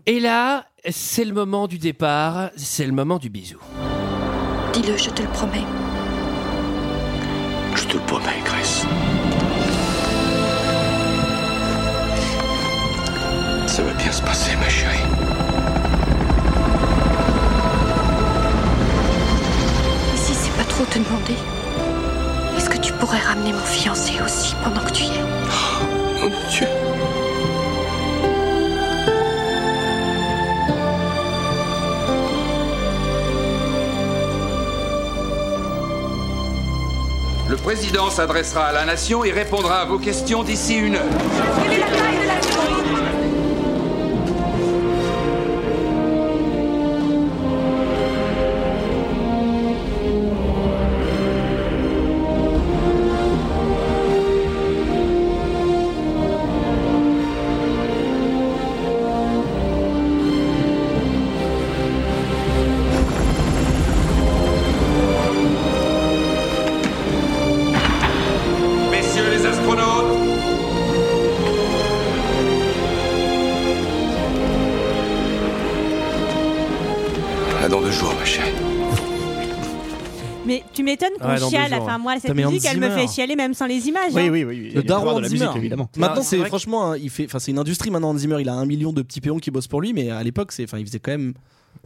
A: et là, c'est le moment du départ, c'est le moment du bisou.
I: Dis-le, je te le promets.
H: Je te le promets, Grace. Ça va bien se passer, ma chérie.
I: Et si c'est pas trop te demander, est-ce que tu pourrais ramener mon fiancé aussi pendant que tu y es
H: Mon Dieu.
B: Le président s'adressera à la nation et répondra à vos questions d'ici une heure. Messieurs les astronautes,
E: À dans deux jours, ma chérie.
G: Mais tu m'étonnes qu'on
E: Ouais, dans deux
G: chiale.
E: jours,
G: Enfin,
E: ouais.
G: moi, cette
F: Putain, mais Hans
G: musique, elle me
F: Zimmer.
G: fait chialer même sans les images.
F: Oui,
G: hein.
F: oui, oui.
K: Le daron Hans Zimmer.
F: Maintenant,
K: Ah, c'est
F: c'est
K: vrai que-
F: franchement, hein, il fait, enfin, c'est une industrie maintenant Hans Zimmer. Il a un million de petits péons qui bossent pour lui, mais à l'époque, c'est, enfin, il faisait quand même,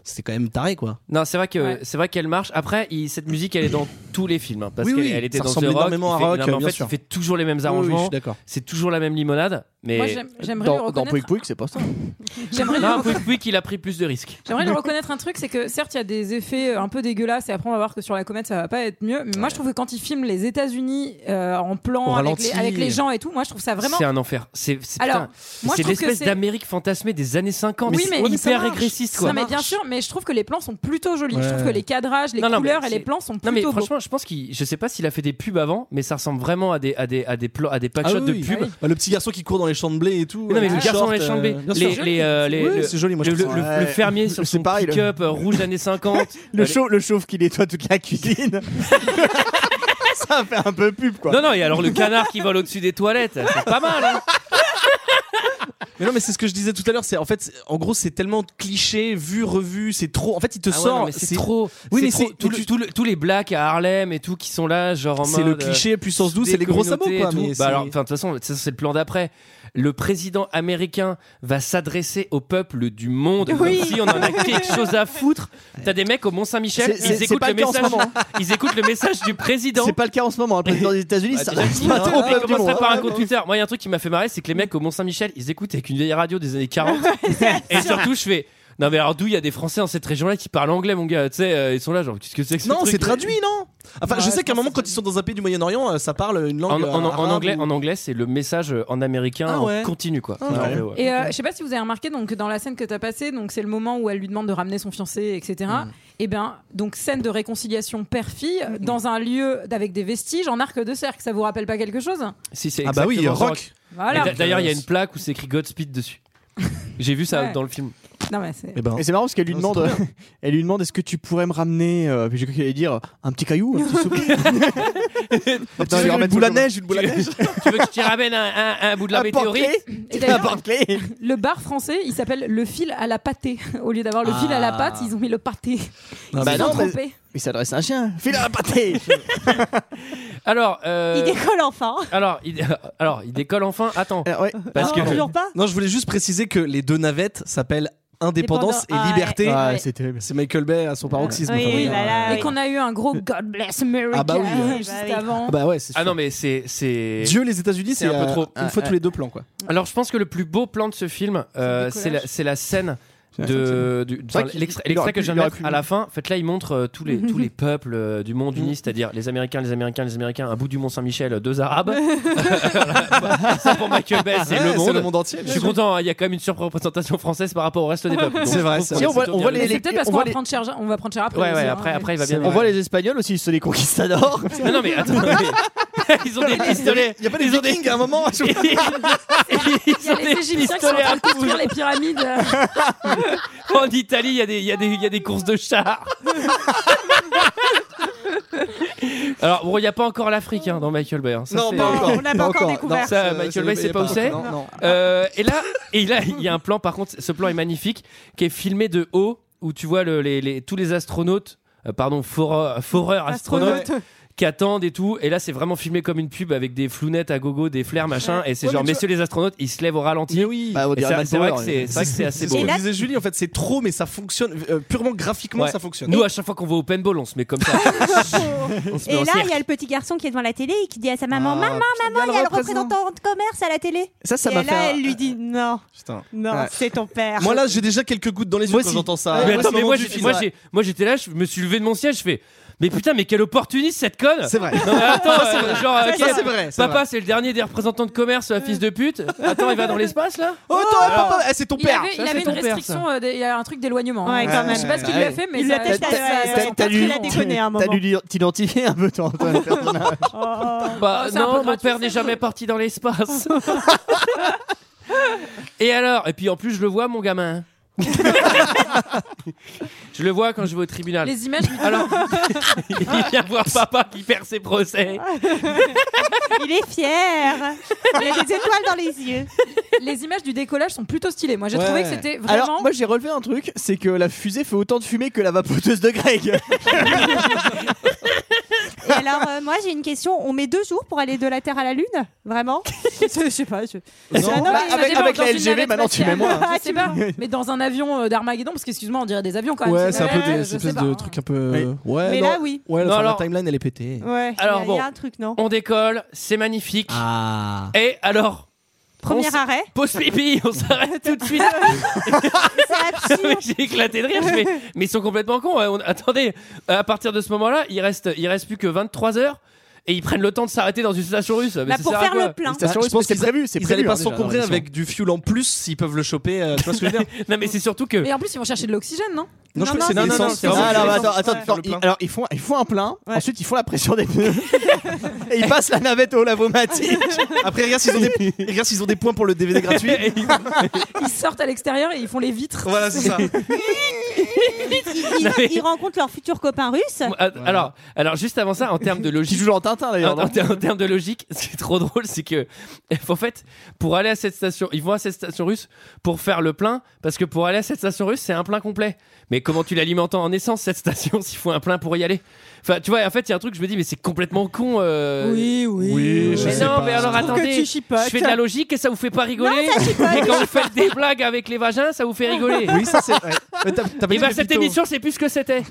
F: c'était quand même taré, quoi.
A: Non, c'est vrai que c'est vrai qu'elle marche. Après, il- cette musique, elle est dans tous les films, hein, parce
F: Oui,
A: qu'elle
F: oui,
A: elle était
F: ça
A: dans The
F: ressemble
A: Rock.
F: énormément à
A: il fait-
F: Rock,
A: non, mais en
F: bien
A: fait,
F: sûr.
A: il fait toujours les mêmes
F: oui,
A: arrangements.
F: je suis d'accord.
A: C'est toujours la même limonade, mais
L: Moi, j'aime- j'aimerais lui
A: dans, dans
L: reconnaître-
A: Pouic Pouic, c'est pas ça.
L: *laughs* J'aimerais
A: *laughs*
L: lui
A: non,
L: reconnaître-
A: Pouic Pouic, il a pris plus de risques.
L: J'aimerais lui reconnaître un truc, c'est que certes, il y a des effets euh, un peu dégueulasses, et après, on va voir que sur la comète, ça va pas être mieux. Mais moi, je trouve que quand il filme les États-Unis euh, en
A: Au
L: plan avec
A: ralenti.
L: les, avec
F: euh.
L: les gens et tout, moi, je trouve ça vraiment.
A: C'est un enfer. C'est c'est- putain,
L: Alors, moi, je
A: c'est
L: trouve que
A: l'espèce
L: c'est-
A: d'Amérique fantasmée des années 50.
L: Oui, mais
A: c'est hyper
L: ça marche.
A: régressiste, quoi.
L: Non, mais bien sûr, mais je trouve que les plans sont plutôt jolis.
A: Ouais.
L: Je trouve que les cadrages, les
A: Non, non,
L: couleurs
A: mais
L: et les
A: c'est-
L: plans sont plutôt
A: Non mais
L: beaux.
A: franchement, je pense qu'il, je sais pas s'il a fait des pubs avant, mais ça ressemble vraiment à des à des à des plo- à des pack
F: Ah
A: shots
F: oui, oui.
A: de pub.
F: Bah, le petit garçon qui court dans les champs de blé et tout.
A: Non mais
F: avec
A: le
F: le
A: garçon dans
F: short,
A: les champs de blé,
F: euh, bien
A: les,
F: sûr.
A: les, euh, les-
F: Oui,
A: le-
F: c'est joli, moi, je
A: le, le,
F: trouve ça.
A: le- le
F: Ouais.
A: fermier sur son
K: pareil, le-
A: pick-up euh, rouge années
F: *laughs*
A: 50.
K: Le,
A: Euh,
K: chau- le chauve qui nettoie toute
A: *laughs*
K: la cuisine. ça fait un peu pub, quoi.
A: Non non, et alors le canard qui vole au-dessus des toilettes, c'est pas mal. hein.
F: Mais non, mais c'est ce que je disais tout à l'heure. C'est en fait, c'est- en gros, c'est tellement cliché, vu, revu. C'est trop. En fait, il te
A: Ah ouais,
F: sort.
A: non, mais c'est trop.
F: Oui,
A: c'est
F: mais
A: trop-
F: c'est
A: tout le- tout le- tous les blacks à Harlem et tout qui sont là, genre en
F: C'est le
A: mode, euh,
F: cliché puissance 12,
A: des
F: c'est les gros sabots,
A: communautés et
F: quoi,
A: tout.
F: mais
A: Bah
F: c'est-
A: alors, enfin, de toute façon, ça c'est le plan d'après. Le président américain va s'adresser au peuple du monde.
K: Oui.
A: Comme si on en a quelque chose à foutre. T'as des mecs au Mont Saint-Michel,
K: C'est- c'est-
A: ils
K: c'est
A: écoutent
K: pas
A: le
K: le cas en ce
A: message.
K: moment.
A: Ils écoutent le message du président.
K: C'est pas le cas en ce moment. hein. Le
A: *laughs*
K: président des États-Unis,
A: Bah,
K: ça
A: déjà,
K: reste
A: qui-
K: pas trop
A: on
K: peuple du
A: commencerait
K: monde.
A: par un
F: hein.
A: compte Twitter. Moi, il y a un truc qui m'a fait marrer, c'est que les mecs au Mont-Saint-Michel, ils écoutent avec une vieille radio des années 40.
F: *laughs*
A: et surtout, je fais. Non, mais alors d'où il y a des Français dans cette région-là qui parlent anglais, mon gars Tu sais, euh, ils sont là, genre, qu'est-ce que c'est que ce
F: hein. Non,
A: truc
F: c'est traduit, non Enfin, je sais qu'à un moment, quand ils sont dans un pays du Moyen-Orient, euh, ça parle une
A: En,
F: langue.
A: en- en
F: euh, arabe
A: anglais,
F: ou-
A: en anglais, c'est le message euh, en américain
F: Ah
A: en
F: ouais.
A: continu, quoi.
F: Ah
A: En
F: ouais.
A: anglais, ouais.
L: Et euh, je sais pas si vous avez remarqué donc dans la scène que t'as passée, donc c'est le moment où elle lui demande de ramener son fiancé, etc. Et bien donc scène de réconciliation père-fille
G: Mm-hmm.
L: dans un lieu avec des vestiges en arc de cercle. Ça vous rappelle pas quelque chose
A: Si, c'est
F: Ah bah oui,
A: exactement
F: rock.
L: Voilà.
A: Et d'a- D'ailleurs, il y a une plaque où c'est écrit Godspeed
F: *laughs*
A: dessus. J'ai vu ça
L: Ouais.
A: dans le film.
L: Non mais c'est.
K: Et Eh ben. c'est marrant parce qu'elle lui demande, *laughs* elle lui demande, est-ce que tu pourrais me ramener, euh, puis j'ai cru qu'elle allait dire un petit caillou, un *laughs* petit souper.
A: Tu veux-
K: Attends, une boule à neige, une boule à
A: tu veux-
K: neige.
A: Tu veux que je t'y ramène un, un- un bout de la
K: Un
A: météorite
L: Et
K: Un
L: d'ailleurs, le bar français, il s'appelle le fil à la pâté. *laughs* Au lieu d'avoir le fil à la
K: Ah.
L: pâte, ils ont mis le pâté.
K: Ah,
L: Ils
K: bah
L: se sont
K: non, mais-
L: trompés.
K: Il s'adresse à un chien. File à la *laughs* pâté.
A: Alors, euh,
G: Il décolle enfin. hein.
A: alors, il, alors, il décolle enfin. Attends, Ah parce
G: Non,
A: que
G: toujours pas.
F: Bah, Non, je voulais juste préciser que les deux navettes s'appellent Indépendance et
G: Dépendant- Ah,
F: Liberté.
G: ouais, ouais. Ouais,
K: c'est
F: Michael Bay à son paroxysme.
G: Oui,
F: enfin,
G: oui,
F: voilà.
G: là, là,
L: Et
G: oui.
L: qu'on a eu un gros God bless America
F: Ah bah oui, ouais.
L: juste
G: Bah oui.
L: avant.
F: Ah bah ouais, c'est
A: Ah non, mais c'est c'est
F: Dieu, les États-Unis, c'est
A: un peu
F: euh,
A: trop.
F: Une fois tous les deux plans, quoi.
A: Alors, je pense que le plus beau plan de ce film, euh,
F: le
A: c'est
F: décollage.
A: la, c'est la scène.
F: la
A: De, du-
F: C'est vrai
A: enfin,
F: qu'il-
A: l'extrait
F: il aurait
A: l'extrait que je
F: pu-
A: viens
F: il
A: de
F: aurait
A: mettre
F: pu
A: à la fin, en fait là il montre euh, tous, *laughs* les, tous les peuples euh, du monde uni, c'est-à-dire les Américains, les Américains, les Américains, un bout du Mont Saint-Michel, euh, deux Arabes. ça pour Michael Bay, *laughs* c'est
F: Ouais,
A: le
F: c'est
A: monde.
F: le monde entier,
A: Je
F: bien
A: suis
F: sûr.
A: content, hein, il y a quand même une surreprésentation française par rapport au reste des peuples. Donc,
F: C'est
A: je
F: vrai,
A: trouve
F: c'est
A: qu'on peut
F: vrai. Si, on voit-
A: plutôt
K: on
A: dire
K: voit
A: le-
L: Mais C'est peut-être parce
K: on
L: qu'on
K: voit
L: va
K: les-
L: prendre cher, on va prendre cher après.
A: Ouais,
L: aussi,
A: ouais,
L: hein.
A: après, après il va
K: C'est
A: bien.
K: vrai. On voit les Espagnols aussi, ils sont des conquistadors.
A: Mais non, mais attends,
F: *laughs*
A: *laughs* mais- ils ont des pistolets.
K: Il y a pas des
A: Ils ont des-
K: vikings à un moment.
F: *laughs*
K: je-
L: Il y a
A: Ils ont des
L: les Égyptiens qui sont en train
A: pistolets à
L: de construire
A: coups.
L: les pyramides.
A: *laughs* En Italie, il y, a des- il y, a des- il y a des courses de
L: *laughs*
A: chars. Alors, bon, il n'y a pas encore l'Afrique hein, dans Michael Bay. hein. Ça,
F: Non,
A: c'est-
F: pas encore.
G: on l'a pas encore découvert.
F: non,
A: Ça,
F: c'est-
A: Michael Bay,
F: c'est-
A: c'est pas où c'est.
F: Non, non.
A: Euh, et là, et là, il y a un plan. Par contre, ce plan est magnifique, qui est filmé de haut, où tu vois le- les, les- tous les astronautes, euh, pardon, foreurs, foreurs astronautes,
L: *laughs*
G: Astronautes.
A: qui attendent et tout. Et là, c'est vraiment filmé comme une pub avec des flounettes à gogo, des flares, machin. Et c'est
F: Ouais,
A: genre,
F: mais tu
A: messieurs les astronautes, ils se lèvent au ralenti.
F: oui.
K: Bah, on
A: Et
K: dirait
A: ça-
K: Mad
A: c'est vrai que
F: hein.
K: Power,
A: c'est c'est vrai que c'est assez
F: *laughs* C'est
A: beau.
F: ce que disait Julie, en fait, c'est trop, mais ça fonctionne. euh, purement graphiquement,
A: Ouais.
F: ça fonctionne.
A: Nous, à chaque fois qu'on va au paintball, on se met
F: *laughs*
A: comme ça. on se met
G: Et
A: en
G: là, il
A: cirque.
G: y a le petit garçon qui est devant la télé et qui dit à sa maman
F: Ah,
G: Maman,
K: putain,
G: maman, il y a le
K: représentant.
G: représentant de commerce à la télé.
K: Ça, ça
G: et
K: m'a
G: là,
K: fait un-
G: elle lui dit Non,
F: Putain.
G: non,
F: Ouais.
G: c'est ton père.
F: Moi, là, j'ai déjà quelques gouttes dans les yeux
K: Moi
F: quand
K: aussi.
F: j'entends ça.
A: Mais attends,
F: ce
A: mais
F: moment
A: moi,
F: du
A: j'ai-
F: film.
A: moi, j'ai- moi, j'étais là, je me suis levé de mon siège, je fais. Mais putain, mais quel opportuniste cette conne
F: C'est vrai.
A: Non, mais attends, euh, genre,
F: Ça,
A: euh,
F: c'est
A: quel-
F: vrai, c'est
A: Papa,
F: vrai.
A: c'est le dernier des représentants de commerce, euh, fils de pute. Attends, il va dans l'espace là
F: Oh, attends, papa, eh, c'est ton
L: Il
F: père.
L: avait,
A: Ça,
L: il
A: c'est
L: avait une
A: ton père,
L: restriction, euh, des- il y a un truc d'éloignement.
G: Ouais,
L: hein.
G: quand
L: Je sais
G: même.
L: pas ce qu'il lui a
K: Ouais.
L: fait, mais
G: Il
L: ça-
G: lui a fait ça,
L: ça-
G: ouais,
L: ça- ça-
G: ouais.
K: T'as- T'as
G: Parce qu'il
K: dû
G: a déconné à un
K: t'as
G: moment.
K: dû t'identifier un peu, toi,
F: *laughs*
K: Antoine.
G: Oh.
A: Bah,
L: Oh, c'est un peu
A: non, mon
L: gratuit,
A: père
L: ça.
A: n'est jamais parti dans
L: *laughs* *laughs*
A: l'espace. et alors Et puis en plus, je le vois, mon gamin. Je le vois quand je vais au tribunal.
L: Les images lui donnent- *laughs*
A: Alors, il vient voir papa qui perd ses procès.
G: Il est fier. Il a des étoiles dans les yeux.
L: Les images du décollage sont plutôt stylées. Moi, j'ai
K: Ouais.
L: trouvé que c'était vraiment.
K: Alors, moi j'ai relevé un truc, c'est que la fusée fait autant de fumée que la vapoteuse de Greg.
F: *laughs*
G: Et alors, euh, moi, j'ai une question. On met deux jours pour aller de la Terre à la Lune
L: *laughs*
G: Vraiment Je sais pas. je-
K: Non,
G: Ah non,
K: bah,
G: mais-
L: Ça
K: avec-
L: dépend,
K: avec
L: dans
K: la
L: une
K: LGV,
L: navette
K: maintenant, tu
L: spatiale.
K: mets moi.
L: Je sais pas. Mais dans un avion euh, d'Armageddon, parce qu'excuse-moi, on dirait des avions quand même.
F: *laughs* Ouais, c'est un peu
L: Ouais,
F: des
L: je sais
F: espèces
L: pas.
F: de trucs un peu. euh,
A: Oui.
F: Ouais,
G: Mais
F: non.
G: là, oui.
F: Ouais,
A: Non,
F: enfin,
A: alors-
F: la timeline, elle est pétée.
G: Ouais, il y a-
A: Alors
G: il y,
A: bon.
G: a un truc, non
A: On décolle, c'est magnifique.
F: Ah.
A: Et alors
G: Premier
A: on s-
G: arrêt.
A: Pause pipi, on s'arrête tout de suite. *laughs*
G: C'est
A: Ah oui,
G: absurde.
A: J'ai éclaté de rire, mais, mais ils sont complètement cons. hein. On- attendez, à partir de ce moment-là, il reste, il reste plus que 23 heures et ils prennent le temps de s'arrêter dans une station russe. Mais
G: Bah,
A: ça
G: pour
A: sert à
G: faire
A: quoi
G: le plein.
K: Bah, je pense que c'est prévu, c'est
F: Ils
K: prévu,
F: allaient
K: hein,
F: pas
K: déjà, dans
F: s'encombrer
K: l'émission.
F: avec du fuel en plus s'ils peuvent le choper. euh, tu vois ce que je veux dire
A: Non, mais c'est surtout que.
L: Et en plus, ils vont chercher de l'oxygène, non
F: Non, je crois que c'est
A: non,
F: de
A: non,
F: l'essence.
A: c'est
F: vraiment
A: vraiment
F: de
K: alors,
A: les
F: l'essence.
K: attends, attends,
F: Ouais.
K: attends,
F: Faire le
K: ils-
F: plein.
K: alors, ils font, ils font un plein, ensuite ils font la pression des *laughs* pneus et ils passent la navette au lavomatique.
F: Après, regarde s'ils ont, des... regarde s'ils ont des points pour le DVD gratuit.
L: Ils sortent à l'extérieur et ils font les vitres.
F: voilà, c'est ça.
G: Ils,
A: *laughs* Non, mais-
G: ils- ils rencontrent leur futur copain russe.
A: Ah, Alors, alors, juste avant ça, en termes de
K: *laughs* Qui
F: *laughs*
A: logique.
K: joue en Tintin
A: En,
K: d'ailleurs.
A: en
K: non
A: ter- en termes de logique, ce qui est trop drôle, c'est que, *laughs* en fait, pour aller à cette station, ils vont à cette station russe pour faire le plein, parce que pour aller à cette station russe, c'est un plein complet. Mais comment tu l'alimentes en essence, cette station, *laughs* s'il faut un plein pour y aller Enfin, tu vois, en fait, il y a un truc, je me dis, mais c'est complètement con. euh,
F: Oui, je
A: Mais
F: sais
A: non,
F: pas.
A: mais alors
G: Je trouve que
A: attendez,
G: tu chipotes.
A: je fais de la logique et ça vous fait pas rigoler.
G: Non, ça chipote.
A: et quand vous faites des blagues avec les vagins, ça vous fait rigoler.
K: Ah,
F: Oui, ça c'est. *laughs* ouais. Mais t'as- t'as pas
A: Et
F: dit
A: bah
F: les
A: cette
F: Pépito.
A: émission, c'est plus ce que c'était.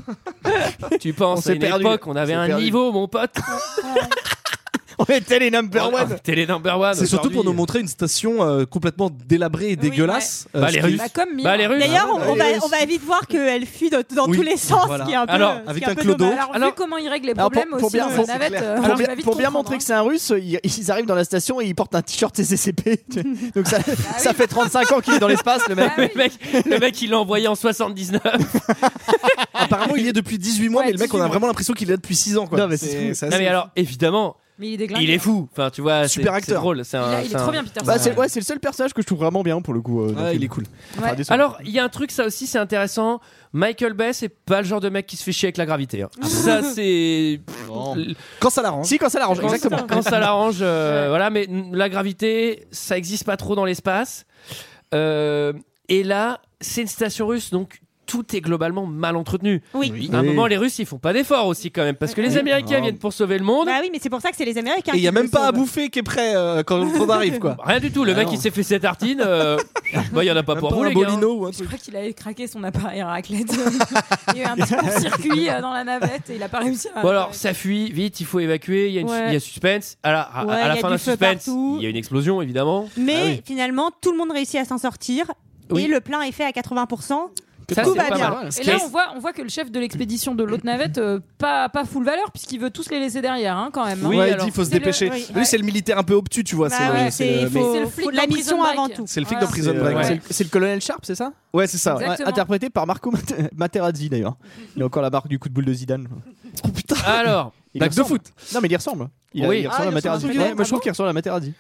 A: *laughs* tu
F: On
A: penses
F: s'est
A: à une
F: perdu.
A: époque, on avait
F: On s'est
A: un
F: perdu.
A: niveau, mon pote.
K: On était les number one.
A: T'es les number one.
F: C'est surtout pour nous
A: aujourd'hui.
F: montrer une station euh, complètement délabrée et
L: Oui,
F: dégueulasse. Euh,
A: ouais. Bah, les
F: ce qui-
A: Russes.
L: Bah, comme Mir.
A: Bah les Russes.
G: D'ailleurs, on,
F: Ah,
G: on
F: ouais,
G: va, on va vite voir qu'elle fuit dans, dans
F: Oui,
G: tous les sens,
F: voilà.
G: ce qui est un peu.
A: Alors,
G: ce qui est
F: avec
G: un,
F: un
G: peu
F: clodo.
G: dommage.
L: Alors,
A: Alors-
L: vu comment ils règlent les
K: Alors,
L: problèmes aussi dans
K: pour,
L: la navette,
K: pour
L: euh,
K: bien-
L: on va vite
K: pour bien montrer que
L: comprendre, hein.
K: c'est un russe, ils, ils arrivent dans la station et ils portent un t-shirt CCCP. Donc ça, ça fait 35 ans qu'il est dans l'espace, le mec.
L: hein. Ah oui.
A: Le mec, le mec, il l'a envoyé en 79.
F: Apparemment, il y est depuis 18 mois,
L: Ouais,
F: mais le mec, on
L: 18
F: a
L: mois.
F: vraiment l'impression qu'il est là depuis 6 ans. Quoi.
K: Non, mais c'est
F: c'est c'est
A: Non
F: assez-
A: mais alors, évidemment,
L: Mais il est déglingué.
A: il est fou. Enfin, tu vois, c'est-
F: Super
A: c'est
F: acteur.
A: drôle. C'est
L: Il,
A: un.
L: a- il
A: c'est
L: est
A: un-
L: trop bien, Peter
K: Bah,
L: Sellers.
K: c'est ouais, c'est le seul personnage que je trouve vraiment bien pour le coup. euh, dans le
F: Ouais, il
K: film.
F: est cool.
K: Enfin,
L: Ouais.
K: désolé.
A: Alors, il y a un truc, ça aussi, c'est intéressant. Michael Bay, c'est pas le genre de mec qui se fait chier avec la gravité. hein. Ça, c'est. L-
F: Quand ça l'arrange.
K: si quand ça l'arrange,
A: Quand-
K: exactement.
A: Quand ça l'arrange, euh, voilà, mais n- la gravité, ça existe pas trop dans l'espace. Euh, et là, c'est une station russe, donc tout est globalement mal entretenu.
G: Oui.
A: À un
K: Oui.
A: moment, les Russes, ils font pas d'efforts aussi quand même, parce que les Américains
F: Ah.
A: viennent pour sauver le monde.
G: Bah oui, mais c'est pour ça que c'est les Américains.
F: Et il y a
G: qui
F: même
G: le
F: pas à
G: sauvent.
F: bouffer qui est prêt euh, quand
K: *laughs*
F: on arrive
K: Bah,
F: quoi.
A: Rien du tout, le
F: Ah
A: mec
F: non.
A: il s'est fait ses tartines,
F: *laughs*
A: euh, bah il y en a pas
F: Même
A: pour vous
F: un
A: les gars. hein.
F: bolino ou un
L: Je
F: truc.
L: crois qu'il avait craqué son appareil
G: *laughs*
L: à raclette. il y a eu un petit circuit dans la navette et il a pas réussi à.
A: hein. Bon alors ça fuit vite, il faut évacuer, il y a, une
G: Ouais.
A: il y a suspense. À la, à- à
G: Ouais,
A: la
G: il y a
A: fin
G: du
A: d'un
G: feu
A: suspense,
G: partout.
A: il y a une explosion évidemment.
G: *laughs* Mais
A: Ah oui.
G: finalement, tout le monde réussit à s'en sortir.
A: Oui.
G: Et le plein est fait à 80%.
A: Ça Ah,
G: Tout
A: c'est
G: va
A: pas
G: bien.
A: mal. Ce
L: Et
A: qui
L: là,
A: est-
L: on voit, on voit que le chef de l'expédition de l'autre navette, euh, pas, pas full valeur, puisqu'il veut tous les laisser derrière, hein, quand même. hein.
A: Oui,
F: ouais, il
A: alors,
F: dit, faut se
L: c'est le-
F: dépêcher.
G: oui.
F: Lui, c'est le militaire un peu obtus, tu vois.
G: Bah
F: c'est le- c'est
G: ouais, c'est-
F: le,
G: il
F: mais-
G: faut-
L: C'est le
G: faut
L: flic
G: de la
L: dans
G: mission
L: Prison
G: avant
L: Break.
G: tout.
F: c'est le flic
L: Voilà.
F: de Prison
A: C'est-
F: Break.
A: ouais.
F: C'est
K: C'est le- C'est le colonel Sharp, c'est ça
F: le- Ouais, c'est ça. ouais.
L: Exactement.
K: Interprété par Marco Mat- Materazzi d'ailleurs. Il a encore la marque du coup de boule de Zidane.
F: *laughs*
K: Oh putain
A: Alors,
K: Il
F: Blague de
K: ressemble.
F: foot.
K: Non mais il y ressemble. Il, a-
A: Oui.
K: il
A: Ah,
K: ressemble
F: il
K: à
F: ressemble
K: Materazzi.
F: à
K: Ouais,
F: celui-là.
K: moi je trouve qu'il ressemble à Materazzi.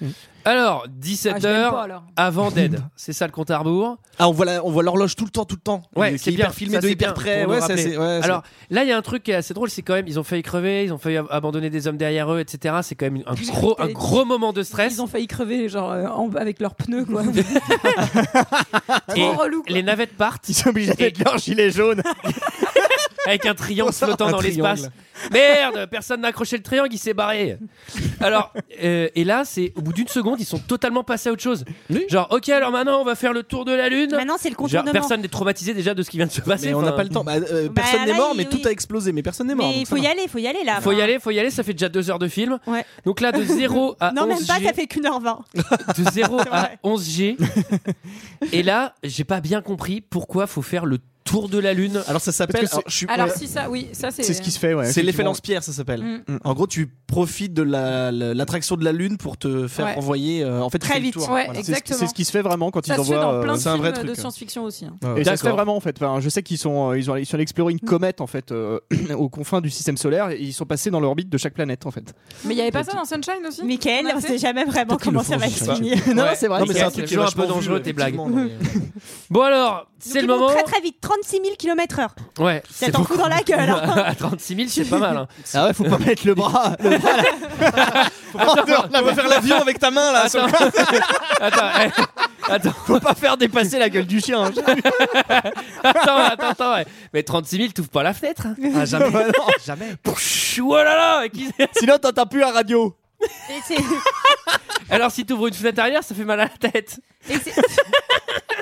A: alors
L: Ah, je l'aime
A: 17h
L: pas, alors.
F: *laughs*
A: avant d'aide, c'est ça le compte à rebours.
F: Ah, on voit la- on voit l'horloge tout le temps, tout le temps.
A: Ouais,
F: Il-
A: c'est
F: hyper
A: bien.
F: filmé
A: Ça,
F: de
A: c'est
F: hyper
A: bien
F: près.
A: pour nous
F: Ouais, ça,
A: rappeler.
F: c'est. ouais,
K: *laughs*
F: c'est-
A: Alors là, il y a un truc qui est assez drôle, c'est quand même, ils ont failli crever, ils ont failli ab- abandonner des hommes derrière eux, etc. C'est quand même un
L: J'ai
A: gros,
L: cru
A: un
L: que
A: gros moment de stress.
L: Ils ont failli crever, genre, euh, en- avec leurs pneus, quoi.
A: Et
L: Trop relou, quoi.
A: les navettes partent
K: Ils sont obligés de
A: Et-
K: mettre leur gilet jaune.
A: avec un triangle flottant
F: *laughs* Un
A: dans
F: triangle.
A: l'espace. Merde, personne n'a accroché le triangle, il s'est barré. Alors, euh, et là, c'est au bout d'une seconde, ils sont totalement passés à autre chose. Genre, ok, alors maintenant, on va faire le tour de la lune.
G: Maintenant, c'est le
A: Genre,
G: contournement.
A: personne n'est traumatisé déjà de ce qui vient de se passer.
F: Mais on n'a
A: Enfin,
F: pas le temps. Bah, euh,
G: Bah,
F: personne n'est
G: là,
F: mort,
G: il-
F: mais
G: oui.
F: tout a explosé. Mais personne n'est mort.
G: Mais il
F: donc
G: faut
F: ça
G: y
F: va.
G: aller, il faut y aller là.
A: Faut y aller, faut y aller, ça fait déjà deux heures de film.
G: Ouais.
A: Donc
G: *laughs*
A: là, de 0 à
G: Non,
A: 11
G: même pas,
A: G,
G: ça fait qu'une heure vingt.
A: de 0
G: C'est
A: à
G: vrai.
A: 11 G. Et là, j'ai pas bien compris pourquoi faut faire le Tour de la Lune.
F: Alors ça s'appelle.
L: Alors,
F: je suis- ouais.
L: si ça, oui, ça c'est. euh,
F: C'est ce qui se fait, ouais. C'est l'effet lance-pierre, ça s'appelle.
L: Mm.
F: En gros, tu profites de la- la- l'attraction de la Lune pour te faire
L: Ouais.
F: envoyer. euh, en fait, tu
L: Très
F: fais le
L: vite.
F: tour. Voilà.
L: Ouais,
K: C'est ce qui-
L: exactement.
K: c'est ce qui se fait vraiment quand
L: Ça
K: ils
L: se fait
K: envoient.
L: dans plein de
K: euh,
L: films
F: vrai
L: de
F: truc, hein.
L: science-fiction aussi. hein.
K: Et ça se fait
F: D'accord.
K: vraiment en fait. Enfin, je sais qu'ils sont, euh, ils ont, ils sont allés explorer une comète en fait
F: *clears throat*
K: euh, aux confins du système solaire et ils sont passés dans l'orbite de chaque planète en fait.
L: Mais il n'y avait pas ça dans Sunshine aussi
G: Michael,
L: a
G: on
L: fait
G: sait jamais vraiment comment ça va se finir. *laughs*
K: Non, c'est vrai.
A: Non, mais c'est un
K: Ouais,
A: truc qui est
K: toujours
A: un peu
K: vachement
A: dangereux,
K: vu,
A: tes blagues.
K: effectivement,
A: Bon, alors, c'est
G: Donc,
A: le
G: ils vont
A: moment.
G: Très très vite, 36 000 km/h.
A: Ouais.
G: Ça
A: c'est
G: t'en fout
A: beaucoup.
G: dans la
A: *laughs*
G: gueule, hein.
A: À 36 000, c'est pas mal. hein.
K: Ah ouais, faut
F: *laughs*
K: pas mettre le bras. le bras là.
F: On va faire l'avion avec ta main là.
A: Attends. attends, *laughs* eh, attends.
K: Faut pas faire dépasser la gueule du chien. hein.
A: attends, attends, attends, ouais. Mais 36 000, t'ouvres pas la fenêtre. hein.
K: Ah, *laughs*
F: *laughs*
K: jamais.
F: Jamais.
A: Pfff, oh là là, et qui-
K: Sinon, t'entends plus la radio.
G: Et c'est-
A: Alors, si t'ouvres une fenêtre arrière, ça fait mal à la tête.
G: et c'est- *laughs*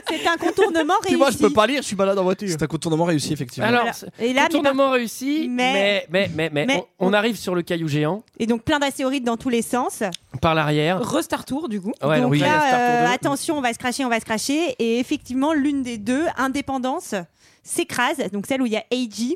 G: C'est un contournement
K: Puis
G: réussi.
K: moi, je peux pas lire, je suis malade en voiture.
F: C'est un contournement réussi, effectivement.
A: Alors,
G: Voilà.
A: ce
G: Et là, mais par-
A: contournement réussi, mais,
G: Mais-
A: mais, mais, mais,
G: mais-
A: on, on arrive sur le caillou géant
G: Et donc plein d'astéroïdes dans tous les sens.
A: par l'arrière.
L: Restart Tour du coup.
A: Ouais,
G: donc
A: oui.
G: là, euh, attention, on va se cracher, on va se cracher. Et effectivement, l'une des deux, Indépendance, s'écrase. Donc celle où il y a Eiji,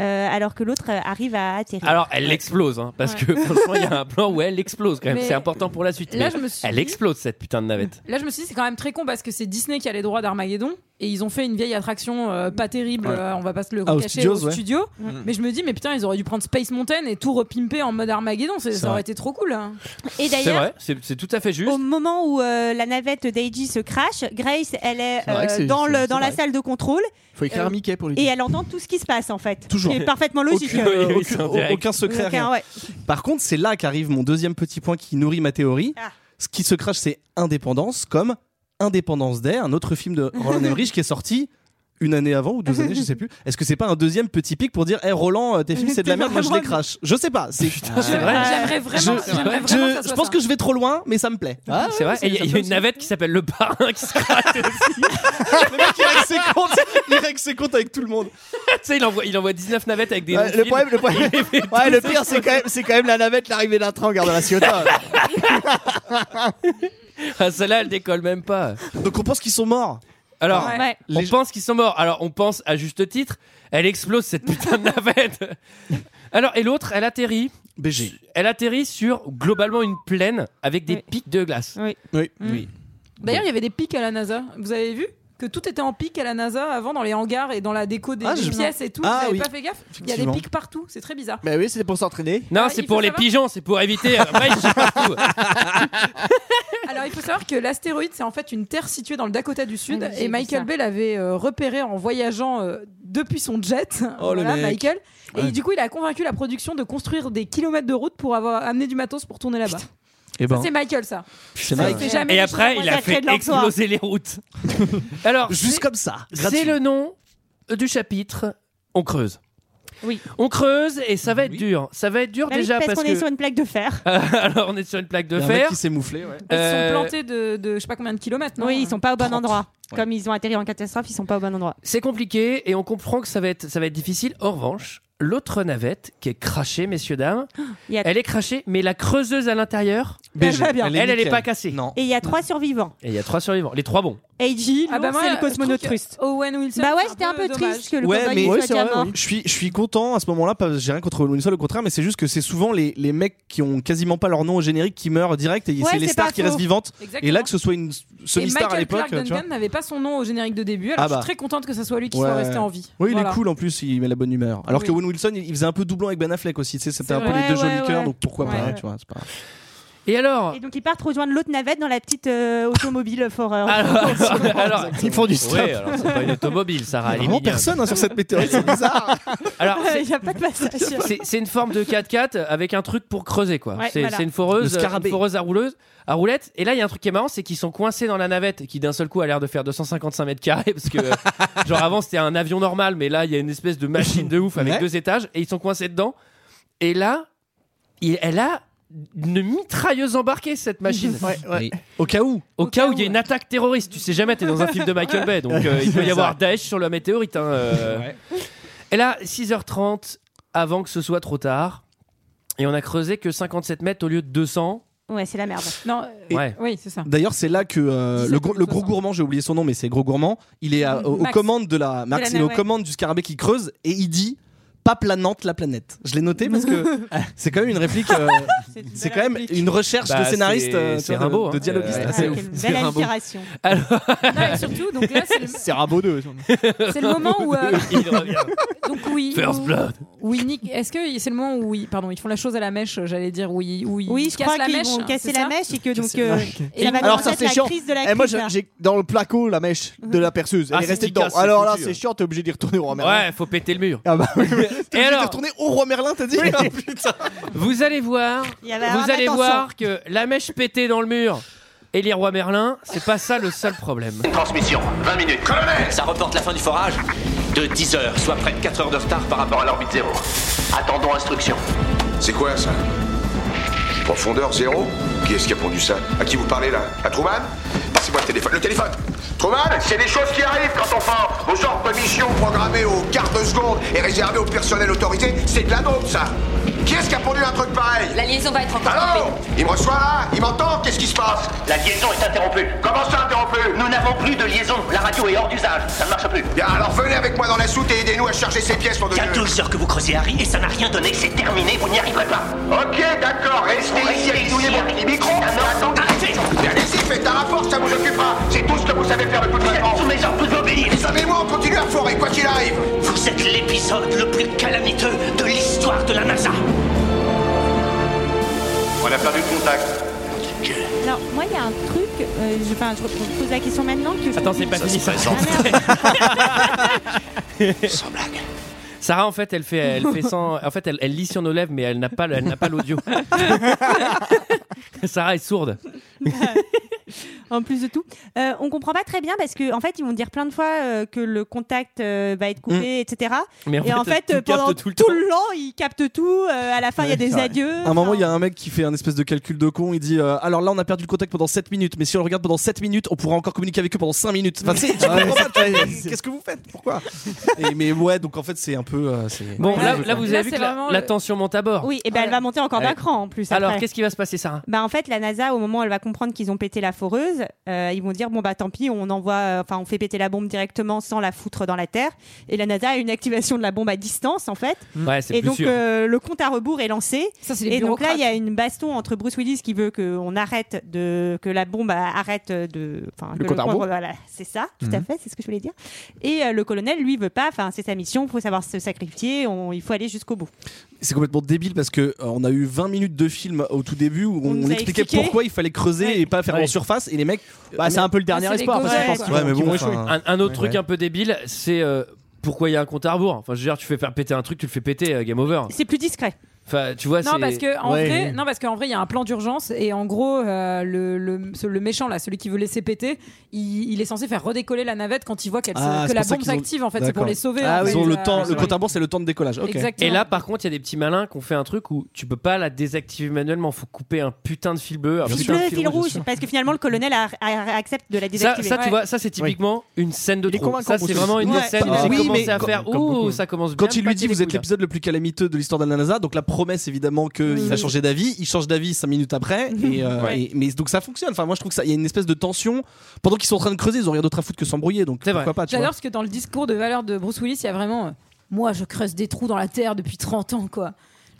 G: euh, alors que l'autre euh, arrive à atterrir.
A: Alors, elle l'explose, hein, parce que franchement, il y a un plan où elle explose quand même.
L: Mais-
A: C'est important pour la suite.
L: Là,
A: mais
L: je me suis
A: elle
L: dit-
A: explose cette putain de navette.
L: Là, je me suis dit, c'est quand même très con parce que c'est Disney qui a les droits d'Armageddon et ils ont fait une vieille attraction euh, pas terrible, euh, on va pas se le
F: Ah, aux
L: cacher
F: studios, ouais. Mm.
L: studio. Mais je me dis, mais putain, ils auraient dû prendre Space Mountain et tout repimper en mode Armageddon, c'est- ça
F: vrai.
L: aurait été trop cool. hein.
G: Et
A: C'est
G: d'ailleurs,
A: vrai, c'est c'est tout à fait juste.
G: au moment où euh, la navette d'Eiji se crache, Grace, elle est,
K: C'est vrai
G: euh,
K: que c'est-
G: dans,
K: c'est-
G: le,
K: c'est
G: dans la
K: vrai.
G: salle de contrôle
K: Faut écrire
G: Euh,
K: à Mickey pour lui.
G: et
K: dire.
G: elle entend tout ce qui se passe en fait.
F: Toujours.
G: C'est parfaitement logique.
F: Aucun,
A: Oui,
L: euh,
A: oui,
F: aucun-
A: c'est indirect.
F: aucun secret.
G: Aucun,
F: rien.
G: ouais.
F: Par contre, c'est là qu'arrive mon deuxième petit point qui nourrit ma théorie.
G: Ah.
F: Ce qui se crache, c'est indépendance, comme Indépendance d'air, un autre film de
L: *laughs*
F: Roland Emmerich qui est sorti une année avant ou deux années, je sais plus. Est-ce que c'est pas un deuxième petit pic pour dire, hé Roland, euh, tes films c'est de la merde, moi je les crache. Je sais pas. C'est
A: C'est vrai.
L: J'aimerais vraiment,
F: Je-
L: j'aimerais
F: Je,
L: Ah. vraiment ça
F: je
L: soit
F: pense
L: ça.
F: que je vais trop loin, mais ça me plaît. Ah,
A: c'est vrai. Et
F: *laughs*
A: il y a- il y a une navette qui s'appelle le parrain qui se crache.
F: le mec, il règle ses comptes, il règle ses comptes avec tout le monde.
A: tu sais, il envoie, il envoie 19 navettes avec des. noms
K: Ouais,
A: de
K: le
A: films. *laughs*
K: problème, le problème. Ouais, le pire, c'est quand même, c'est quand même la navette, l'arrivée d'un train en gare de la Ciotat.
A: Ah, Celle-là, elle décolle même pas.
F: Donc on pense qu'ils sont morts.
A: Alors,
L: Ouais. Ouais.
A: on pense qu'ils sont morts. Alors, on pense à juste titre. Elle explose cette putain de navette. *laughs* Alors, et l'autre, elle atterrit.
F: BG.
A: Elle atterrit sur globalement une plaine avec des
G: Oui.
A: pics de glace.
F: Oui.
L: Oui. Hmm. D'ailleurs, il y avait des pics à la NASA. Vous avez vu que tout était en pic à la NASA avant dans les hangars et dans la déco des
F: Ah,
L: des
F: je-
L: pièces et tout.
F: Ah,
L: vous
F: oui.
L: avez pas fait gaffe Il y a des
F: Effectivement. Bah
L: pics partout, c'est très bizarre.
K: Mais oui, c'était pour s'entraîner.
A: Non,
G: Ah,
L: Ouais,
A: c'est
L: il
A: pour
L: faut
A: les
L: savoir-
A: pigeons, c'est pour éviter. euh, Après, ils sont
G: *laughs*
A: partout.
L: *laughs* Alors, il faut savoir que l'astéroïde, c'est en fait une terre située dans le Dakota du Sud.
G: Ah oui, j'ai
L: et
G: vu
L: Michael
G: ça.
L: Bay l'avait euh, repéré en voyageant euh, depuis son jet.
F: Oh, le
L: Voilà,
F: mec.
L: Michael. Et
F: Ouais.
L: du coup, il a convaincu la production de construire des kilomètres de route pour avoir amené du matos pour tourner là-bas.
K: Eh
F: Et
L: Ça,
F: ben,
L: C'est Michael, ça.
F: c'est
L: ça,
F: mal.
L: il fait jamais
A: Et
L: les
A: après,
L: choses
A: il a
L: pour
A: fait
L: sacrer de l'emploi.
A: exploser les
F: *laughs*
A: routes. Alors,
F: Juste comme ça.
A: C'est le nom euh, du chapitre. On creuse.
G: Oui.
A: On creuse et ça va être dur. Ça va être dur
G: Bah oui,
A: déjà
G: parce,
A: parce
G: qu'on
A: que.
G: est sur une plaque de fer.
A: *laughs* Alors on est sur une plaque de
F: Il y a un mec
A: fer.
F: qui s'est mouflé, ouais.
L: Ils se
A: Euh,
L: sont plantés de, de je sais pas combien de kilomètres. non
G: oui, ils sont pas au bon
F: 30.
G: endroit.
F: Ouais.
G: Comme ils ont atterri en catastrophe, ils sont pas au bon endroit.
A: C'est compliqué et on comprend que ça va être ça va être difficile. En revanche, l'autre navette qui est crachée, messieurs dames,
G: *gasps* il y a-
A: elle est crachée, mais la creuseuse à l'intérieur,
F: BG.
G: va bien.
A: elle, elle est
F: nickel.
A: pas cassée.
F: Non.
G: Et il y a trois survivants.
A: Et il y a trois survivants, les trois bons.
G: Eiji,
L: Ah bah moi,
G: c'est
L: je
G: le cosmonaute
L: trouve que
G: russe.
L: Owen Wilson.
G: Bah ouais,
L: c'est
G: j'étais un peu
L: dommage.
G: triste que le
F: Ouais, mais
G: cosmonaute soit déjà mort.
F: je suis, je suis content à ce moment-là. parce que J'ai rien contre Owen Wilson, au contraire, mais c'est juste que c'est souvent les, les mecs qui ont quasiment pas leur nom au générique qui meurent direct et
G: Ouais,
F: c'est les
G: c'est
F: stars
G: pas
F: qui
G: faux.
F: restent vivantes.
L: Exactement.
F: Et là, que ce soit une
L: Et
F: semi-star à
L: Michael
F: l'époque,
L: Clark
F: tu vois.
L: Duncan n'avait pas son nom au générique de début.
F: Ah
L: Alors je
F: bah.
L: suis très contente que ça soit lui qui
F: Ouais.
L: soit resté en vie.
F: Oui, il
L: Voilà.
F: est cool en plus, il met la bonne humeur. Alors que
L: Oui.
F: Owen Wilson, il faisait un peu doublon avec Ben Affleck aussi, tu sais, c'était
L: C'est
F: un peu
L: vrai.
F: les deux
G: Ouais,
F: jolis
G: ouais,
F: cœurs,
G: ouais.
F: donc pourquoi pas,
L: Ouais.
F: tu vois, c'est pas.
A: Et alors
G: Et donc ils partent rejoindre l'autre navette dans la petite euh, automobile Forer.
A: alors, alors,
K: Ils font du stop.
A: Ouais, alors c'est pas une automobile, Sarah. elle est
F: Vraiment
A: mignonne.
F: personne hein, sur cette météorite, c'est bizarre.
A: Alors,
G: *laughs*
A: c'est-
G: *laughs* Il n'y a pas de passage.
A: c'est c'est une forme de 4x4 avec un truc pour creuser quoi.
G: Ouais,
A: c'est
G: voilà.
A: c'est une
F: Le
A: foreuse, euh,
F: scarabée.
A: une foreuse à rouleuse, à roulette. Et là il y a un truc qui est marrant, c'est qu'ils sont coincés dans la navette qui d'un seul coup a l'air de faire 255 mètres carrés parce que euh, genre avant c'était un avion normal, mais là il y a une espèce de machine de ouf avec
F: Ouais.
A: deux étages et ils sont coincés dedans. Et là, il- elle a une mitrailleuse embarquée cette machine.
F: Oui. Au cas où.
A: Au cas où il y a une attaque terroriste, tu sais jamais, t'es dans un film de Michael Bay, donc euh, il peut y avoir Daesh sur la météorite. hein, euh. Et là, 6h30, avant que ce soit trop tard, et on a creusé que 57 mètres au lieu de 200.
G: Ouais, c'est la merde.
L: Non,
F: Et-
L: oui, c'est ça.
F: D'ailleurs, c'est là que euh, le, gros, le gros gourmand, j'ai oublié son nom, mais c'est gros gourmand. Il est à- aux, aux
L: Max.
F: commandes de la Max,
L: De
F: il
L: la
F: est aux
L: navette.
F: commandes du scarabée qui creuse et il dit pas planante la planète. Je l'ai noté parce que
L: *laughs*
F: *laughs* c'est quand même une réplique. euh, c'est quand même une recherche
A: Bah,
F: de scénariste,
A: c'est-
F: euh,
A: c'est
F: tu vois, de-
A: Rimbaud,
F: de,
A: hein.
F: dialoguiste.
A: Ouais.
F: Ah, c'est
A: Ouais,
F: ouf.
A: quelle
F: C'est
G: Belle
F: Rimbaud.
G: inspiration.
L: Non, et surtout, donc là, c'est le,
K: C'est Rabot 2.
L: c'est le moment où. euh,
A: Il
G: *laughs*
A: revient.
L: donc, oui.
A: First Blood.
L: Oui, Nick, est-ce que c'est le moment où ils, pardon, ils font la chose à la mèche, j'allais dire oui, oui,
G: Oui, je crois
L: la
G: qu'ils
L: mèche,
G: vont
L: hein,
G: casser
L: c'est
G: la
L: ça
G: mèche et que donc
K: Casser la
G: euh,
K: mèche.
G: ça va
K: Alors ça
G: commencer à
K: c'est
G: être
K: chiant.
G: la crise de la
K: Eh, moi
G: crise,
K: j'ai
G: là.
K: j'ai dans le placo la
L: *laughs*
K: mèche de la perceuse, elle
A: Ah,
K: est
A: c'est
K: restée dedans.
A: efficace, c'est
K: Alors là
A: foutu, hein.
K: c'est chiant, t'es obligé d'y retourner au
F: Bah
K: Merlin.
A: Ouais, faut péter le mur.
K: Ah bah oui.
A: Et alors,
F: Tourner au roi Merlin, t'as dit *laughs* Ah, putain.
A: vous allez voir,
G: Il y avait un
A: vous allez
G: attention.
A: voir que la mèche pétée dans le mur et les rois Merlin, c'est pas ça le seul problème.
C: Transmission, 20 minutes. Colonel Ça reporte la fin du forage de 10 heures, soit près de 4 heures de retard par rapport à l'orbite zéro. Attendons instruction.
B: C'est quoi ça Profondeur zéro Qui est-ce qui a pondu ça À qui vous parlez là À Truman Passez-moi le téléphone. Le téléphone Truman C'est des choses qui arrivent quand on part au genre de mission programmée au quart de seconde et réservée au personnel autorisé. C'est de la nôtre ça Qui est-ce qui a pondu un truc pareil
M: La liaison va être encore
B: Allô Il me reçoit là Il m'entend Qu'est-ce qui se passe
C: La liaison est interrompue.
B: Comment ça interrompu
C: Nous n'avons plus de liaison. La radio est hors d'usage. Ça ne marche plus.
B: Bien, alors venez avec moi dans la soute et aidez-nous à charger ces pièces, pour de
C: Il y a
B: Dieu.
C: 12 heures que vous creusez Harry et ça n'a rien donné. C'est terminé, vous n'y arriverez pas.
B: Ok, d'accord, restez ici,
C: Restez
B: bidouillez
C: ici,
B: mon
C: Harry.
B: petit micro
C: Non, non, arrêtez
B: Mais allez-y, faites un rapport, ça vous occupera C'est tout ce que vous savez faire de toute façon
C: Tous mes ordres, vous devez obéir.
B: Les hommes et moi, on continue à forer, quoi qu'il arrive
C: Vous êtes l'épisode le plus calamiteux de l'histoire de la NASA.
B: On a perdu le contact.
G: Alors moi il y a un truc, euh, je, enfin, je je pose la question maintenant que je
A: Attends,
G: me Ah,
A: c'est
G: dis-
A: pas fini ça. Sans blague. Sarah, en fait, elle fait, elle fait sans. En fait, elle, elle lit sur nos lèvres, mais elle n'a pas, le- elle n'a pas
G: *laughs*
A: l'audio. Sarah est sourde.
G: *laughs* en plus de tout. Euh, on comprend pas très bien parce que en fait, ils vont dire plein de fois euh, que le contact euh, va être coupé, etc.
A: Mais Mm. en
G: et
A: fait,
G: en fait,
A: tout
G: euh,
A: capte
G: pendant
A: tout
G: tout
A: le
G: le,
A: temps.
G: long, ils captent tout. euh, à la fin, il y a des adieux.
F: À un moment, il y a un mec qui fait un espèce de calcul de con. Il dit euh, Alors là, on a perdu le contact pendant 7 minutes, mais si on le regarde pendant 7 minutes, on pourra encore communiquer avec eux pendant 5 minutes. Enfin, c'est- tu comprends pas, tu vois, Qu'est-ce que vous faites Pourquoi Et- Mais ouais, donc en fait, c'est un peu. euh, c'est-
A: Bon, là, là, vous
G: Là,
A: avez vu
G: c'est
A: que la,
G: vraiment
A: la
G: le-
A: tension monte à bord.
G: Oui, et ben elle va monter encore
A: Ouais.
G: d'un cran en plus.
A: Alors,
G: après.
A: qu'est-ce qui va se passer, Sarah
G: Bah en fait la NASA au moment où elle va comprendre qu'ils ont pété la foreuse, euh, ils vont dire bon bah tant pis on envoie euh, enfin on fait péter la bombe directement sans la foutre dans la terre et la NASA a une activation de la bombe à distance en fait
A: Ouais, c'est
G: et
A: plus
G: donc
A: sûr.
G: euh, le compte à rebours est lancé
L: Ça, c'est les
G: et donc là
L: bureaucrates.
G: il y a une baston entre Bruce Willis qui veut qu'on arrête de que la bombe arrête de enfin
F: Le
G: que
F: compte à rebours.
G: voilà c'est ça tout à
F: Mhm.
G: fait c'est ce que je voulais dire et euh, le colonel lui veut pas enfin c'est sa mission faut savoir se sacrifier on- il faut aller jusqu'au bout
F: C'est complètement débile parce que euh, on a eu 20 minutes de film au tout début où on,
G: nous a
F: expliquait
G: expliqué.
F: pourquoi il fallait creuser et pas faire
A: Ouais.
F: en surface. Et les mecs, Ah,
K: Bah, c'est un peu le dernier
L: c'est les
K: espoir parce que je
L: gosses,
K: pense
F: ouais,
K: qu'ils
F: mais
K: vont- qu'ils
F: bon,
K: vont échouer.
F: enfin,
A: Un, un autre
F: Ouais,
A: truc
F: ouais.
A: un peu débile, c'est euh, pourquoi il y a un compte à rebours. Enfin, je veux dire, tu fais faire péter un truc, tu le fais péter, euh, game over.
G: c'est plus discret
A: Enfin, tu vois,
L: Non
A: c'est-
L: parce, que, en
A: Ouais.
L: vrai, non, parce qu'en vrai, il y a un plan d'urgence et en gros, euh, le, le, ce- le méchant, là, celui qui veut laisser péter, il, il est censé faire redécoller la navette quand il voit qu'elle se-
F: Ah,
L: que
F: c'est
L: la
F: pour ça
L: bombe
F: qu'ils ont-
L: s'active, en fait. C'est
F: D'accord.
L: pour les sauver.
F: Ah,
L: en
F: ils
L: fait, Euh,
F: ont le
L: la-
F: temps, le
L: la-
F: compte à rebours, c'est le temps de décollage. Ok.
L: Exactement.
A: Et là, par contre, il y a des petits malins qui ont fait un truc où tu peux pas la désactiver manuellement. Faut couper un putain de fil bleu, un
G: fil
A: putain de
G: bleu fil
A: bien
G: rouge
A: sûr.
G: parce que finalement le colonel a- a- accepte de la
A: Ça,
G: désactiver
A: ça, tu vois, ça c'est typiquement une scène de
K: Il est
A: trop.
K: convaincant,
A: Ça c'est
K: Bruce
A: vraiment une
K: Willis.
A: scène où
K: Ouais.
A: j'ai
K: Ah, oui,
A: commencé
K: mais
A: à faire.
K: comme- comme beaucoup.
A: Ouh, ça commence bien.
F: Quand il
A: de
F: lui dit
A: pâter
F: vous
A: les
F: êtes
A: couilles, là.
F: l'épisode le plus calamiteux de l'histoire de la NASA, donc la promesse évidemment qu'il va changer d'avis, il change d'avis 5 minutes
L: *laughs*
F: après, et, euh,
A: Ouais.
F: et- mais donc ça fonctionne. Enfin moi je trouve que ça, il y a une espèce de tension pendant qu'ils sont en train de creuser, ils ont rien d'autre à foutre que s'embrouiller, donc pourquoi pas. Tu vois.
L: J'adore parce que dans le discours de valeur de Bruce Willis, il y a vraiment euh, Moi, je creuse des trous dans la terre depuis 30 ans, quoi.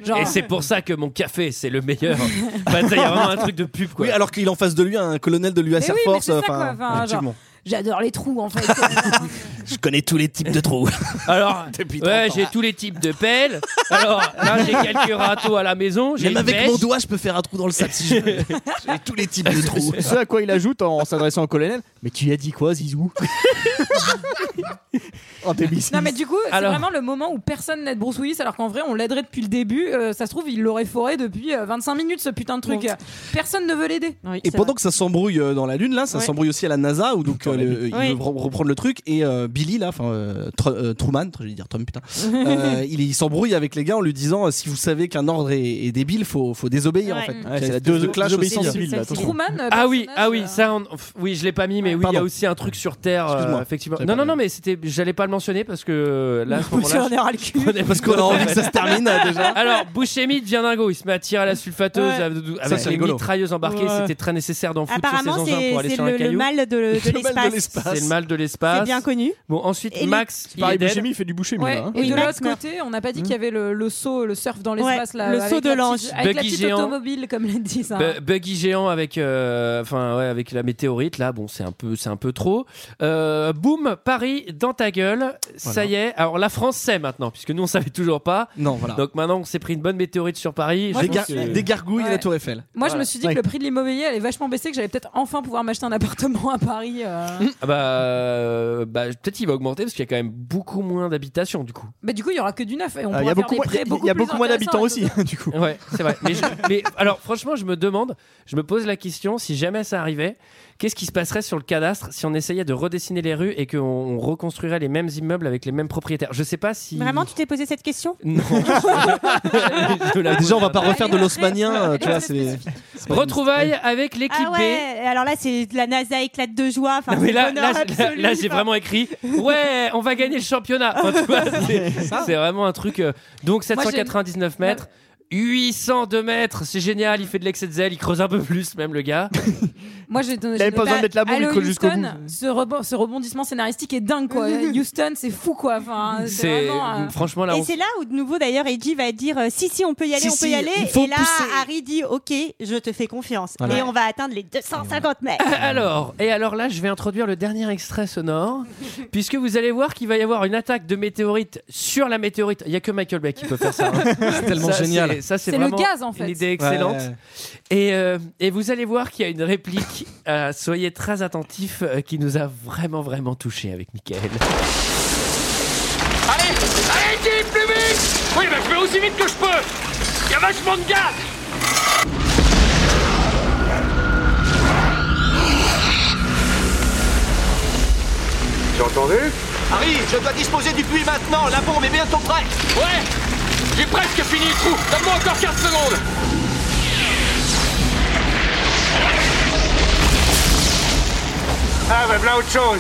L: Genre,
A: Et c'est pour ça que mon café c'est le meilleur. Bah, ça, il y a vraiment un truc de pub quoi.
F: Oui, alors qu'il est en face de lui un colonel de l'US
L: Mais
F: Air
L: oui, mais
F: Force.
L: c'est ça,
F: enfin,
L: quoi. Enfin, genre-
F: effectivement.
L: J'adore les trous, en
F: *laughs*
L: fait.
F: Je connais tous les types de trous.
A: Alors,
F: Depuis
A: ouais,
F: 30 ans.
A: j'ai tous les types de pelles. Alors, là j'ai quelques râteaux à la maison. J'ai
F: Même
A: une
F: avec
A: mèche.
F: mon doigt, je peux faire un trou dans le sac si je
K: *laughs*
F: veux. J'ai tous les types de trous.
K: Ce à quoi il ajoute en s'adressant au colonel Mais tu lui as dit quoi,
L: *laughs*
K: Zizou En
L: Non mais du coup, c'est
A: Alors-
L: vraiment le moment où personne n'aide Bruce Willis alors qu'en vrai on l'aiderait depuis le début. Euh, ça se trouve, il l'aurait foré depuis euh, 25 minutes ce putain de truc.
G: Bon.
L: Personne ne veut l'aider.
F: Et pendant que ça s'embrouille euh, dans la Lune, là, ça
L: Ouais.
F: s'embrouille aussi à la NASA, où donc euh, le- ils
G: Oui.
F: veulent re- reprendre le truc. Et euh, Billy là, enfin euh, Tr- euh, Truman, je vais dire Trump
L: *laughs*
F: putain, Euh, il, il s'embrouille avec les gars en lui disant euh, si vous savez qu'un ordre est, est débile, faut faut désobéir en fait.
K: Ouais, c'est la
F: espèce
K: déso- désobéissance
F: aussi.
K: civile, là, attention.
L: Truman, euh,
A: hein. ah oui, ah oui, ça, on- f- oui, je l'ai pas mis, mais oui, il y a
F: Pardon.
A: aussi un truc sur Terre, euh,
F: Excuse-moi.
A: effectivement.
F: J'avais
A: Non,
F: pas
A: non, non, mais c'était, j'allais pas le mentionner parce que euh, là, à ce moment-là,
F: Parce qu'on a
A: je prenais-
F: Parce qu'on a envie que ça se termine, euh, déjà.
A: Alors, Bouchemi devient dingo, il se met à tirer à la sulfateuse
F: Ouais.
A: avec-
F: Ça,
A: avec
F: c'est
A: les
F: rigolo.
A: mitrailleuses embarquées.
F: Ouais.
A: C'était très nécessaire d'en foutre sur ces
G: Apparemment,
A: engins
G: c'est
A: pour aller
G: c'est
A: sur
G: le,
A: un
G: le
A: caillou. *laughs*
G: mal de, de l'espace.
A: C'est le mal de l'espace.
G: C'est bien connu.
A: Bon, ensuite,
G: Et
A: Max,
G: le-
A: il
G: Pareil,
A: est dead.
G: Buscemi, il fait du Buscemi,
L: Ouais,
A: hein.
L: Et
A: Oui,
L: de
A: Max
L: l'autre côté, on n'a pas dit qu'il y avait le, le saut, le surf dans l'espace.
G: Ouais,
L: là,
G: le
L: avec
G: saut de
L: la petite-
G: l'ange.
L: Avec la
A: Buggy
L: petite
A: géant.
L: automobile, comme hein. l'a dit ça.
A: Bu- buggy géant avec, euh, enfin ouais, avec la météorite là, bon c'est un peu, c'est un peu trop. Euh, boum, Paris dans ta gueule, ça
F: Voilà.
A: y est. Alors la France sait maintenant, puisque nous on savait toujours pas.
F: Non, voilà.
A: Donc maintenant on s'est pris une bonne météorite sur Paris.
L: Moi,
A: Ah. je
F: Des,
A: pense
F: gar-
A: que-
F: des gargouilles et
L: Ouais.
F: la Tour Eiffel.
L: Moi, je me suis dit que le prix de l'immobilier allait vachement baisser, que j'allais peut-être enfin pouvoir m'acheter un appartement à Paris. euh.
A: Ah bah, euh, bah, peut-être il va augmenter parce qu'il y a quand même beaucoup moins d'habitation du coup.
L: Mais du coup, il y aura que du neuf et on
A: Ah,
L: pourra
A: il y a
L: faire
A: beaucoup
L: des
A: moins-
L: prêts
A: il y a-
L: beaucoup
A: il y a
L: plus
A: beaucoup moins d'habitants hein,
L: intéressants euh. et tout.
A: du coup. Ouais, c'est vrai. Mais, je- mais alors franchement, je me demande, je me pose la question, si jamais ça arrivait, qu'est-ce qui se passerait sur le cadastre si on essayait de redessiner les rues et qu'on on reconstruirait les mêmes immeubles avec les mêmes propriétaires Je sais pas si
G: Vraiment, tu t'es posé cette question
A: *laughs* Non.
G: *laughs*
A: Je la
F: Déjà, on va
A: pose.
F: pas refaire de l'osmanien, euh, tu vois, c'est. c'est pas-
A: Retrouvailles avec l'équipe
G: Ah ouais, alors là, c'est de la NASA éclate de joie. Enfin,
A: Non, mais
G: c'est
A: là,
G: le
A: là,
G: bonheur
A: là,
G: absolu.
A: là, j'ai vraiment écrit Ouais, on va gagner le championnat. Enfin, tu vois, c'est, c'est vraiment un truc. euh, donc
L: Moi, j'ai-
A: 799 mètres, 802 mètres, c'est génial. Il fait de l'excès de zèle, il creuse un peu plus, même le gars.
L: Moi, j'ai donné.
A: Il avait pas besoin d'être là-bas, il
L: Allo
A: colle jusqu'au
L: Houston, Ce, rebond- ce rebondissement scénaristique est dingue,
G: *laughs*
L: quoi. Houston, c'est fou, quoi. Enfin,
A: C'est-
L: vraiment, euh,
A: franchement, là,
G: Et
A: on-
G: c'est là où de nouveau d'ailleurs Eiji va dire euh, si si on peut y aller,
A: Si,
G: on peut
A: si,
G: y aller.
A: il faut
G: Et là
A: pousser.
G: Harry dit ok, je te fais confiance
A: Voilà.
G: et on va atteindre les 250 mètres.
A: Alors, et alors là, je vais introduire le dernier extrait sonore, puisque vous allez voir qu'il va y avoir une attaque de météorite sur la météorite. Il y a que Michael Bay qui peut faire ça. hein.
F: C'est tellement
A: Ça,
F: génial.
A: c'est- Ça, c'est
L: C'est le
A: vraiment
L: gaz, en fait.
A: une idée excellente.
F: Ouais.
A: Et, euh, et vous allez voir qu'il y a une réplique. euh, soyez très attentifs, euh, qui nous a vraiment, vraiment touchés avec Michael. *laughs*
M: Allez, allez, dis plus vite Oui, bah je vais aussi vite que je peux Il y a vachement de gaz
B: J'ai entendu
C: Harry, je dois disposer du puits maintenant. La bombe est bientôt prête.
M: Ouais J'ai presque fini le trou Donne-moi encore 15 secondes
B: Ah, bah voilà autre chose.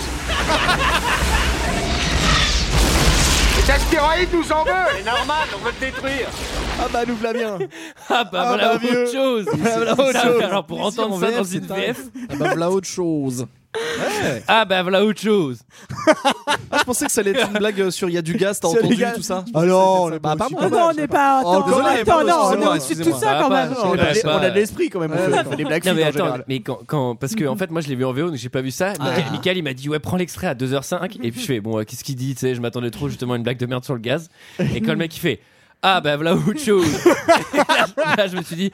B: Les astéroïdes nous en veulent C'est normal, on veut le détruire
F: Ah bah nous voilà bien.
A: Ah bah voilà autre
F: *laughs*
A: chose.
F: Ah, voilà autre
A: Ça,
F: chose.
A: Alors pour
F: Mais si,
A: entendre,
F: en
A: on va
F: VF,
A: dans
F: c'est
A: une
F: dingue.
A: VF.
F: Ah bah voilà autre chose.
A: Ah bah voilà autre chose.
F: Ah, je pensais que ça allait être une blague euh, sur il y a du gaz, t'as
A: Sur du
F: entendu
A: gaz.
F: tout ça
K: Ah non,
F: bah, pas moi.
K: Ah non,
G: on n'est pas.
F: Oh, attends, désolé, attends, pardon, non, on est excusez-moi, au-dessus
A: Ah,
F: de tout excusez-moi. ça, quand
A: bah,
F: même.
K: On a- on a de l'esprit, quand même, on fait- on fait des blagues
A: Non, mais
K: fines, en
A: attends,
K: général.
A: mais quand, quand- parce
F: Mm-hmm.
A: que en fait, moi je l'ai vu en VO donc j'ai pas vu ça.
F: Ah.
A: Michael, Michael, il m'a dit ouais, prends l'extrait à 2h05 et puis je fais bon, euh, qu'est-ce qu'il dit Tu sais, je m'attendais trop justement à une blague de merde sur le gaz. Et quand le mec il fait ah bah voilà autre chose.
F: *laughs*
A: Et là, là, je me suis dit.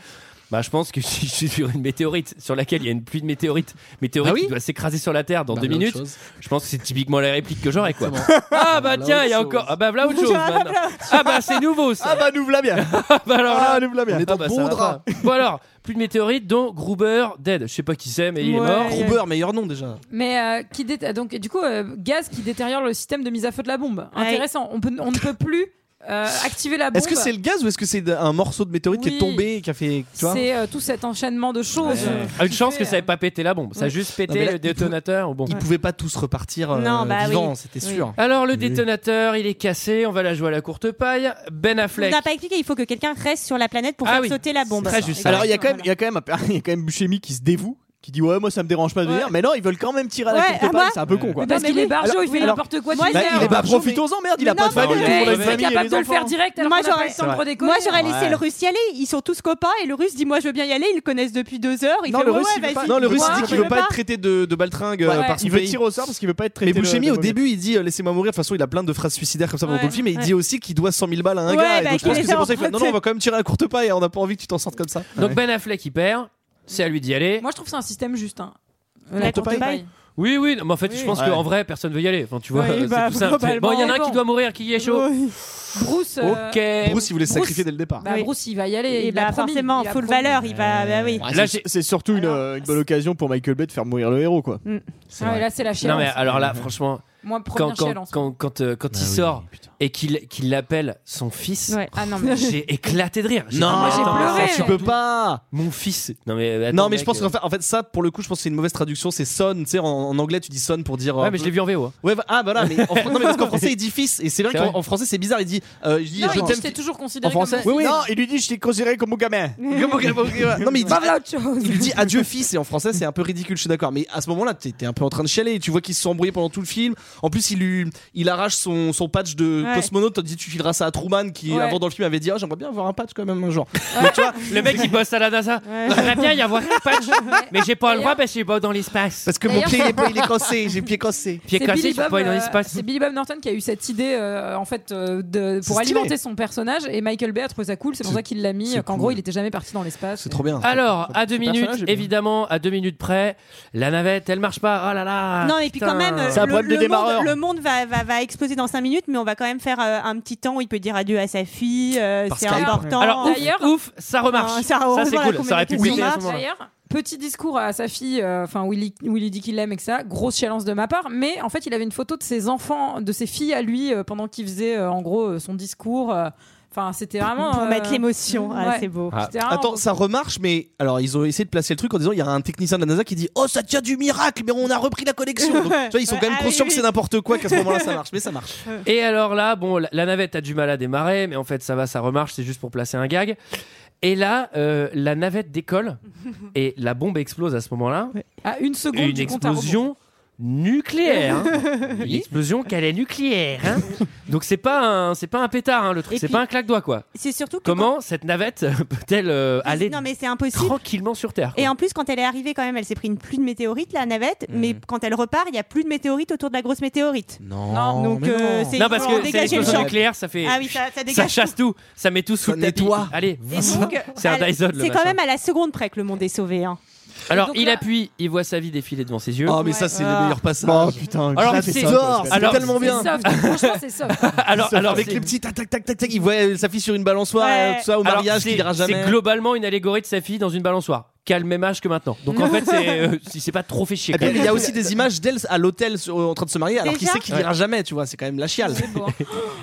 A: Bah, je pense que si je suis sur une météorite sur laquelle il y a une pluie de météorites, météorite qui doit s'écraser sur la Terre dans
F: Ah
A: deux
F: Bah, voilà autre
A: minutes,
F: chose.
A: je pense que c'est typiquement la réplique que j'aurais quoi. Ah bah
F: voilà
A: tiens, il y a
F: autre
A: encore.
F: chose.
A: Ah bah voilà
F: *laughs*
A: autre chose.
F: Ah,
A: maintenant. Ah bah c'est nouveau ça. Ah bah
K: nous voilà bien.
A: Ah *laughs* bah alors là,
K: Ah, nous voilà bien.
A: on est en
F: bah,
K: bon drap.
A: Bon alors, plus de météorites dont Gruber dead. Je sais pas qui c'est mais il est
L: Ouais,
A: mort.
L: Gruber, ouais.
A: meilleur nom déjà.
L: Mais euh, qui dé- donc du coup euh, gaz qui détériore le système de mise à feu de la bombe. Intéressant. On, peut, on ne peut plus euh, activer la bombe.
F: Est-ce que c'est le gaz ou est-ce que c'est d- un morceau de météorite qui
L: Oui.
F: est tombé et qui a fait. Tu vois
L: C'est euh, tout cet enchaînement de choses. euh,
A: Une chance que ça avait pas pété la bombe. Ça a juste
F: Non, mais
A: pété
F: là,
A: le
F: il pou-
A: détonateur. Bon.
F: Ils pouvaient pas tous repartir euh,
A: Non, bah oui.
F: vivants, c'était sûr.
A: Alors le
F: Oui.
A: détonateur, il est cassé. On va la jouer à la courte paille. Ben
G: On
A: Affleck.
G: n'a pas expliqué, il faut que quelqu'un reste sur la planète pour
A: Ah
G: faire
A: oui,
G: sauter la bombe.
K: Alors il y a quand même, il y a quand même, un- il y a quand même Buscemi qui se dévoue, qui dit ouais moi ça me dérange pas de venir, mais non ils veulent quand même tirer à la
L: Ouais,
K: courte
L: ah,
K: paille,
L: moi
K: c'est un peu con quoi.
L: Mais parce qu'il est barjot, il fait n'importe quoi,
K: Bah,
L: tu sais.
K: il est bah,
L: Barjot,
K: profitons-en merde, il a
L: Mais
K: pas de
L: non,
K: famille,
L: mais
K: tout le monde a
L: il
K: une
L: est
K: famille et
L: capable
K: les
L: de le
K: enfants.
L: faire direct. alors
G: moi
L: qu'on a
G: j'aurais
L: pas eu le temps de
G: moi,
L: redécouvrir.
G: j'aurais laissé
K: Ouais.
G: le russe y aller. Ils sont tous copains et le russe dit moi je veux bien y aller. Ils le connaissent depuis deux heures. Il
K: Non,
G: fait,
K: le
G: ouais,
K: russe,
G: ouais,
K: il veut
G: vas-y.
K: pas-
F: Non, le russe
G: Moi,
F: dit qu'il
G: je
F: veut pas être traité de, de baltringue euh,
K: Ouais.
F: par son
K: Il veut
F: pays.
K: tirer au sort parce qu'il veut pas être traité.
F: Mais Bouchemi,
K: le-
F: au
K: le-
F: début, il dit euh, laissez-moi mourir. De toute façon, il a plein de phrases suicidaires comme ça pendant
K: Ouais,
F: tout le film. Et il
K: ouais.
F: dit aussi qu'il doit 100 000 balles à un
K: Ouais,
F: gars. Et
K: bah,
F: donc, je
K: qu'il
F: pense que
K: les
F: c'est
K: a
F: pour ça qu'il fait non, non, on
K: empruntés.
F: va quand même tirer à courte paille. et On n'a pas envie que tu t'en sortes comme ça.
A: Donc Ben Affleck il perd. C'est à lui d'y aller.
L: Moi je trouve que c'est un système juste. hein.
A: La
L: La
A: courte paille.
L: courte paille.
A: Oui, oui, non, mais en fait,
L: Oui.
A: je pense
L: Ouais.
A: qu'en vrai, personne veut y aller. Enfin, tu vois,
L: Oui,
A: c'est
L: bah,
A: tout simple. C'est- Bon, il y en a un qui
L: globalement.
A: doit mourir, qui y est chaud.
L: Bruce. euh,
A: Ok.
F: Bruce, il voulait se sacrifier dès le départ.
L: Bah,
G: Oui.
L: Bruce, il va y aller.
G: Et
L: il
G: bah,
L: a promis,
G: forcément,
L: il a
G: full
L: promis.
G: valeur, il va. bah oui.
K: Ouais, c'est- c'est surtout une, euh, une bonne occasion pour Michael Bay de faire mourir le héros quoi.
L: Ah ouais, là, c'est la
A: Non,
L: chienne.
A: mais alors là, franchement,
L: Moi, première
A: quand, quand,
L: chiale en ce
A: quand, quand, euh,
F: Ah Bah
A: quand il sort et qu'il qu'il l'appelle son fils,
L: Ouais. Ah non,
A: *laughs*
L: mais-
A: j'ai éclaté de rire. J'ai dit,
F: Non,
A: mais
F: j'ai
A: attends,
F: pleuré.
A: mais ça,
F: Tu peux pas.
A: Mon fils. Non mais euh, attends,
F: non mais je
A: mec,
F: pense
A: euh,
F: qu'en fait, en fait ça pour le coup je pense que c'est une mauvaise traduction c'est sonne tu sais en, en anglais tu dis sonne pour dire euh,
A: Ouais, mais je l'ai vu en VO.
F: ouais bah- ah voilà mais, en,
A: *laughs*
F: fr- non, mais parce qu'en français il dit fils et c'est vrai
A: C'est
F: qu'en
A: vrai.
F: en français c'est bizarre il dit euh, il dit,
L: Non,
F: je
L: il dit,
F: t'aime
L: je t'ai toujours
F: en
L: considéré comme Bah,
F: français
L: mon fils.
F: il lui dit je t'ai considéré comme mon
L: *laughs*
F: gamin non mais il dit,
L: Bah, voilà autre chose.
A: *laughs*
F: il dit adieu fils et en français c'est un peu ridicule je suis d'accord mais à ce moment là t'es t'es un peu en train de chialer tu vois qu'ils se sont embrouillés pendant tout le film en plus il lui il arrache son, son patch de
A: Ouais.
F: cosmonaute t'as dit tu fileras ça à Truman qui
A: Ouais.
F: avant dans le film avait dit Ah, j'aimerais bien avoir un patch quand même un genre
A: le mec il bosse à la NASA. J'aimerais bien y avoir un patch, mais j'ai pas le droit parce que je suis pas dans l'espace.
F: Parce
A: que
L: mon D'ailleurs- pied, il est pas- il est
F: cassé, j'ai pied cassé.
A: Pied
L: C'est
A: cassé,
L: Billy
A: je suis
L: Bob,
A: pas dans
L: euh,
A: l'espace.
L: C'est Billy Bob Norton qui a eu cette idée euh, en fait euh, de, pour
A: C'est stylé.
L: alimenter son personnage et Michael Bay a trouvé ça cool. C'est pour ça qu'il l'a mis. euh,
A: c'est
L: Qu'en
A: cool.
L: gros, il était jamais parti dans l'espace.
F: C'est trop bien.
A: Alors, à deux
L: ce personnage
A: minutes,
L: est bien.
A: évidemment, à deux minutes près, la navette, elle marche pas. Oh là là.
G: non, et puis quand
A: putain.
G: même, le, le monde, le monde va, va, va exploser dans 5 minutes, mais on va quand même faire euh, un petit temps où il peut dire adieu à sa fille, euh, c'est important.
A: Alors, ouf,
L: D'ailleurs-
A: ouf, ça remarche.
G: Non, ça revoit
A: c'est
G: la
A: cool. Ça aurait pu péter à ce
G: communication marche.
A: moment-là.
L: D'ailleurs, petit discours à sa fille, euh, enfin où, il y- où il lui dit qu'il l'aime et que ça, grosse challenge de ma part. Mais en fait, il avait une photo de ses enfants, de ses filles à lui euh, pendant qu'il faisait euh, en gros euh, son discours. euh, Enfin, c'était vraiment euh,
G: Pour mettre l'émotion. Ah, c'est beau.
F: Ah.
L: C'était vraiment-
F: Attends, ça remarche, mais alors ils ont essayé de placer le truc en disant il y a un technicien de la NASA qui dit Oh, ça tient du miracle, mais on a repris la connexion. Donc, tu vois, ils sont
A: Ouais,
F: quand même
A: *laughs* ah
F: conscients
A: oui,
F: que
A: oui.
F: c'est n'importe quoi, qu'à ce moment-là ça marche, mais ça marche.
A: Et alors là, bon, la- la navette a du mal à démarrer, mais en fait, ça va, ça remarche, c'est juste pour placer un gag. Et là, euh, la navette décolle et la bombe explose à ce moment-là.
L: À une seconde
A: Une
L: du compte à
A: explosion nucléaire. hein. Une
L: Oui.
A: explosion qu'elle est nucléaire. hein. Donc c'est pas un, c'est pas un pétard hein, le truc,
G: Et
A: c'est
G: puis-
A: pas un claque-doigt quoi.
G: C'est surtout que
A: Comment cette navette peut-elle euh, aller
G: Non, mais c'est impossible.
A: tranquillement sur Terre quoi.
G: Et en plus, quand elle est arrivée, quand même, elle s'est pris une pluie de météorites, la navette.
A: Mm.
G: Mais quand elle repart, il n'y a plus de météorites autour de la grosse météorite.
F: Non.
G: Donc,
A: mais
G: euh,
A: non.
G: c'est-
A: Non, parce
G: il faut
A: que c'est
G: dégager le
A: l'explosion
G: champ.
A: nucléaire, ça fait.
G: Ah oui, ça- ça dégage
A: chasse tout. Ça met tout sous le tapis. Allez,
G: Donc,
A: c'est un
G: à-
A: Dyson. le
G: C'est quand
A: machin.
G: même à la seconde près que le monde est sauvé. hein.
A: Alors, il appuie, il voit sa vie défiler devant ses yeux.
F: Oh, mais ça, c'est
A: Ah.
F: le meilleur passage. Oh putain,
A: Alors, c'est
F: j'adore, c'est
A: alors-
F: tellement bien.
L: Soft, *laughs* franchement,
A: *laughs*
L: c'est soft.
A: Ah, Alors, alors
F: avec
A: c'est-
F: les petits tac tac tac tac tac, il voit euh, sa fille sur une balançoire, euh, tout ça, au
A: Alors,
F: mariage,
A: c'est-
F: qu'il ira jamais.
A: C'est globalement une allégorie de sa fille dans une balançoire. Qui a le même âge que maintenant. Donc en
G: *laughs*
A: fait, c'est euh, si c'est pas trop fait chier.
F: Et puis,
A: quand même.
F: il y a
A: *laughs*
F: aussi des images d'elle à l'hôtel sur- en train de se marier, alors qu'il
A: Déjà
F: sait qu'il
A: Ouais.
F: ira jamais, tu vois, c'est quand même la chiale.
L: hein.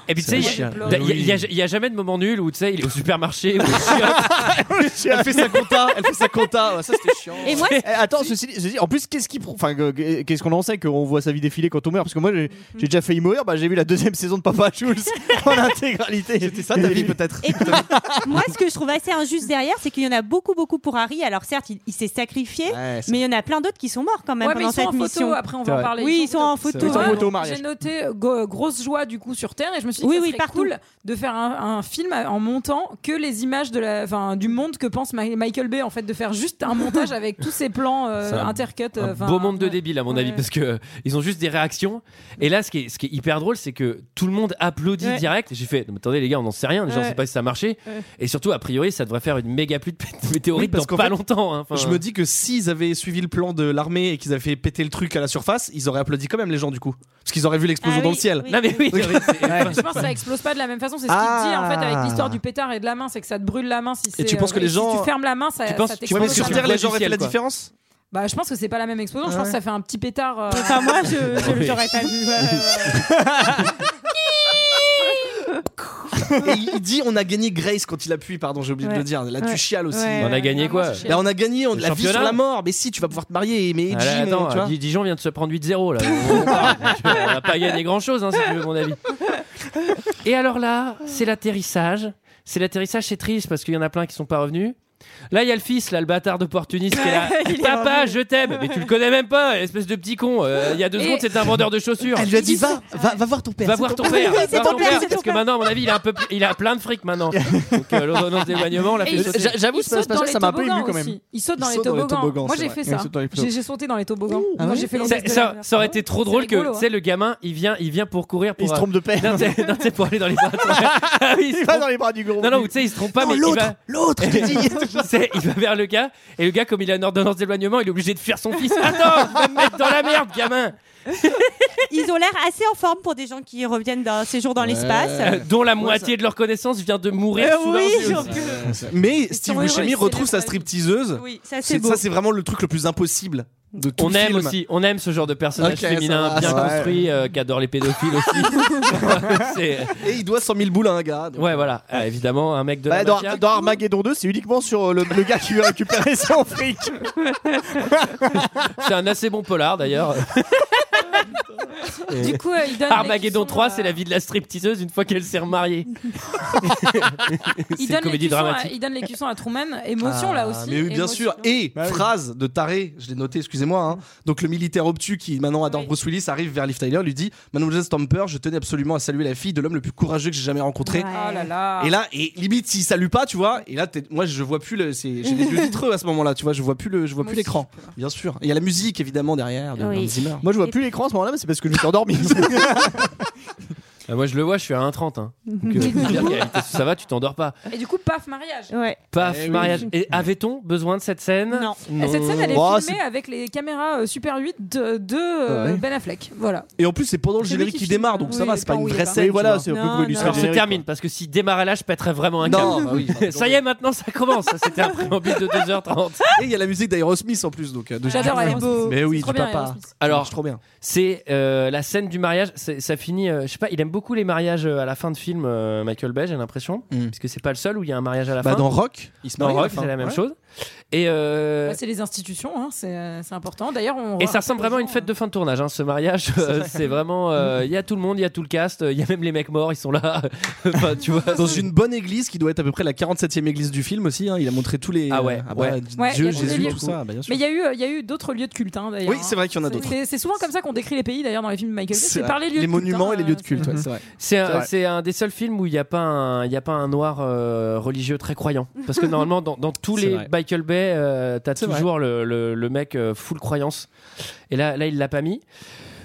A: Et puis tu sais,
F: C'est
A: il y a-
F: chiant.
A: il y a- il y, a- il y a jamais de moment nul où tu sais, il est au supermarché. ou
F: *laughs*
A: au
F: elle fait sa compta, elle fait sa compta, ouais, ça c'était chiant.
G: Et moi,
K: Eh, attends, ceci, dit- ceci dit, en plus, qu'est-ce qui, prou- enfin, que- qu'est-ce qu'on en sait qu'on voit sa vie défiler quand on meurt Parce que moi, j'ai j'ai déjà failli mourir. Bah, j'ai vu la deuxième saison de Papa
A: *laughs*
K: Jules en intégralité. C'était ça ta vie peut-être.
G: Moi, ce que je trouve assez injuste derrière, c'est qu'il y en a beaucoup, beaucoup pour Harry. Alors, certes, il, il s'est sacrifié,
L: c'est
G: mais il y en a plein d'autres qui sont morts quand même
L: Ouais, mais
G: pendant
L: ils sont
G: cette
L: en photo,
G: mission.
L: après on va en parler.
G: Oui, ils sont en
L: photo.
G: photo.
K: Ils sont
G: hein.
K: en
L: Ouais,
K: photo au
L: donc,
K: mariage.
L: J'ai noté go- grosse joie du coup sur Terre et je me suis dit
G: Oui,
L: que ça
G: oui,
L: serait
G: partout.
L: cool de faire un, un film en montant que les images de la, enfin, du monde que pense Ma- Michael Bay en fait, de faire juste un montage avec tous ces plans euh,
A: C'est un-
L: intercut.
A: un
L: euh, enfin,
A: beau monde de débiles à mon avis parce que euh, ils ont juste des réactions et là ce qui est, ce qui est hyper drôle c'est que tout le monde applaudit
L: Ouais.
A: direct j'ai fait non, mais attendez les gars on n'en sait rien déjà on
F: Ouais.
A: sait pas si ça a marché
F: Ouais.
A: et surtout a priori ça devrait faire une méga pluie de *laughs* p- de météorites
F: parce
A: dans
F: qu'en
A: pas
F: fait,
A: longtemps hein. Enfin,
F: Je me dis que s'ils avaient suivi le plan de l'armée et qu'ils avaient fait péter le truc à la surface, ils auraient applaudi quand même les gens du coup. Parce qu'ils auraient vu l'explosion
A: Ah
F: dans
A: oui,
F: le ciel.
A: oui. Non, mais oui,
F: Donc-
A: oui, c'est-
L: Ouais, mais Je pense que ça explose pas de la même façon. C'est ce qu'il dit en fait avec l'histoire du pétard et de la main, c'est que ça te brûle la main si c'est.
F: tu penses
L: euh,
F: que les
L: si
F: gens-
L: tu fermes la main, ça.
F: Tu penses-
L: ça
F: tu
L: t'explose
F: penses que
L: la
F: sur
L: main.
F: Terre, les gens auraient fait la différence
L: Bah, je pense que c'est pas la même explosion. Je
F: Ah
L: pense que
F: ouais.
L: ça fait un petit pétard. euh,
G: Enfin, moi, je- je- j'aurais pas vu.
F: Et il il dit on a gagné Grace quand il appuie, pardon, j'ai oublié de
A: Ouais.
F: le dire. Là,
A: Ouais.
F: tu chiales aussi.
A: Ouais, On a ouais, gagné ouais, quoi moi, je chiale.
F: Bah, On a gagné on,
A: Le
F: la vie sur
A: championnat
F: la mort. Mais si, tu vas pouvoir te marier. Mais
A: Ah là,
F: Jim,
A: attends,
F: tu vois.
A: Di- Dijon vient de se prendre 8-0 là. euh, On
F: *laughs*
A: n'a pas gagné grand chose si tu veux mon avis. Et alors là, c'est l'atterrissage. C'est l'atterrissage, c'est triste parce qu'il y en a plein qui sont pas revenus. Là, il y a le fils, là, le bâtard d'opportuniste qui est là.
F: *laughs* Il est
A: Papa,
F: revenu.
A: je t'aime, mais tu le connais même pas, espèce de petit con. Euh, il y a deux
F: Et-
A: secondes, c'était un vendeur de chaussures.
F: Elle lui a dit va, va, va voir ton père.
A: Va
F: c'est
A: voir ton père, va voir ton père, parce que maintenant, à mon avis, il a, un peu, plus- il a plein de fric
F: *laughs*
A: maintenant. Donc, euh, l'ordonnance d'éloignement, on l'a
L: Et
A: fait
L: il-
A: sauter.
L: il saute dans les toboggans aussi. Il saute dans les toboggans. Moi
A: c'est
L: j'ai
A: vrai.
L: fait
A: Il
L: ça.
A: saute dans les toboggans.
L: J'ai j'ai sauté dans les toboggans.
A: Ah
L: Moi
A: oui
L: j'ai fait
A: ça,
L: l'enquête de
A: ça,
L: la-
A: ça aurait été trop drôle que
L: rigolo, hein.
A: tu sais le gamin il vient il vient pour courir pour euh,
K: Il se trompe de père.
A: *laughs* Non, tu sais- non, tu sais, pour aller dans les bras de- Ah oui, il se
F: *laughs*
K: Il va
A: trompe.
K: dans les bras du gros.
A: non non ou tu sais il se trompe pas
K: Non,
A: mais il
K: l'autre,
A: va *laughs*
K: l'autre, je dis.
A: Tu sais, il va vers le gars et le gars comme il a une ordonnance d'éloignement il est obligé de fuir son fils attends je vais me mettre dans la merde gamin
G: Ils ont l'air assez en forme pour des gens qui reviennent d'un séjour dans
A: Euh,
G: l'espace.
A: dont la moitié de leur connaissance vient de mourir
G: Euh,
A: sous leurs
G: oui,
A: yeux.
G: j'en peux.
F: Mais Steve
G: heureux,
F: Buscemi
G: c'est
F: retrouve sa stripteaseuse.
G: Oui, ça, c'est
F: C'est-
G: beau.
F: ça, c'est vraiment le truc le plus impossible. de tout
A: On
F: le
A: aime
F: film.
A: aussi, on aime ce genre de personnage
F: Ok, ça
A: féminin
F: va,
A: bien
F: ça va.
A: construit, euh, qui adore les pédophiles aussi. *laughs* euh,
F: Et il doit 100 000 boules à un gars. donc.
A: Ouais, voilà, Euh, évidemment, un mec de
K: Bah,
A: la
K: dans,
A: mafia.
K: dans Armageddon 2, c'est uniquement sur euh, le, le gars qui veut
F: *laughs*
K: récupérer son fric.
A: C'est un assez bon polar d'ailleurs. *laughs* Et-
L: Du coup, euh, il donne.
A: Armageddon 3, c'est la vie de la stripteaseuse une fois qu'elle s'est remariée. c'est
L: Il
A: une
L: donne, les
A: comédie
L: cuissons
A: dramatique.
L: à, il donne les cuissons à Truman. Émotion là
F: Ah,
L: aussi.
F: Mais oui, bien
L: émotion.
F: sûr. Et
K: Bah
F: phrase de taré, je l'ai noté, excusez-moi. hein. Donc le militaire obtus qui maintenant adore Bruce Willis arrive vers Liv Tyler, lui dit Mademoiselle Stamper, je tenais absolument à saluer la fille de l'homme le plus courageux que j'ai jamais rencontré.
L: Oh là là.
F: Et là, et limite, s'il salue pas, tu vois, et là, t'es- moi, je vois plus le. c'est- J'ai les yeux vitreux à ce moment-là, tu vois, je vois plus le, je vois
K: Moi
F: plus
K: aussi,
F: l'écran. Bien sûr. Et Il y a la musique, évidemment, derrière de
K: Oui.
F: Hans Zimmer.
K: Moi, je vois plus l'écran à ce moment-là, mais c'est parce que je me suis
F: *laughs*
K: endormi.
A: Ah, moi je le vois, je suis à 1,30.
L: *laughs*
A: hein. Donc, euh, dire qu'à la vitesse où ça va, tu t'endors pas.
L: Et du coup, paf, mariage.
A: Paf,
L: Eh oui.
A: mariage. Et avait-on besoin de cette scène
L: Non. Et cette scène, elle est
F: Oh,
L: filmée avec les caméras euh, Super 8 de, de,
F: Ah
L: euh,
A: Ouais.
L: Ben Affleck. Voilà.
F: Et en plus, c'est pendant le générique qui, démarre, donc ça
L: Oui,
F: va, c'est pas
L: quand
F: une
L: il
F: vraie
L: part.
F: scène.
L: Oui,
F: tu
L: voilà,
F: vois.
L: c'est au plus
A: Alors,
L: brûlissant
A: se
L: générique,
A: termine parce que si démarrait là, je pèterais vraiment un
F: Non,
A: câble. *laughs*
F: bah oui, bah,
A: ça y est, maintenant ça commence. Ça, C'était un préambule de 2h30.
F: Et il y a la musique d'Aerosmith en plus, donc. euh, de-
L: J'adore Aerosmith.
F: Mais oui,
L: C'est trop
F: du
L: bien,
F: papa.
L: Aerosmith.
A: Alors,
F: trop bien.
A: C'est euh, la scène du mariage. c'est- Ça finit. euh, je sais pas. Il aime beaucoup les mariages euh, à la fin de film. euh, Michael Bay, j'ai l'impression, parce que c'est pas le seul où il y a un mariage à la
F: Bah,
A: fin.
F: dans Rock, il
A: il
F: se
A: dans
F: marie à la
A: Rock,
F: fin.
A: c'est la même
F: Ouais.
A: chose. Et euh,
L: Ouais, c'est les institutions, hein, c'est euh, c'est important. D'ailleurs, on.
A: Et ça ressemble vraiment à une fête de fin de tournage, hein, ce mariage. Euh, c'est vraiment. euh, Il y a tout le monde, il y a tout le cast, euh, il y a même les mecs morts, ils sont là. *laughs* Enfin, tu vois.
F: Dans une bonne église qui doit être à peu près la 47e église du film aussi. hein. Il a montré tous les.
A: Ah ouais,
F: bah,
A: ouais.
L: Ouais, il y
F: Dieu,
L: a tous les
F: Jésus,
L: lieux.
F: tout ça. bah, bien sûr.
L: Mais il y a eu, euh, il y a eu d'autres lieux de culte, hein, d'ailleurs.
F: Oui, c'est vrai qu'il y en a
L: C'est-
F: d'autres.
L: C'est c'est souvent comme ça qu'on décrit les pays, d'ailleurs, dans les films de Michael Bay.
F: C'est
L: C'est
F: vrai.
L: par les lieux. de culte, hein,
F: et les lieux de culte, ouais, c'est vrai.
A: C'est
F: C'est
A: un,
F: vrai.
A: c'est un des seuls films où il n'y a pas un, il y a pas un noir euh, religieux très croyant. Parce que normalement, dans, dans tous
F: C'est
A: les
F: vrai.
A: Michael Bay, euh, t'as
F: C'est
A: toujours le, le- le mec euh, full croyance. Et là, là, il l'a pas mis.